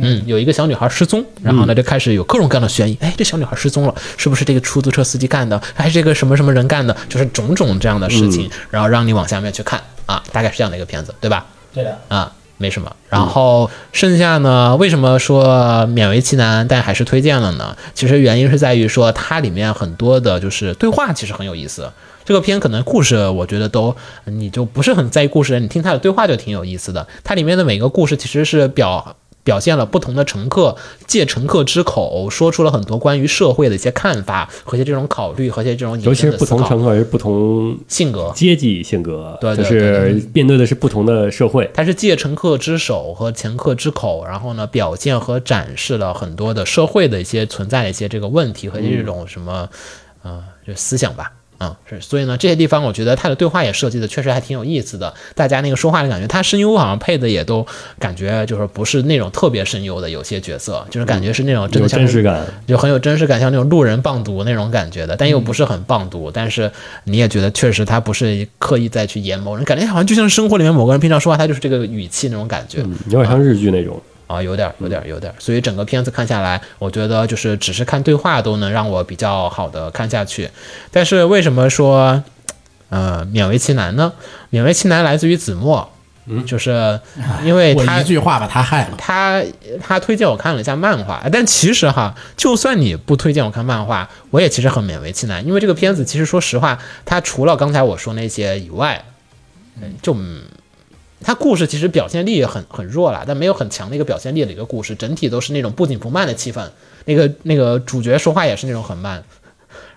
[SPEAKER 3] 嗯，有一个小女孩失踪，然后呢就开始有各种各样的悬疑。哎，这小女孩失踪了，是不是这个出租车司机干的？还是这个什么什么人干的？就是种种这样的事情，然后让你往下面去看啊，大概是这样的一个片子，对吧？
[SPEAKER 6] 对的，
[SPEAKER 3] 啊，没什么。然后剩下呢，为什么说勉为其难，但还是推荐了呢？其实原因是在于说它里面很多的就是对话，其实很有意思。这个片可能故事，我觉得都你就不是很在意故事，你听它的对话就挺有意思的。它里面的每个故事其实是表表现了不同的乘客借乘客之口说出了很多关于社会的一些看法和一些这种考虑和一些这种引申
[SPEAKER 5] 尤其是
[SPEAKER 3] 的
[SPEAKER 5] 不
[SPEAKER 3] 思
[SPEAKER 5] 同
[SPEAKER 3] 考
[SPEAKER 5] 乘客是不同
[SPEAKER 3] 性格
[SPEAKER 5] 阶级性格，
[SPEAKER 3] 对
[SPEAKER 5] 就
[SPEAKER 3] 对
[SPEAKER 5] 是面对的是不同的社会。
[SPEAKER 3] 他是借乘客之手和乘客之口，然后呢，表现和展示了很多的社会的一些存在的一些这个问题和这种什么，呃，就思想吧。啊、是，所以呢，这些地方我觉得他的对话也设计的确实还挺有意思的，大家那个说话的感觉，他声优好像配的也都感觉就是不是那种特别声优的有些角色，就是感觉是那种真的
[SPEAKER 5] 有
[SPEAKER 3] 像
[SPEAKER 5] 真
[SPEAKER 3] 是
[SPEAKER 5] 实感，
[SPEAKER 3] 就很有真实感，像那种路人棒读那种感觉的，但又不是很棒读，但是你也觉得确实他不是刻意再去演某人，感觉好像就像生活里面某个人平常说话他就是这个语气那种感觉，
[SPEAKER 5] 嗯，有点像日剧那种。
[SPEAKER 3] 啊，有点儿，有点儿，有点儿。所以整个片子看下来，我觉得就是只是看对话都能让我比较好的看下去。但是为什么说，呃，勉为其难呢？勉为其难来自于子墨，嗯，就是因为
[SPEAKER 8] 我
[SPEAKER 3] 他
[SPEAKER 8] 一句话把他害了。
[SPEAKER 3] 他他推荐我看了一下漫画，但其实哈，就算你不推荐我看漫画，我也其实很勉为其难，因为这个片子其实说实话，它除了刚才我说那些以外，嗯，就嗯它故事其实表现力也很很弱啦，但没有很强的一个表现力的一个故事，整体都是那种不紧不慢的气氛，那个那个主角说话也是那种很慢。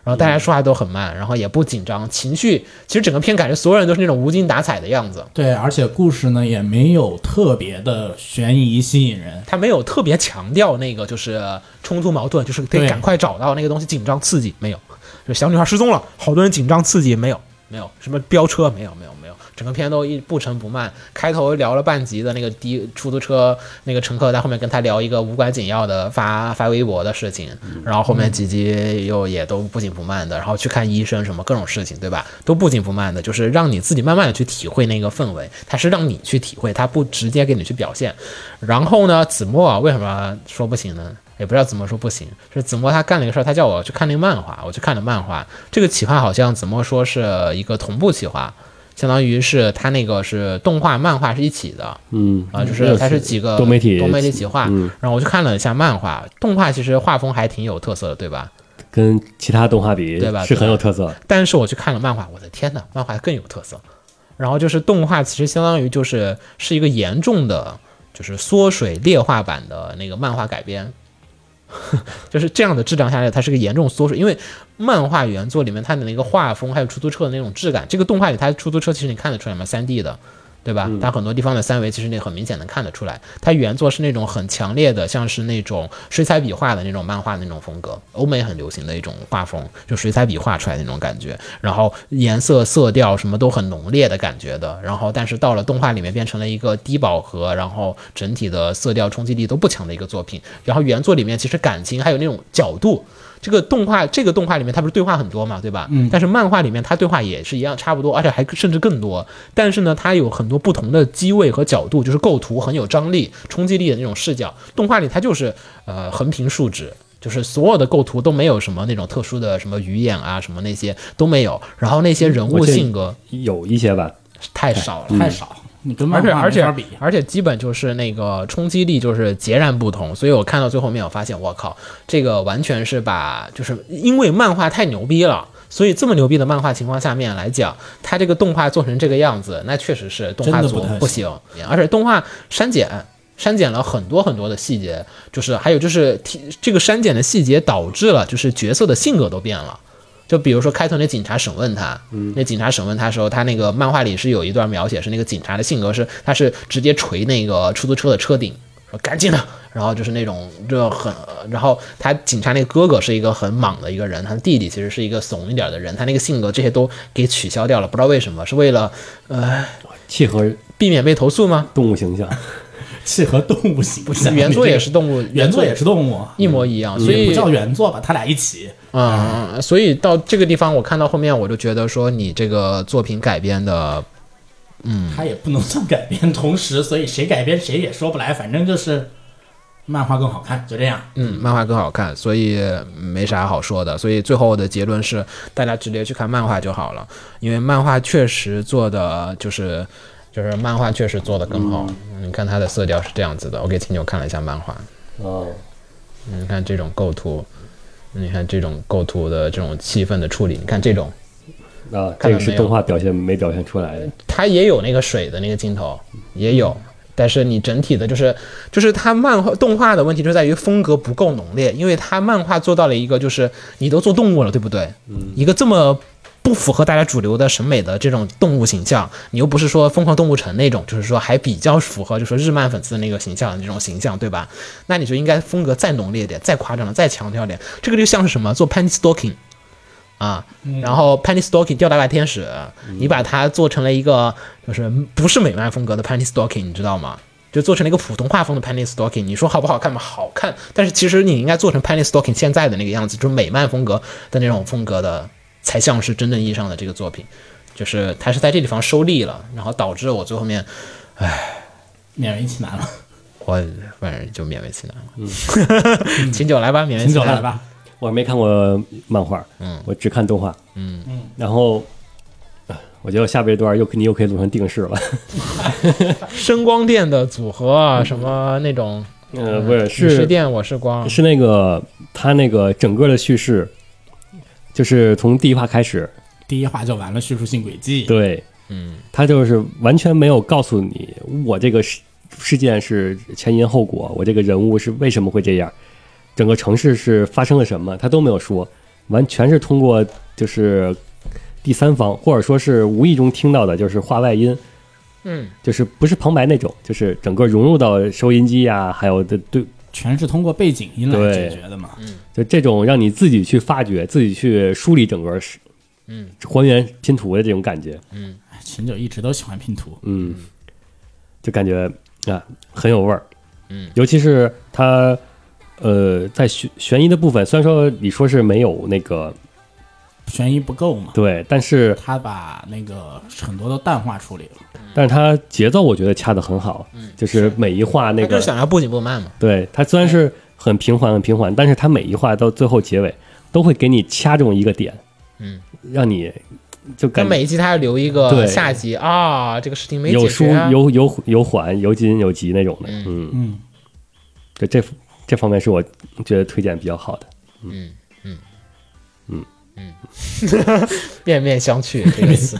[SPEAKER 3] 然后大家说话都很慢，然后也不紧张，情绪其实整个片感觉所有人都是那种无精打采的样子，
[SPEAKER 8] 对，而且故事呢也没有特别的悬疑吸引人，
[SPEAKER 3] 他没有特别强调那个就是冲突矛盾，就是得
[SPEAKER 8] 对
[SPEAKER 3] 赶快找到那个东西，紧张刺激没有，就小女孩失踪了，好多人紧张刺激没有，没有什么飙车没有没有没有，整个片都一不沉不慢。开头聊了半集的那个的出租车那个乘客，在后面跟他聊一个无关紧要的发发微博的事情，然后后面几集又也都不紧不慢的，然后去看医生什么各种事情，对吧？都不紧不慢的，就是让你自己慢慢的去体会那个氛围，它是让你去体会，它不直接给你去表现。然后呢，子墨为什么说不行呢？也不知道子墨说不行，是子墨他干了一个事儿，他叫我去看那个漫画，我去看了漫画。这个企划好像子墨说是一个同步企划，相当于是他那个是动画、漫画是一起的，
[SPEAKER 5] 嗯
[SPEAKER 3] 啊，就是它是几个
[SPEAKER 5] 多媒体
[SPEAKER 3] 多媒体企划。
[SPEAKER 5] 嗯
[SPEAKER 3] 然后我去看了一下漫画，动画其实画风还挺有特色的，对吧？
[SPEAKER 5] 跟其他动画比
[SPEAKER 3] 对吧
[SPEAKER 5] 是很有特色。
[SPEAKER 3] 但是我去看了漫画，我的天呐，漫画更有特色。然后就是动画，其实相当于就是是一个严重的，就是缩水劣化版的那个漫画改编，就是这样的质量下来，它是个严重缩水。因为漫画原作里面它的那个画风，还有出租车的那种质感，这个动画里它出租车其实你看得出来嘛，三 D 的，对吧？它很多地方的三维其实那很明显能看得出来。它原作是那种很强烈的，像是那种嗯水彩笔画的那种漫画那种风格，欧美很流行的一种画风，就水彩笔画出来那种感觉。然后颜色、色调什么都很浓烈的感觉的。然后但是到了动画里面变成了一个低饱和，然后整体的色调冲击力都不强的一个作品。然后原作里面其实感情还有那种角度。这个动画，这个动画里面它不是对话很多嘛，对吧？嗯。但是漫画里面它对话也是一样，差不多，而且还甚至更多。但是呢，它有很多不同的机位和角度，就是构图很有张力、冲击力的那种视角。动画里它就是呃横平竖直，就是所有的构图都没有什么那种特殊的什么鱼眼啊什么那些都没有。然后那些人物
[SPEAKER 5] 我记得
[SPEAKER 3] 性格
[SPEAKER 5] 有一些吧，
[SPEAKER 3] 太少了，
[SPEAKER 8] 太少，你跟漫
[SPEAKER 3] 而且
[SPEAKER 8] 画
[SPEAKER 3] 而
[SPEAKER 8] 没法
[SPEAKER 3] 且
[SPEAKER 8] 比。
[SPEAKER 3] 而且基本就是那个冲击力就是截然不同，所以我看到最后面我发现，我靠，这个完全是把就是因为漫画太牛逼了。所以这么牛逼的漫画情况下面来讲，它这个动画做成这个样子，那确实是动
[SPEAKER 8] 真
[SPEAKER 3] 画
[SPEAKER 8] 的
[SPEAKER 3] 组
[SPEAKER 8] 不太
[SPEAKER 3] 不行，而且动画删减删减了很多很多的细节，就是还有就是提这个删减的细节导致了就是角色的性格都变了。就比如说开头那警察审问他，
[SPEAKER 8] 嗯
[SPEAKER 3] 那警察审问他的时候，他那个漫画里是有一段描写，是那个警察的性格是他是直接捶那个出租车的车顶，说赶紧的，然后就是那种就很，然后他警察那个哥哥是一个很莽的一个人，他弟弟其实是一个怂一点的人，他那个性格这些都给取消掉了，不知道为什么，是为了呃
[SPEAKER 5] 契合
[SPEAKER 3] 避免被投诉吗？
[SPEAKER 5] 动物形象。
[SPEAKER 8] 契合动物形象，
[SPEAKER 3] 原作也是
[SPEAKER 8] 你
[SPEAKER 3] 动物，
[SPEAKER 8] 这啊嗯原作也是动物，
[SPEAKER 3] 一模一样，所
[SPEAKER 8] 也
[SPEAKER 3] 以
[SPEAKER 8] 不叫原作吧，他俩一起。
[SPEAKER 3] 啊、所以到这个地方，我看到后面我就觉得说，你这个作品改编的，
[SPEAKER 8] 它也不能算改编，同时，所以谁改编谁也说不来，反正就是漫画更好看，就这样。
[SPEAKER 3] 嗯，漫画更好看，所以没啥好说的。所以最后的结论是，大家直接去看漫画就好了，因为漫画确实做的就是。就是漫画确实做的更好，你看它的色调是这样子的。我给秦九看了一下漫画，
[SPEAKER 5] 哦，
[SPEAKER 3] 你看这种构图，你看这种构图的这种气氛的处理，你看这种，
[SPEAKER 5] 啊，
[SPEAKER 3] 看到
[SPEAKER 5] 这个
[SPEAKER 3] 没有
[SPEAKER 5] 是动画表现没表现出来的。
[SPEAKER 3] 它也有那个水的那个镜头，也有。但是你整体的，就是就是它漫画动画的问题就在于风格不够浓烈，因为它漫画做到了一个就是你都做动物了，对不对？一个这么不符合大家主流的审美的这种动物形象，你又不是说《疯狂动物城》那种，就是说还比较符合，就是说日漫粉丝的那个形象的这种形象，对吧？那你就应该风格再浓烈一点，再夸张了，再强调点。这个就像是什么做 panty stalking，啊，
[SPEAKER 8] 嗯
[SPEAKER 3] 然后 Penny Stocking 吊打白天使，你把它做成了一个就是不是美漫风格的 Penny Stocking，你知道吗？就做成了一个普通画风的 Penny Stocking，你说好不好看嘛？好看，但是其实你应该做成 Penny Stocking 现在的那个样子，就是美漫风格的那种风格的，才像是真正意义上的这个作品。就是它是在这地方收力了，然后导致我最后面
[SPEAKER 8] 勉为其难了。
[SPEAKER 3] 我反正就勉为其难了。嗯， 秦九来吧，勉为
[SPEAKER 8] 秦
[SPEAKER 3] 其
[SPEAKER 8] 九
[SPEAKER 3] 难
[SPEAKER 8] 来。吧，
[SPEAKER 5] 我没看过漫画，嗯，我只看动画，嗯嗯，然后。啊我觉得我下辈段又你又可以录成定式了，
[SPEAKER 3] 声光电的组合啊，什么那种，
[SPEAKER 5] 呃，不
[SPEAKER 3] 嗯
[SPEAKER 5] 是
[SPEAKER 3] 你
[SPEAKER 5] 是
[SPEAKER 3] 电，我是光，
[SPEAKER 5] 是那个他那个整个的叙事，就是从第一话开始，
[SPEAKER 8] 第一话就完了叙述性轨迹。
[SPEAKER 5] 对，嗯，他就是完全没有告诉你我这个事事件是前因后果，我这个人物是为什么会这样，整个城市是发生了什么，他都没有说，完全是通过就是第三方或者说是无意中听到的，就是话外音，
[SPEAKER 3] 嗯，
[SPEAKER 5] 就是不是旁白那种，就是整个融入到收音机啊，还有的对
[SPEAKER 8] 全是通过背景音来解决的嘛。
[SPEAKER 5] 就这种让你自己去发掘、自己去梳理整个是，嗯，还原拼图的这种感觉，
[SPEAKER 8] 哎秦九一直都喜欢拼图，
[SPEAKER 5] 嗯，就感觉啊很有味儿，嗯，尤其是它呃在悬悬疑的部分，虽然说你说是没有那个
[SPEAKER 8] 悬疑不够嘛，
[SPEAKER 5] 对，但是
[SPEAKER 8] 他把那个很多都淡化处理了。
[SPEAKER 5] 但是它节奏我觉得掐得很好，就是每一话那
[SPEAKER 3] 他就
[SPEAKER 5] 个
[SPEAKER 3] 是想要不紧不慢嘛。
[SPEAKER 5] 对它虽然是很平缓很平缓，但是它每一话到最后结尾都会给你掐中一个点，
[SPEAKER 3] 嗯，
[SPEAKER 5] 让你就
[SPEAKER 3] 但
[SPEAKER 5] 感觉
[SPEAKER 3] 每一集他要留一个
[SPEAKER 5] 对
[SPEAKER 3] 下集啊，这个事情没
[SPEAKER 5] 有
[SPEAKER 3] 解
[SPEAKER 5] 输
[SPEAKER 3] 决啊。
[SPEAKER 5] 有有有缓有紧有急那种的，嗯
[SPEAKER 8] 嗯，
[SPEAKER 5] 就这这方面是我觉得推荐比较好的。
[SPEAKER 3] 面面相觑这个 词，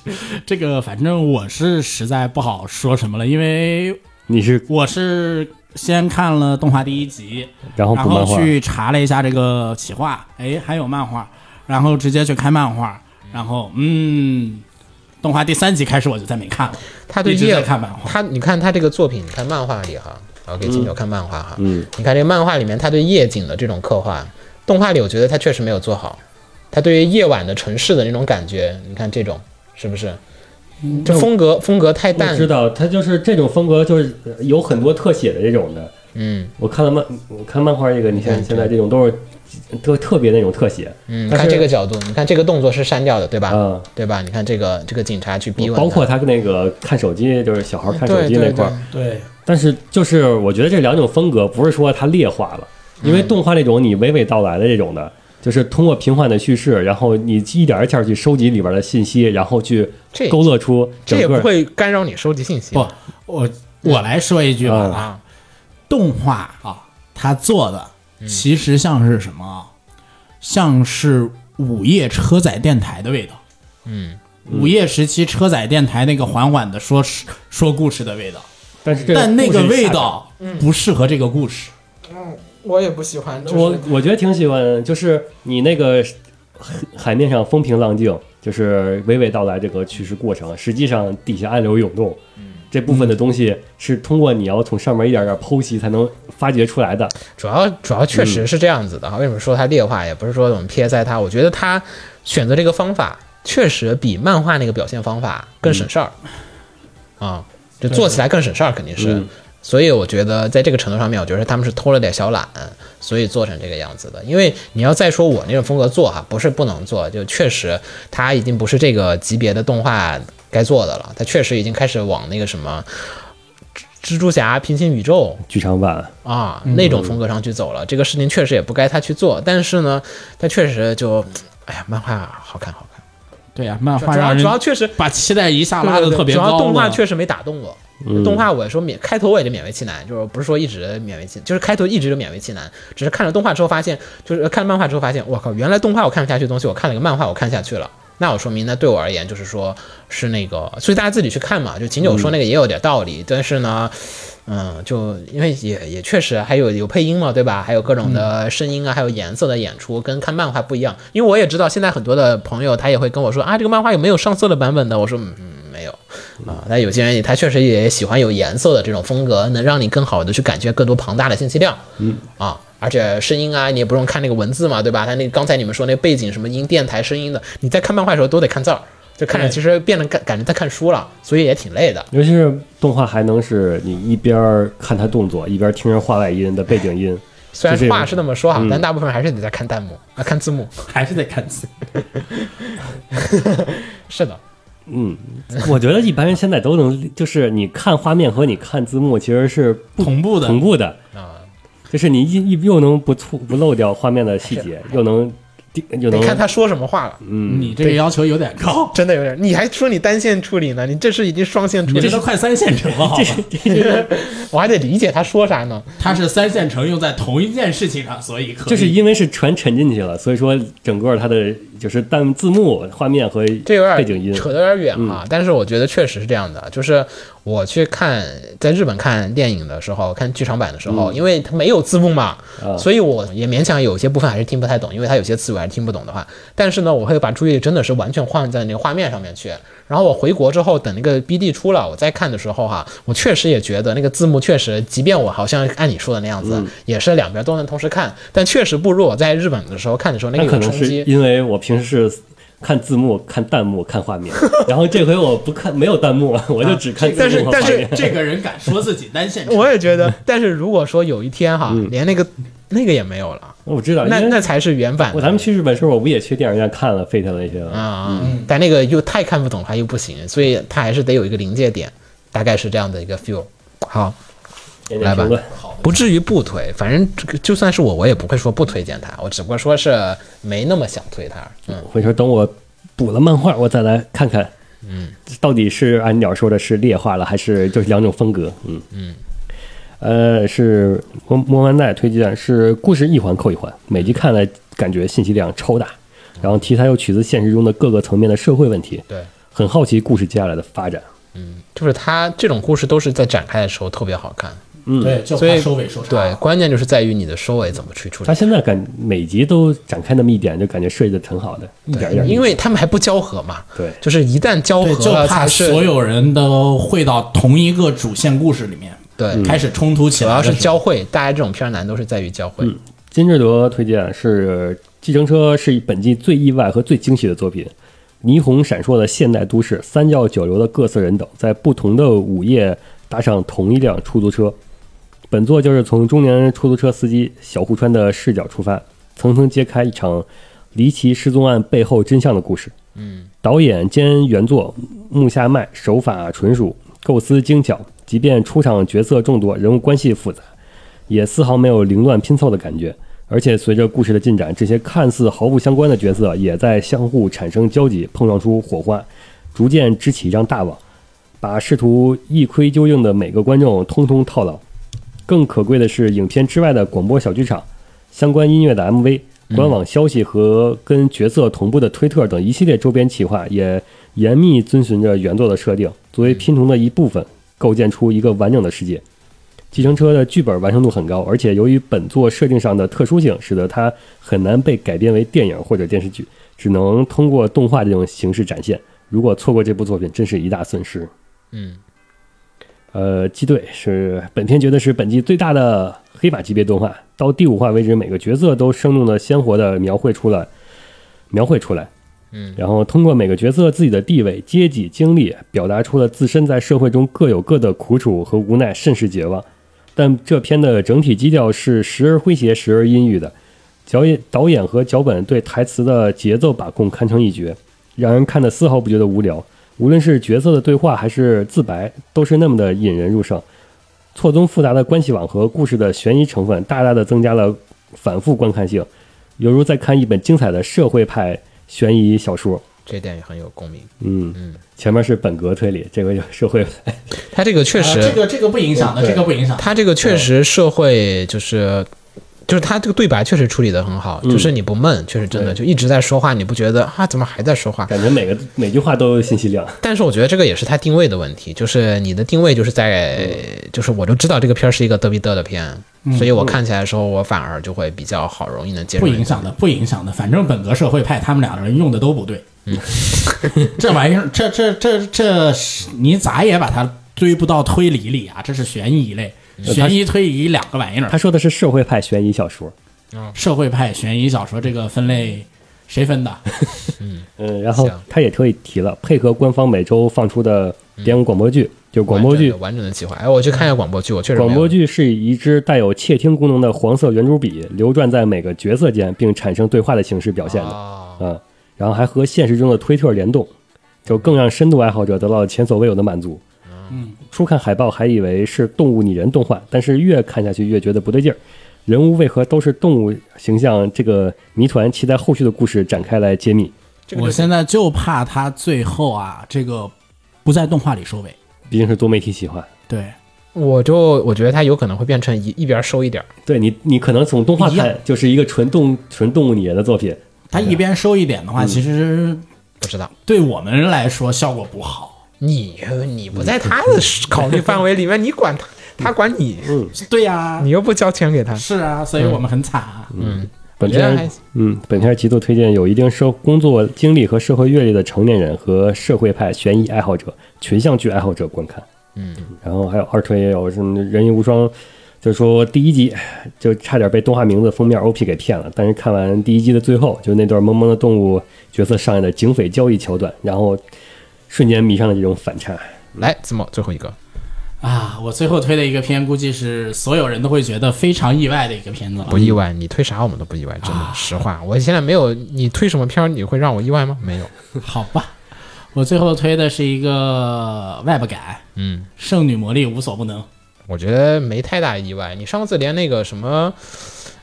[SPEAKER 8] 这个反正我是实在不好说什么了，因为
[SPEAKER 5] 你是
[SPEAKER 8] 我是先看了动画第一集，
[SPEAKER 5] 然后
[SPEAKER 8] 然
[SPEAKER 5] 补
[SPEAKER 8] 后
[SPEAKER 5] 哦漫画，
[SPEAKER 8] 去查了一下这个企划，哎，还有漫画，然后直接去看漫画，然后嗯，动画第三集开始我就再没看了。
[SPEAKER 3] 他对
[SPEAKER 8] 一直
[SPEAKER 3] 业
[SPEAKER 8] 在看漫画
[SPEAKER 3] 他你看他这个作品，你看漫画里哈，我给金九看漫画哈，
[SPEAKER 5] 嗯，
[SPEAKER 3] 你看这个漫画里面他对夜景的这种刻画，动画里我觉得他确实没有做好，他对于夜晚的城市的那种感觉，你看这种是不是？
[SPEAKER 8] 嗯
[SPEAKER 3] 这风格风格太
[SPEAKER 5] 我
[SPEAKER 3] 淡
[SPEAKER 5] 知，道他就是这种风格，就是有很多特写的这种的。
[SPEAKER 3] 嗯
[SPEAKER 5] 我看了漫，我看漫画这个，你
[SPEAKER 3] 嗯
[SPEAKER 5] 看现在这种都是特特别那种特写，
[SPEAKER 3] 嗯，
[SPEAKER 5] 但
[SPEAKER 3] 看
[SPEAKER 5] 是
[SPEAKER 3] 这个角度，你看这个动作是删掉的，对吧？
[SPEAKER 5] 嗯
[SPEAKER 3] 对吧？你看这个这个警察去逼问他，
[SPEAKER 5] 包括他那个看手机，就是小孩看手
[SPEAKER 3] 对
[SPEAKER 5] 机
[SPEAKER 3] 对
[SPEAKER 5] 那块儿
[SPEAKER 3] 对。
[SPEAKER 8] 对，
[SPEAKER 5] 但是就是我觉得这两种风格不是说它劣化了，
[SPEAKER 3] 嗯
[SPEAKER 5] 因为动画那种你娓娓道来的这种的，就是通过平缓的叙事，然后你一点一点去收集里边的信息，然后去
[SPEAKER 3] 这
[SPEAKER 5] 勾勒出
[SPEAKER 3] 这
[SPEAKER 5] 整
[SPEAKER 3] 也不
[SPEAKER 5] 个。
[SPEAKER 3] 会干扰你收集信息
[SPEAKER 8] 不，我我来说一句吧
[SPEAKER 5] 嗯
[SPEAKER 8] 啊，动画啊，它做的其实像是什么啊？像是午夜车载电台的味道。
[SPEAKER 3] 嗯，
[SPEAKER 8] 午夜时期车载电台那个缓缓的说说故事的味道，
[SPEAKER 5] 但是这
[SPEAKER 8] 但那个
[SPEAKER 5] 故事
[SPEAKER 8] 味
[SPEAKER 5] 下边
[SPEAKER 8] 道不适合这个故事。
[SPEAKER 3] 嗯我也不喜欢，
[SPEAKER 5] 我我觉得挺喜欢的，就是你那个海面上风平浪静，就是娓娓道来这个叙事过程，实际上底下暗流涌动，这部分的东西是通过你要从上面一点点剖析才能发掘出来的。
[SPEAKER 3] 主要主要确实是这样子的哈。为什么说它劣化，也不是说我们偏在它，我觉得它选择这个方法确实比漫画那个表现方法更省事儿啊、就做起来更省事儿，肯定是。
[SPEAKER 5] 嗯
[SPEAKER 3] 所以我觉得在这个程度上面，我觉得他们是偷了点小懒，所以做成这个样子的。因为你要再说我那种风格做哈，不是不能做，就确实它已经不是这个级别的动画该做的了，它确实已经开始往那个什么。蜘蜘蛛侠、平行宇宙，
[SPEAKER 5] 剧场版，
[SPEAKER 3] 啊
[SPEAKER 8] 嗯
[SPEAKER 3] 那种风格上去走了，这个事情确实也不该他去做，但是呢，他确实就，哎呀，漫画好看好看，
[SPEAKER 8] 对呀、漫画
[SPEAKER 3] 主要
[SPEAKER 8] 让
[SPEAKER 3] 主
[SPEAKER 8] 人
[SPEAKER 3] 要确实
[SPEAKER 8] 把期待一下拉的特别
[SPEAKER 3] 主要
[SPEAKER 8] 高。嗯
[SPEAKER 3] 动画确
[SPEAKER 8] 实，
[SPEAKER 3] 实没打动我。动画我说免开头我也就勉为其难，就是不是说一直勉为其，就是开头一直就勉为其难，只是看了动画之后发现，就是看了漫画之后发现，我靠，原来动画我看不下去的东西，我看了个漫画我看下去了。那我说明，那对我而言就是说是那个，所以大家自己去看嘛。就秦九说那个也有点道理，但是呢，嗯，就因为也也确实还有有配音嘛，对吧？还有各种的声音啊，还有颜色的演出，跟看漫画不一样。因为我也知道现在很多的朋友他也会跟我说啊，这个漫画有没有上色的版本的？我说嗯嗯没有啊。但有些人也他确实也喜欢有颜色的这种风格，能让你更好的去感觉更多庞大的信息量。嗯啊，而且声音啊，你也不用看那个文字嘛，对吧？它那个刚才你们说那个背景什么音、电台声音的，你在看漫画的时候都得看字儿，就看着其实变得感感觉在看书了，所以也挺累的。
[SPEAKER 5] 尤其是动画还能是你一边儿看他动作，一边儿听着话外音的背景音，
[SPEAKER 3] 虽
[SPEAKER 5] 就这
[SPEAKER 3] 然
[SPEAKER 5] 个
[SPEAKER 3] 话是那么说哈，
[SPEAKER 5] 嗯
[SPEAKER 3] 但大部分还是得在看弹幕啊，看字幕。
[SPEAKER 7] 还是得看字。
[SPEAKER 3] 是的，
[SPEAKER 5] 嗯，我觉得一般人现在都能，就是你看画面和你看字幕其实是不
[SPEAKER 8] 同步的
[SPEAKER 5] 同步的
[SPEAKER 3] 啊，
[SPEAKER 5] 就是你一一又能不错不漏掉画面的细
[SPEAKER 3] 哎
[SPEAKER 5] 节，又能又
[SPEAKER 3] 得
[SPEAKER 5] 能
[SPEAKER 3] 看他说什么话了，
[SPEAKER 5] 嗯，
[SPEAKER 8] 你这个要求有点高，
[SPEAKER 3] 真的有点。你还说你单线处理呢？你这是已经双线处
[SPEAKER 8] 你
[SPEAKER 3] 理
[SPEAKER 8] 这都
[SPEAKER 3] 了，
[SPEAKER 8] 快三线程了，好吧？
[SPEAKER 3] 我还得理解他说啥呢？
[SPEAKER 8] 它是三线程用在同一件事情上，所以可以
[SPEAKER 5] 就是因为是全沉进去了，所以说整个它的就是弹字幕画面和
[SPEAKER 3] 这有点
[SPEAKER 5] 背景音，嗯
[SPEAKER 3] 扯得有点远啊。但是我觉得确实是这样的，就是我去看在日本看电影的时候，看剧场版的时候，因为它没有字幕嘛，
[SPEAKER 5] 嗯啊
[SPEAKER 3] 所以我也勉强有些部分还是听不太懂，因为它有些词语还是听不懂的话。但是呢，我会把注意力真的是完全放在那个画面上面去。然后我回国之后，等那个 BD 出了，我再看的时候哈、我确实也觉得那个字幕确实，即便我好像按你说的那样子，
[SPEAKER 5] 嗯
[SPEAKER 3] 也是两边都能同时看，但确实不如我在日本的时候看的时候那
[SPEAKER 5] 那
[SPEAKER 3] 个
[SPEAKER 5] 可
[SPEAKER 3] 有
[SPEAKER 5] 能
[SPEAKER 3] 冲
[SPEAKER 5] 是
[SPEAKER 3] 击。
[SPEAKER 5] 因为我平时是看字幕、看弹幕、看画 面，然后这回我不看没有弹幕，我就只看字
[SPEAKER 3] 但是
[SPEAKER 5] 幕和画
[SPEAKER 3] 啊但是
[SPEAKER 5] 面。
[SPEAKER 8] 这个人敢说自己单线程，
[SPEAKER 3] 我也觉得，但是如果说有一天哈，连那个那个也没有了，
[SPEAKER 5] 我知道，
[SPEAKER 3] 那
[SPEAKER 5] 嗯啊因为
[SPEAKER 3] 那才是原版的。
[SPEAKER 5] 我咱们去日嗯本时候，我不也去电影院看了 Fate 的那些吗？
[SPEAKER 3] 啊，但那个又太看不懂它又不行，所以它还是得有一个临界点，大概是这样的一个 feel。好，
[SPEAKER 5] 点点评论，
[SPEAKER 3] 不至于不推，反正这个就算是我，我也不会说不推荐它，我只不过说是没那么想推它。嗯，
[SPEAKER 5] 回头等我补了漫画，我再来看看，嗯，到底是按鸟说的是劣化了，还是就是两种风格？嗯嗯，呃，是摸摸完带推荐，是故事一环扣一环，每集看了感觉信息量超大，然后题材又取自现实中的各个层面的社会问题，
[SPEAKER 3] 对，
[SPEAKER 5] 很好奇故事接下来的发展。
[SPEAKER 3] 就是它这种故事都是在展开的时候特别好看。
[SPEAKER 8] 对，就
[SPEAKER 3] 嗯所
[SPEAKER 8] 怕
[SPEAKER 3] 以
[SPEAKER 8] 收尾收场。
[SPEAKER 3] 对，关键就是在于你的收尾怎么去处理
[SPEAKER 5] 他。现在感每集都展开那么一点，就感觉设计的挺好的，一点一点。
[SPEAKER 3] 因为他们还不交合嘛，
[SPEAKER 5] 对
[SPEAKER 3] 就是一旦交
[SPEAKER 8] 对，
[SPEAKER 3] 合
[SPEAKER 8] 就
[SPEAKER 3] 了
[SPEAKER 8] 怕
[SPEAKER 3] 才是
[SPEAKER 8] 所有人都汇到同一个主线故事里面，
[SPEAKER 3] 对，
[SPEAKER 5] 嗯
[SPEAKER 8] 开始冲突起
[SPEAKER 3] 嗯主
[SPEAKER 8] 来
[SPEAKER 3] 要
[SPEAKER 8] 的时候。
[SPEAKER 3] 是交汇，大家这种片儿难都是在于交汇。
[SPEAKER 5] 嗯金志德推荐是《计程车》，是本季最意外和最惊喜的作品。霓虹闪烁的现代都市，三教九流的各色人等，在不同的午夜搭上同一辆出租车。本作就是从中年出租车司机小户川的视角出发，层层揭开一场离奇失踪案背后真相的故事。嗯，导演兼原作木下麦手法纯熟，构思精巧，即便出场角色众多，人物关系复杂，也丝毫没有凌乱拼凑的感觉。而且随着故事的进展，这些看似毫不相关的角色啊也在相互产生交集，碰撞出火花，逐渐支起一张大网，把试图一窥究竟的每个观众通通套牢。更可贵的是，影片之外的广播小剧场、相关音乐的 MV、官网消息和跟角色同步的推特等一系列周边企划，也严密遵循着原作的设定，作为拼图的一部分，构建出一个完整的世界。计程车的剧本完成度很高，而且由于本作设定上的特殊性，使得它很难被改编为电影或者电视剧，只能通过动画这种形式展现。如果错过这部作品，真是一大损失。
[SPEAKER 3] 嗯，
[SPEAKER 5] 呃，机队是本片觉得是本季最大的黑马级别动画，到第五话为止，每个角色都生动的、鲜活的描绘出了描绘出来。嗯，然后通过每个角色自己的地位、阶级、经历，表达出了自身在社会中各有各的苦楚和无奈，甚是绝望。但这篇的整体基调是时而诙谐，时而阴郁的。导演、导演和脚本对台词的节奏把控堪称一绝，让人看得丝毫不觉得无聊。无论是角色的对话还是自白，都是那么的引人入胜。错综复杂的关系网和故事的悬疑成分，大大的增加了反复观看性，犹如在看一本精彩的社会派悬疑小说。
[SPEAKER 3] 这点也很有共鸣。
[SPEAKER 5] 嗯，前面是本格推理，这回就社会派。
[SPEAKER 3] 它这个确
[SPEAKER 8] 呃
[SPEAKER 3] 实，
[SPEAKER 8] 这个这个不影响的，
[SPEAKER 5] 对
[SPEAKER 8] 这个不影响。
[SPEAKER 3] 它这个确实社会就是。就是它这个对白确实处理得很好，
[SPEAKER 5] 嗯
[SPEAKER 3] 就是你不闷，确实真的就一直在说话，你不觉得啊怎么还在说话？
[SPEAKER 5] 感觉每个每句话都有信息量。
[SPEAKER 3] 但是我觉得这个也是它定位的问题，就是你的定位就是在，
[SPEAKER 5] 嗯
[SPEAKER 3] 就是我就知道这个片儿是一个德比德的片，所以我看起来的时候，我反而就会比较好容易能接受
[SPEAKER 8] 不
[SPEAKER 3] 一点。
[SPEAKER 8] 影响的，不影响的，反正本格社会派他们两个人用的都不对。嗯， 这玩意儿，这这这这是，你咋也把它追不到推理里啊，这是悬疑类，
[SPEAKER 3] 嗯
[SPEAKER 6] 悬疑推移两个玩意儿
[SPEAKER 5] 他。说的是社会派悬疑小说，
[SPEAKER 6] 社会派悬疑小说这个分类谁分的？
[SPEAKER 5] 嗯，然后
[SPEAKER 3] 行
[SPEAKER 5] 他也特意提了，配合官方每周放出的连广播剧，就广
[SPEAKER 3] 嗯
[SPEAKER 5] 播
[SPEAKER 3] 完整
[SPEAKER 5] 剧
[SPEAKER 3] 的，完整的企划。哎，我去看一下广播剧，我确实没有
[SPEAKER 5] 广播剧是以一支带有窃听功能的黄色圆珠笔流转在每个角色间，并产生对话的形式表现的。
[SPEAKER 3] 哦
[SPEAKER 5] 嗯，然后还和现实中的推特联动，就更让深度爱好者得到了前所未有的满足。嗯，初看海报还以为是动物拟人动画，但是越看下去越觉得不对劲儿，人物为何都是动物形象？这个谜团期待后续的故事展开来揭秘。
[SPEAKER 3] 这个
[SPEAKER 6] 我现在就怕他最后啊，这个不在动画里收尾。
[SPEAKER 5] 毕竟是多媒体企划，
[SPEAKER 6] 对，
[SPEAKER 3] 我就我觉得它有可能会变成一一边收一点儿，
[SPEAKER 5] 对你，你可能从动画
[SPEAKER 6] 一样
[SPEAKER 5] 看就是一个纯动纯动物拟人的作品，
[SPEAKER 6] 他一边收一点的话，
[SPEAKER 3] 嗯
[SPEAKER 6] 其实
[SPEAKER 3] 不知道。
[SPEAKER 6] 对我们来说效果不好。
[SPEAKER 3] 你你不在他的考虑范围里面，你管他，他管你，
[SPEAKER 6] 对呀、
[SPEAKER 3] 你嗯又不交钱给他。
[SPEAKER 6] 是啊，所以我们很惨啊。
[SPEAKER 3] 我
[SPEAKER 5] 本
[SPEAKER 3] 觉得还
[SPEAKER 5] 片
[SPEAKER 3] 行
[SPEAKER 5] 嗯，本片极度推荐有一定社工作经历和社会阅历的成年人和社会派悬疑爱好者、群像剧爱好者观看。嗯，然后还有二推也有什么《人鱼无双》，就说第一集就差点被动画名字封面 OP 给骗了，但是看完第一集的最后，就那段萌萌的动物角色上演的警匪交易桥段，然后瞬间迷上了这种反差。
[SPEAKER 3] 来，子墨最后一个，
[SPEAKER 6] 啊，我最后推的一个片，估计是所有人都会觉得非常意外的一个片子了。
[SPEAKER 3] 不意外，你推啥我们都不意外，真的，实话，我现在没有你推什么片儿，你会让我意外吗？没有，
[SPEAKER 6] 好吧，我最后推的是一个 Web 改，
[SPEAKER 3] 嗯，
[SPEAKER 6] 圣女魔力无所不能。
[SPEAKER 3] 我觉得没太大意外。你上次连那个什么，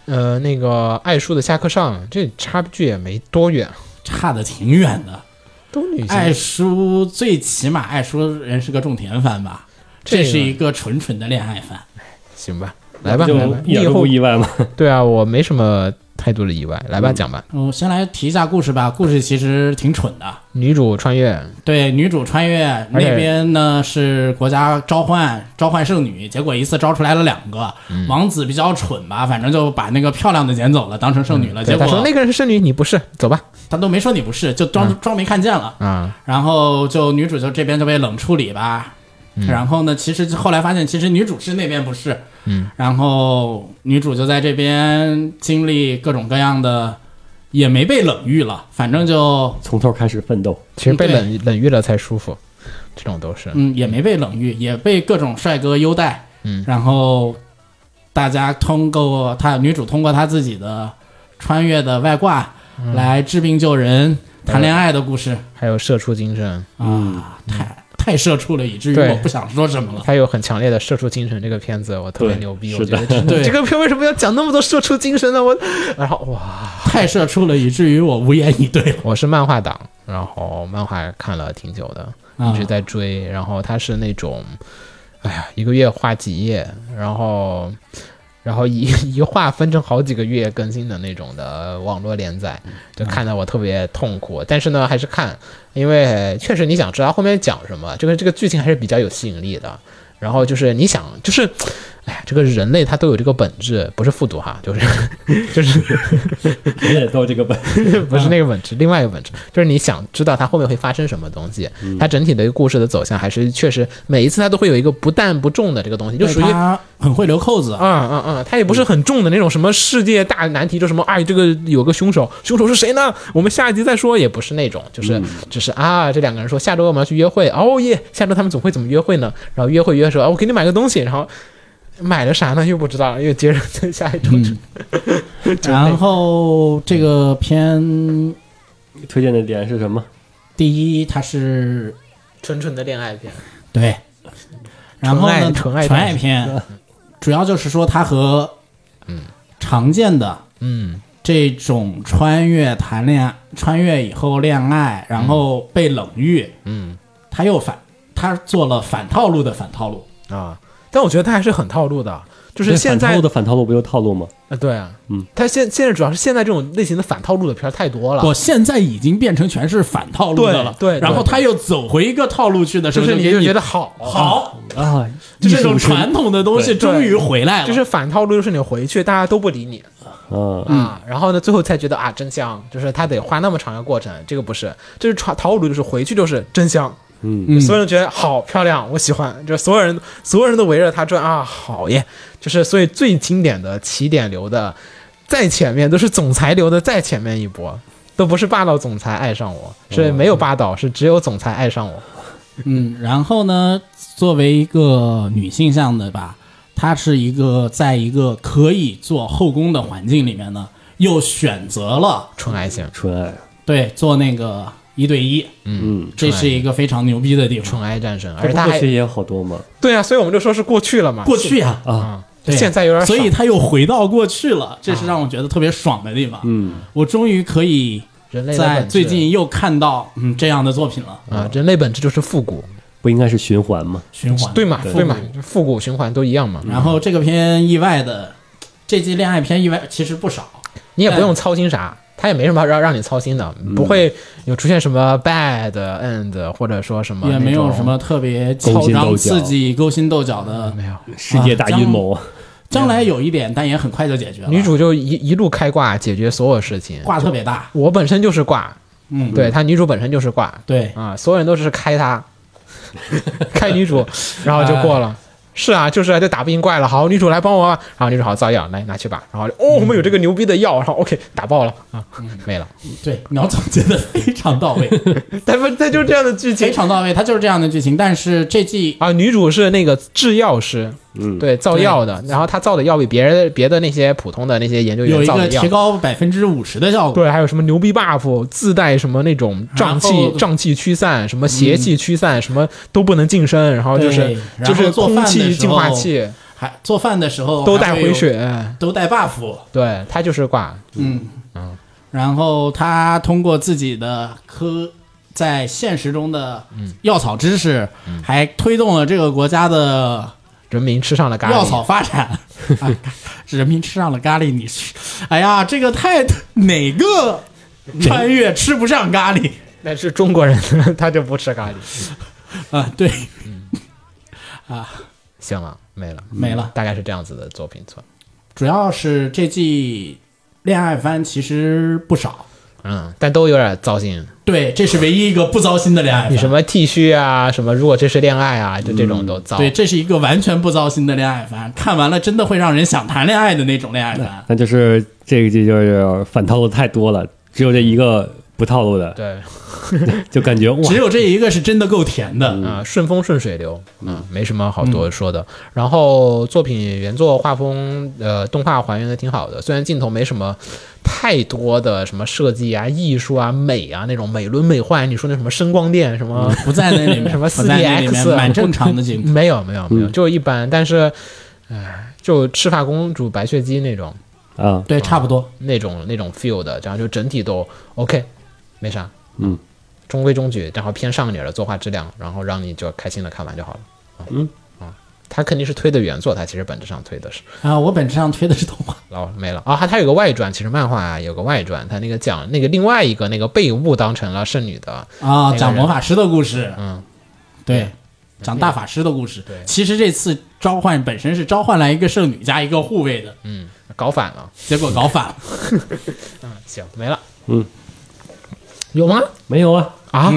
[SPEAKER 3] 呃，那个爱书的下课上，这差距也没多远，哎
[SPEAKER 6] 差的挺远的。
[SPEAKER 3] 都女
[SPEAKER 6] 爱
[SPEAKER 3] 性，
[SPEAKER 6] 叔最起码爱叔人是个种田番吧，
[SPEAKER 3] 这
[SPEAKER 6] 这
[SPEAKER 3] 个
[SPEAKER 6] 是一个纯纯的恋爱番。
[SPEAKER 3] 行吧，来吧，
[SPEAKER 5] 就
[SPEAKER 3] 来吧，
[SPEAKER 5] 一
[SPEAKER 3] 你
[SPEAKER 5] 点
[SPEAKER 3] 以
[SPEAKER 5] 都
[SPEAKER 3] 后
[SPEAKER 5] 不意外吗？
[SPEAKER 3] 对啊，我没什么太多的意外，来吧，讲吧。
[SPEAKER 6] 我先来提一下故事吧，故事其实挺蠢的。
[SPEAKER 3] 女主穿越，
[SPEAKER 6] 对，女主穿越
[SPEAKER 3] 而且
[SPEAKER 6] 那边呢是国家召唤召唤圣女，结果一次招出来了两个。
[SPEAKER 3] 嗯
[SPEAKER 6] 王子比较蠢吧，反正就把那个漂亮的捡走了，当成圣女
[SPEAKER 3] 嗯
[SPEAKER 6] 了。
[SPEAKER 3] 对
[SPEAKER 6] 结
[SPEAKER 3] 她
[SPEAKER 6] 果
[SPEAKER 3] 说那嗯个人是圣女，你不是，走吧。
[SPEAKER 6] 他都没说你不是，就装、装没看见了。
[SPEAKER 3] 啊，
[SPEAKER 6] 然后就女主就这边就被冷处理吧。
[SPEAKER 3] 嗯
[SPEAKER 6] 然后呢，其实后来发现，其实女主是那边不是。嗯。然后女主就在这边经历各种各样的，也没被冷遇了，反正就
[SPEAKER 5] 从头开始奋斗，
[SPEAKER 3] 其实被
[SPEAKER 6] 对
[SPEAKER 3] 冷冷遇了才舒服，这种都是。
[SPEAKER 6] 嗯也没被冷遇，也被各种帅哥优待。嗯。然后大家通过她女主通过她自己的穿越的外挂
[SPEAKER 3] 嗯
[SPEAKER 6] 来治病救人、谈恋爱的故事
[SPEAKER 3] 还有社畜精神，
[SPEAKER 6] 啊，太太社畜了，以至于
[SPEAKER 3] 对
[SPEAKER 6] 我不想说什么了。
[SPEAKER 3] 它有很强烈的社畜精神。这个片子我特别
[SPEAKER 5] 对
[SPEAKER 3] 牛逼，我
[SPEAKER 5] 是
[SPEAKER 3] 觉
[SPEAKER 5] 的
[SPEAKER 3] 得这
[SPEAKER 6] 对
[SPEAKER 3] 这个片为什么要讲那么多社畜精神呢？我，然后哇，
[SPEAKER 6] 太社畜了，以至于我无言以对了。
[SPEAKER 3] 我是漫画党，然后漫画看了挺久的，
[SPEAKER 6] 啊
[SPEAKER 3] 一直在追。然后它是那种，哎呀，一个月画几页，然后。然后一 一画分成好几个月更新的那种的网络连载，就看得我特别痛苦。但是呢，还是看，因为确实你想知道后面讲什么，这个这个剧情还是比较有吸引力的。然后就是你想，就是，哎呀，这个人类他都有这个本质，不是复读哈，就是 就是
[SPEAKER 5] 谁也都有这个本。
[SPEAKER 3] 不是那个本质，另外一个本质就是你想知道它后面会发生什么东西，它整体的一个故事的走向还是确实每一次它都会有一个不淡不重的这个东西，就
[SPEAKER 6] 对
[SPEAKER 3] 属于。
[SPEAKER 6] 他很会留扣子，啊
[SPEAKER 3] 嗯嗯嗯，它也不是很重的那种什么世界大难题，就什么哎，这个有个凶手，凶手是谁呢？我们下一集再说，也不是那种，就是只是啊，这两个人说下周我们要去约会，哦耶，下周他们总会怎么约会呢？然后约会约的时候，啊我给你买个东西，然后买了啥呢？又不知道，又接着 再下一周，
[SPEAKER 6] 然后这个片
[SPEAKER 5] 推荐的点是什么？
[SPEAKER 6] 第一它是
[SPEAKER 3] 纯纯的恋爱片，
[SPEAKER 6] 对，然后呢
[SPEAKER 3] 纯爱纯爱
[SPEAKER 6] 片，主要就是说它和常见的
[SPEAKER 3] 嗯，
[SPEAKER 6] 这种穿越谈恋爱、穿越以后恋爱，然后被冷遇，
[SPEAKER 3] 嗯，
[SPEAKER 6] 他又反他做了反套路的反套路，
[SPEAKER 3] 啊，但我觉得他还是很套路的，就是
[SPEAKER 5] 这
[SPEAKER 3] 现
[SPEAKER 5] 反套
[SPEAKER 3] 在
[SPEAKER 5] 路的反套路不就套路吗？
[SPEAKER 3] 啊，对啊，
[SPEAKER 5] 嗯，
[SPEAKER 3] 他现现在主要是现在这种类型的反套路的片儿太多了，
[SPEAKER 6] 我现在已经变成全是反套路的了，
[SPEAKER 3] 啊对对对
[SPEAKER 6] 然后他又走回一个套路去的时
[SPEAKER 3] 就
[SPEAKER 6] 候，
[SPEAKER 3] 是你
[SPEAKER 6] 给
[SPEAKER 3] 就
[SPEAKER 6] 你
[SPEAKER 3] 觉得好好。
[SPEAKER 6] 好，
[SPEAKER 5] 啊，
[SPEAKER 6] 就
[SPEAKER 5] 艺
[SPEAKER 6] 这
[SPEAKER 5] 术
[SPEAKER 6] 种
[SPEAKER 5] 是
[SPEAKER 6] 传统的东西
[SPEAKER 3] 对对
[SPEAKER 6] 终于回来了，
[SPEAKER 3] 就是反套路，就是你回去大家都不理你
[SPEAKER 5] 啊，
[SPEAKER 6] 嗯
[SPEAKER 3] 啊，然后呢，最后才觉得啊真香，就是他得花那么长的过程，这个不是，这是传套路，就是回去就是真香，嗯，所有人觉得好漂亮，我喜欢，就所有人所有人都围着他转啊，好耶！就是所以最经典的起点流的在前面都是总裁流的在前面一波，都不是霸道总裁爱上我，是没有霸道，是只有总裁爱上我。
[SPEAKER 6] 嗯，然后呢，作为一个女性向的吧，她是一个在一个可以做后宫的环境里面呢，又选择了
[SPEAKER 3] 纯爱型，
[SPEAKER 5] 纯爱，
[SPEAKER 6] 对做那个一对一，
[SPEAKER 5] 嗯，
[SPEAKER 6] 这是一个非常牛逼的地方。
[SPEAKER 3] 纯爱战神，而
[SPEAKER 5] 这
[SPEAKER 3] 且
[SPEAKER 5] 不
[SPEAKER 3] 他
[SPEAKER 5] 过
[SPEAKER 3] 还
[SPEAKER 5] 去也有好多嘛，
[SPEAKER 3] 对啊，所以我们就说是过去了嘛，嗯
[SPEAKER 6] 过去呀、啊，
[SPEAKER 5] 啊，
[SPEAKER 6] 对
[SPEAKER 3] 现在有点少
[SPEAKER 6] 所以她又回到过去了，这是让我觉得特别爽的地方。
[SPEAKER 5] 嗯，
[SPEAKER 6] 我终于可以
[SPEAKER 3] 人类的
[SPEAKER 6] 在
[SPEAKER 3] 本质
[SPEAKER 6] 最近又看到嗯这样的作品了，
[SPEAKER 3] 啊，人类本质就是复古，
[SPEAKER 5] 不应该是循环吗？
[SPEAKER 6] 循环
[SPEAKER 3] 对嘛
[SPEAKER 5] 对
[SPEAKER 3] 对嘛，复古循环都一样嘛，
[SPEAKER 6] 然后这个片意外的，这季恋爱片意外其实不少，
[SPEAKER 3] 你也不用操心啥，他也没什么让让你操心的，
[SPEAKER 6] 嗯
[SPEAKER 3] 不会有出现什么 bad end 或者说什么
[SPEAKER 6] 也没有
[SPEAKER 3] 那种
[SPEAKER 6] 什么特别
[SPEAKER 5] 勾
[SPEAKER 6] 嚣
[SPEAKER 5] 心斗角
[SPEAKER 6] 张、刺激、勾心斗角的。
[SPEAKER 3] 没有，
[SPEAKER 5] 世界大阴
[SPEAKER 3] 啊
[SPEAKER 5] 谋，
[SPEAKER 6] 将来有一点，但也很快就解决了。
[SPEAKER 3] 女主就一一路开挂解决所有事情。
[SPEAKER 6] 挂特别大，
[SPEAKER 3] 我本身就是挂，
[SPEAKER 6] 嗯，
[SPEAKER 3] 对她女主本身就是挂
[SPEAKER 6] 对，
[SPEAKER 3] 啊，所有人都是开 她，开女主，然后就过
[SPEAKER 6] 哎
[SPEAKER 3] 了。是啊，就是啊，就打不赢怪了。好，女主来帮我啊，然后女主好造药，来拿去吧。然后就哦，我们有这个牛逼的药，然后 OK 打爆了啊，
[SPEAKER 6] 嗯
[SPEAKER 3] 没了。
[SPEAKER 6] 对，苗总结的非常到位，
[SPEAKER 3] 但不，它就是这样的剧
[SPEAKER 6] 非
[SPEAKER 3] 情
[SPEAKER 6] 常到位，它就是这样的剧情。但是这季
[SPEAKER 3] 啊。女主是那个制药师，
[SPEAKER 5] 嗯，
[SPEAKER 3] 对，造药的，然后他造的药比别人别的那些普通的那些研究
[SPEAKER 6] 有
[SPEAKER 3] 员
[SPEAKER 6] 一
[SPEAKER 3] 造
[SPEAKER 6] 个
[SPEAKER 3] 的药
[SPEAKER 6] 提，高百分之五十的效果，
[SPEAKER 3] 对，还有什么牛逼 buff，自带什么那种瘴气
[SPEAKER 6] 然后嗯
[SPEAKER 3] 瘴气驱散，什么邪气驱散，什么都不能近身，然后就是
[SPEAKER 6] 对然
[SPEAKER 3] 就
[SPEAKER 6] 后
[SPEAKER 3] 是
[SPEAKER 6] 做
[SPEAKER 3] 空
[SPEAKER 6] 饭的
[SPEAKER 3] 气
[SPEAKER 6] 时
[SPEAKER 3] 净化
[SPEAKER 6] 候
[SPEAKER 3] 器
[SPEAKER 6] 还做饭的时候
[SPEAKER 3] 都
[SPEAKER 6] 还
[SPEAKER 3] 带
[SPEAKER 6] 会
[SPEAKER 3] 回
[SPEAKER 6] 有，
[SPEAKER 3] 血，哎
[SPEAKER 6] 都带 buff，
[SPEAKER 3] 对他就是挂，
[SPEAKER 6] 嗯然后他通过自己的科在现实中的
[SPEAKER 3] 嗯
[SPEAKER 6] 药草知识，还推动了这个国家的
[SPEAKER 3] 人民吃上了咖
[SPEAKER 6] 药
[SPEAKER 3] 喱
[SPEAKER 6] 草，发展，啊、人民吃上了咖喱，你吃，哎呀，这个太哪个穿越吃不上咖喱
[SPEAKER 3] 但是中国人 他就不吃咖喱，
[SPEAKER 6] 啊？对，
[SPEAKER 3] 行了，没了，
[SPEAKER 6] 没了
[SPEAKER 3] 大概是这样子的作品村，
[SPEAKER 6] 主要是这季恋爱番其实不少，
[SPEAKER 3] 嗯，但都有点糟心，
[SPEAKER 6] 对，这是唯一一个不糟心的恋爱
[SPEAKER 3] 你什
[SPEAKER 6] 番。
[SPEAKER 3] 么剃须啊，什么如果这是恋爱啊，就这种都糟，
[SPEAKER 6] 对，这是一个完全不糟心的恋爱番，看完了真的会让人想谈恋爱的那种恋爱 番。
[SPEAKER 3] 嗯
[SPEAKER 5] 那就是这个季就是反套路太多了，只有这一个不套路的，
[SPEAKER 3] 对。
[SPEAKER 5] 就感觉哇，
[SPEAKER 6] 只有这一个是真的够甜的，
[SPEAKER 3] 啊、顺风顺水流，嗯，没什么好多说的。然后作品原作画风，呃，动画还原的挺好的，虽然镜头没什么太多的什么设计啊、艺术啊、美啊那种美轮美奂，你说那什么声光电什么。
[SPEAKER 6] 不在那里 面，
[SPEAKER 3] 什么
[SPEAKER 6] 不在那里面
[SPEAKER 3] 4DX
[SPEAKER 6] 蛮正常的 镜头。
[SPEAKER 3] 啊没有没有没有，就一般，但是，唉，就赤发公主、白血姬那种
[SPEAKER 5] 啊，
[SPEAKER 6] 对，差不多。
[SPEAKER 3] 那种那种 feel 的，然后就整体都 OK，没啥，
[SPEAKER 5] 嗯，
[SPEAKER 3] 中规中矩，然后偏上一点的作画质量，然后让你就开心的看完就好了。
[SPEAKER 5] 嗯
[SPEAKER 3] 啊，他肯定是推的原作，他其实本质上推的是
[SPEAKER 6] 啊，我本质上推的是动画。
[SPEAKER 3] 老没了啊，他他有个外传，其实漫画啊有个外传，他那个讲那个另外一个那个被误当成了圣女的，
[SPEAKER 6] 啊、
[SPEAKER 3] 人
[SPEAKER 6] 讲魔法师的故事，
[SPEAKER 3] 嗯，
[SPEAKER 6] 对，讲大法师的故事。
[SPEAKER 3] 对
[SPEAKER 6] 其实这次召唤本身是召唤来一个圣女加一个护卫的，
[SPEAKER 3] 嗯，搞反了，
[SPEAKER 6] 结果搞反了。
[SPEAKER 3] 行，没了，
[SPEAKER 5] 嗯，
[SPEAKER 3] 有吗？
[SPEAKER 5] 没有啊，
[SPEAKER 3] 啊，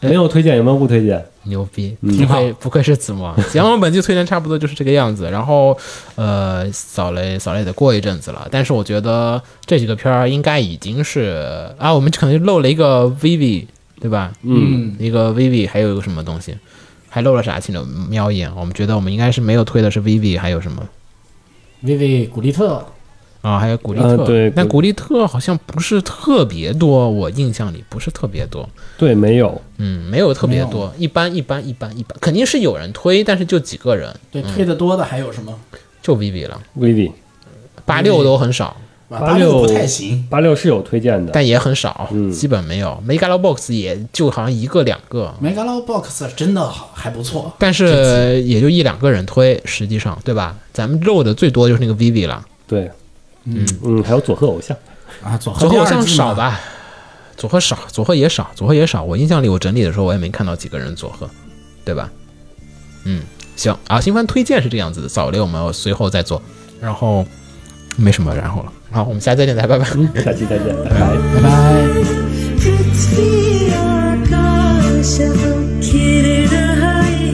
[SPEAKER 5] 没有推荐，有没有不推荐？
[SPEAKER 3] 牛逼，
[SPEAKER 5] 挺
[SPEAKER 3] 不愧不愧是子 墨。行，我们本期推荐差不多就是这个样子。然后，呃，扫雷扫雷得过一阵子了，但是我觉得这几个片儿应该已经是啊，我们可能漏了一个 Vivi，对吧？
[SPEAKER 5] 嗯，
[SPEAKER 3] 一个 Vivi，还有一个什么东西，还漏了啥？请你瞄一眼。我们觉得我们应该是没有推的是 Vivi，还有什么？
[SPEAKER 6] 薇薇古丽特，
[SPEAKER 3] 啊，还有古力特，
[SPEAKER 5] 啊对
[SPEAKER 3] 但
[SPEAKER 5] 古
[SPEAKER 3] 古力特好像不是特别多，我印象里不是特别多。
[SPEAKER 5] 对，没有，
[SPEAKER 3] 嗯，没有特别多，一般一般一般一般，肯定是有人推，但是就几个人，
[SPEAKER 6] 对，推的多的还有什么？
[SPEAKER 3] 就 Vivi 了，
[SPEAKER 5] v i v
[SPEAKER 3] 八六都很少，
[SPEAKER 5] 八六
[SPEAKER 6] 啊不太行，
[SPEAKER 5] 八六是有推荐的，
[SPEAKER 3] 但也很少，
[SPEAKER 5] 嗯
[SPEAKER 3] 基本没有。Megalobox 也就好像一个两个，
[SPEAKER 6] Megalobox 真的好还不错，
[SPEAKER 3] 但是也就一两个人推，实际上对吧？咱们漏的最多就是那个 Vivi 了，
[SPEAKER 5] 对，嗯嗯，还有佐贺偶像，
[SPEAKER 6] 啊，左
[SPEAKER 3] 左
[SPEAKER 6] 和
[SPEAKER 3] 后
[SPEAKER 6] 第
[SPEAKER 3] 好
[SPEAKER 6] 二
[SPEAKER 3] 像
[SPEAKER 6] 季
[SPEAKER 3] 少
[SPEAKER 6] 嘛？
[SPEAKER 3] 吧。左贺少，左贺也少，左贺也少。我印象里，我整理的时候，我也没看到几个人左贺，对吧？嗯，行啊，新番推荐是这样子的，扫雷我们随后再做，然后没什么然后了。好，我们下期再见，大家拜拜。
[SPEAKER 5] 下期再见，拜拜。
[SPEAKER 6] 拜拜。
[SPEAKER 9] पृथ्वी आकाश तो खिल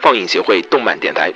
[SPEAKER 9] 放映协会动漫电台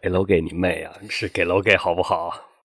[SPEAKER 5] 给楼给你妹啊，是给楼给好不好？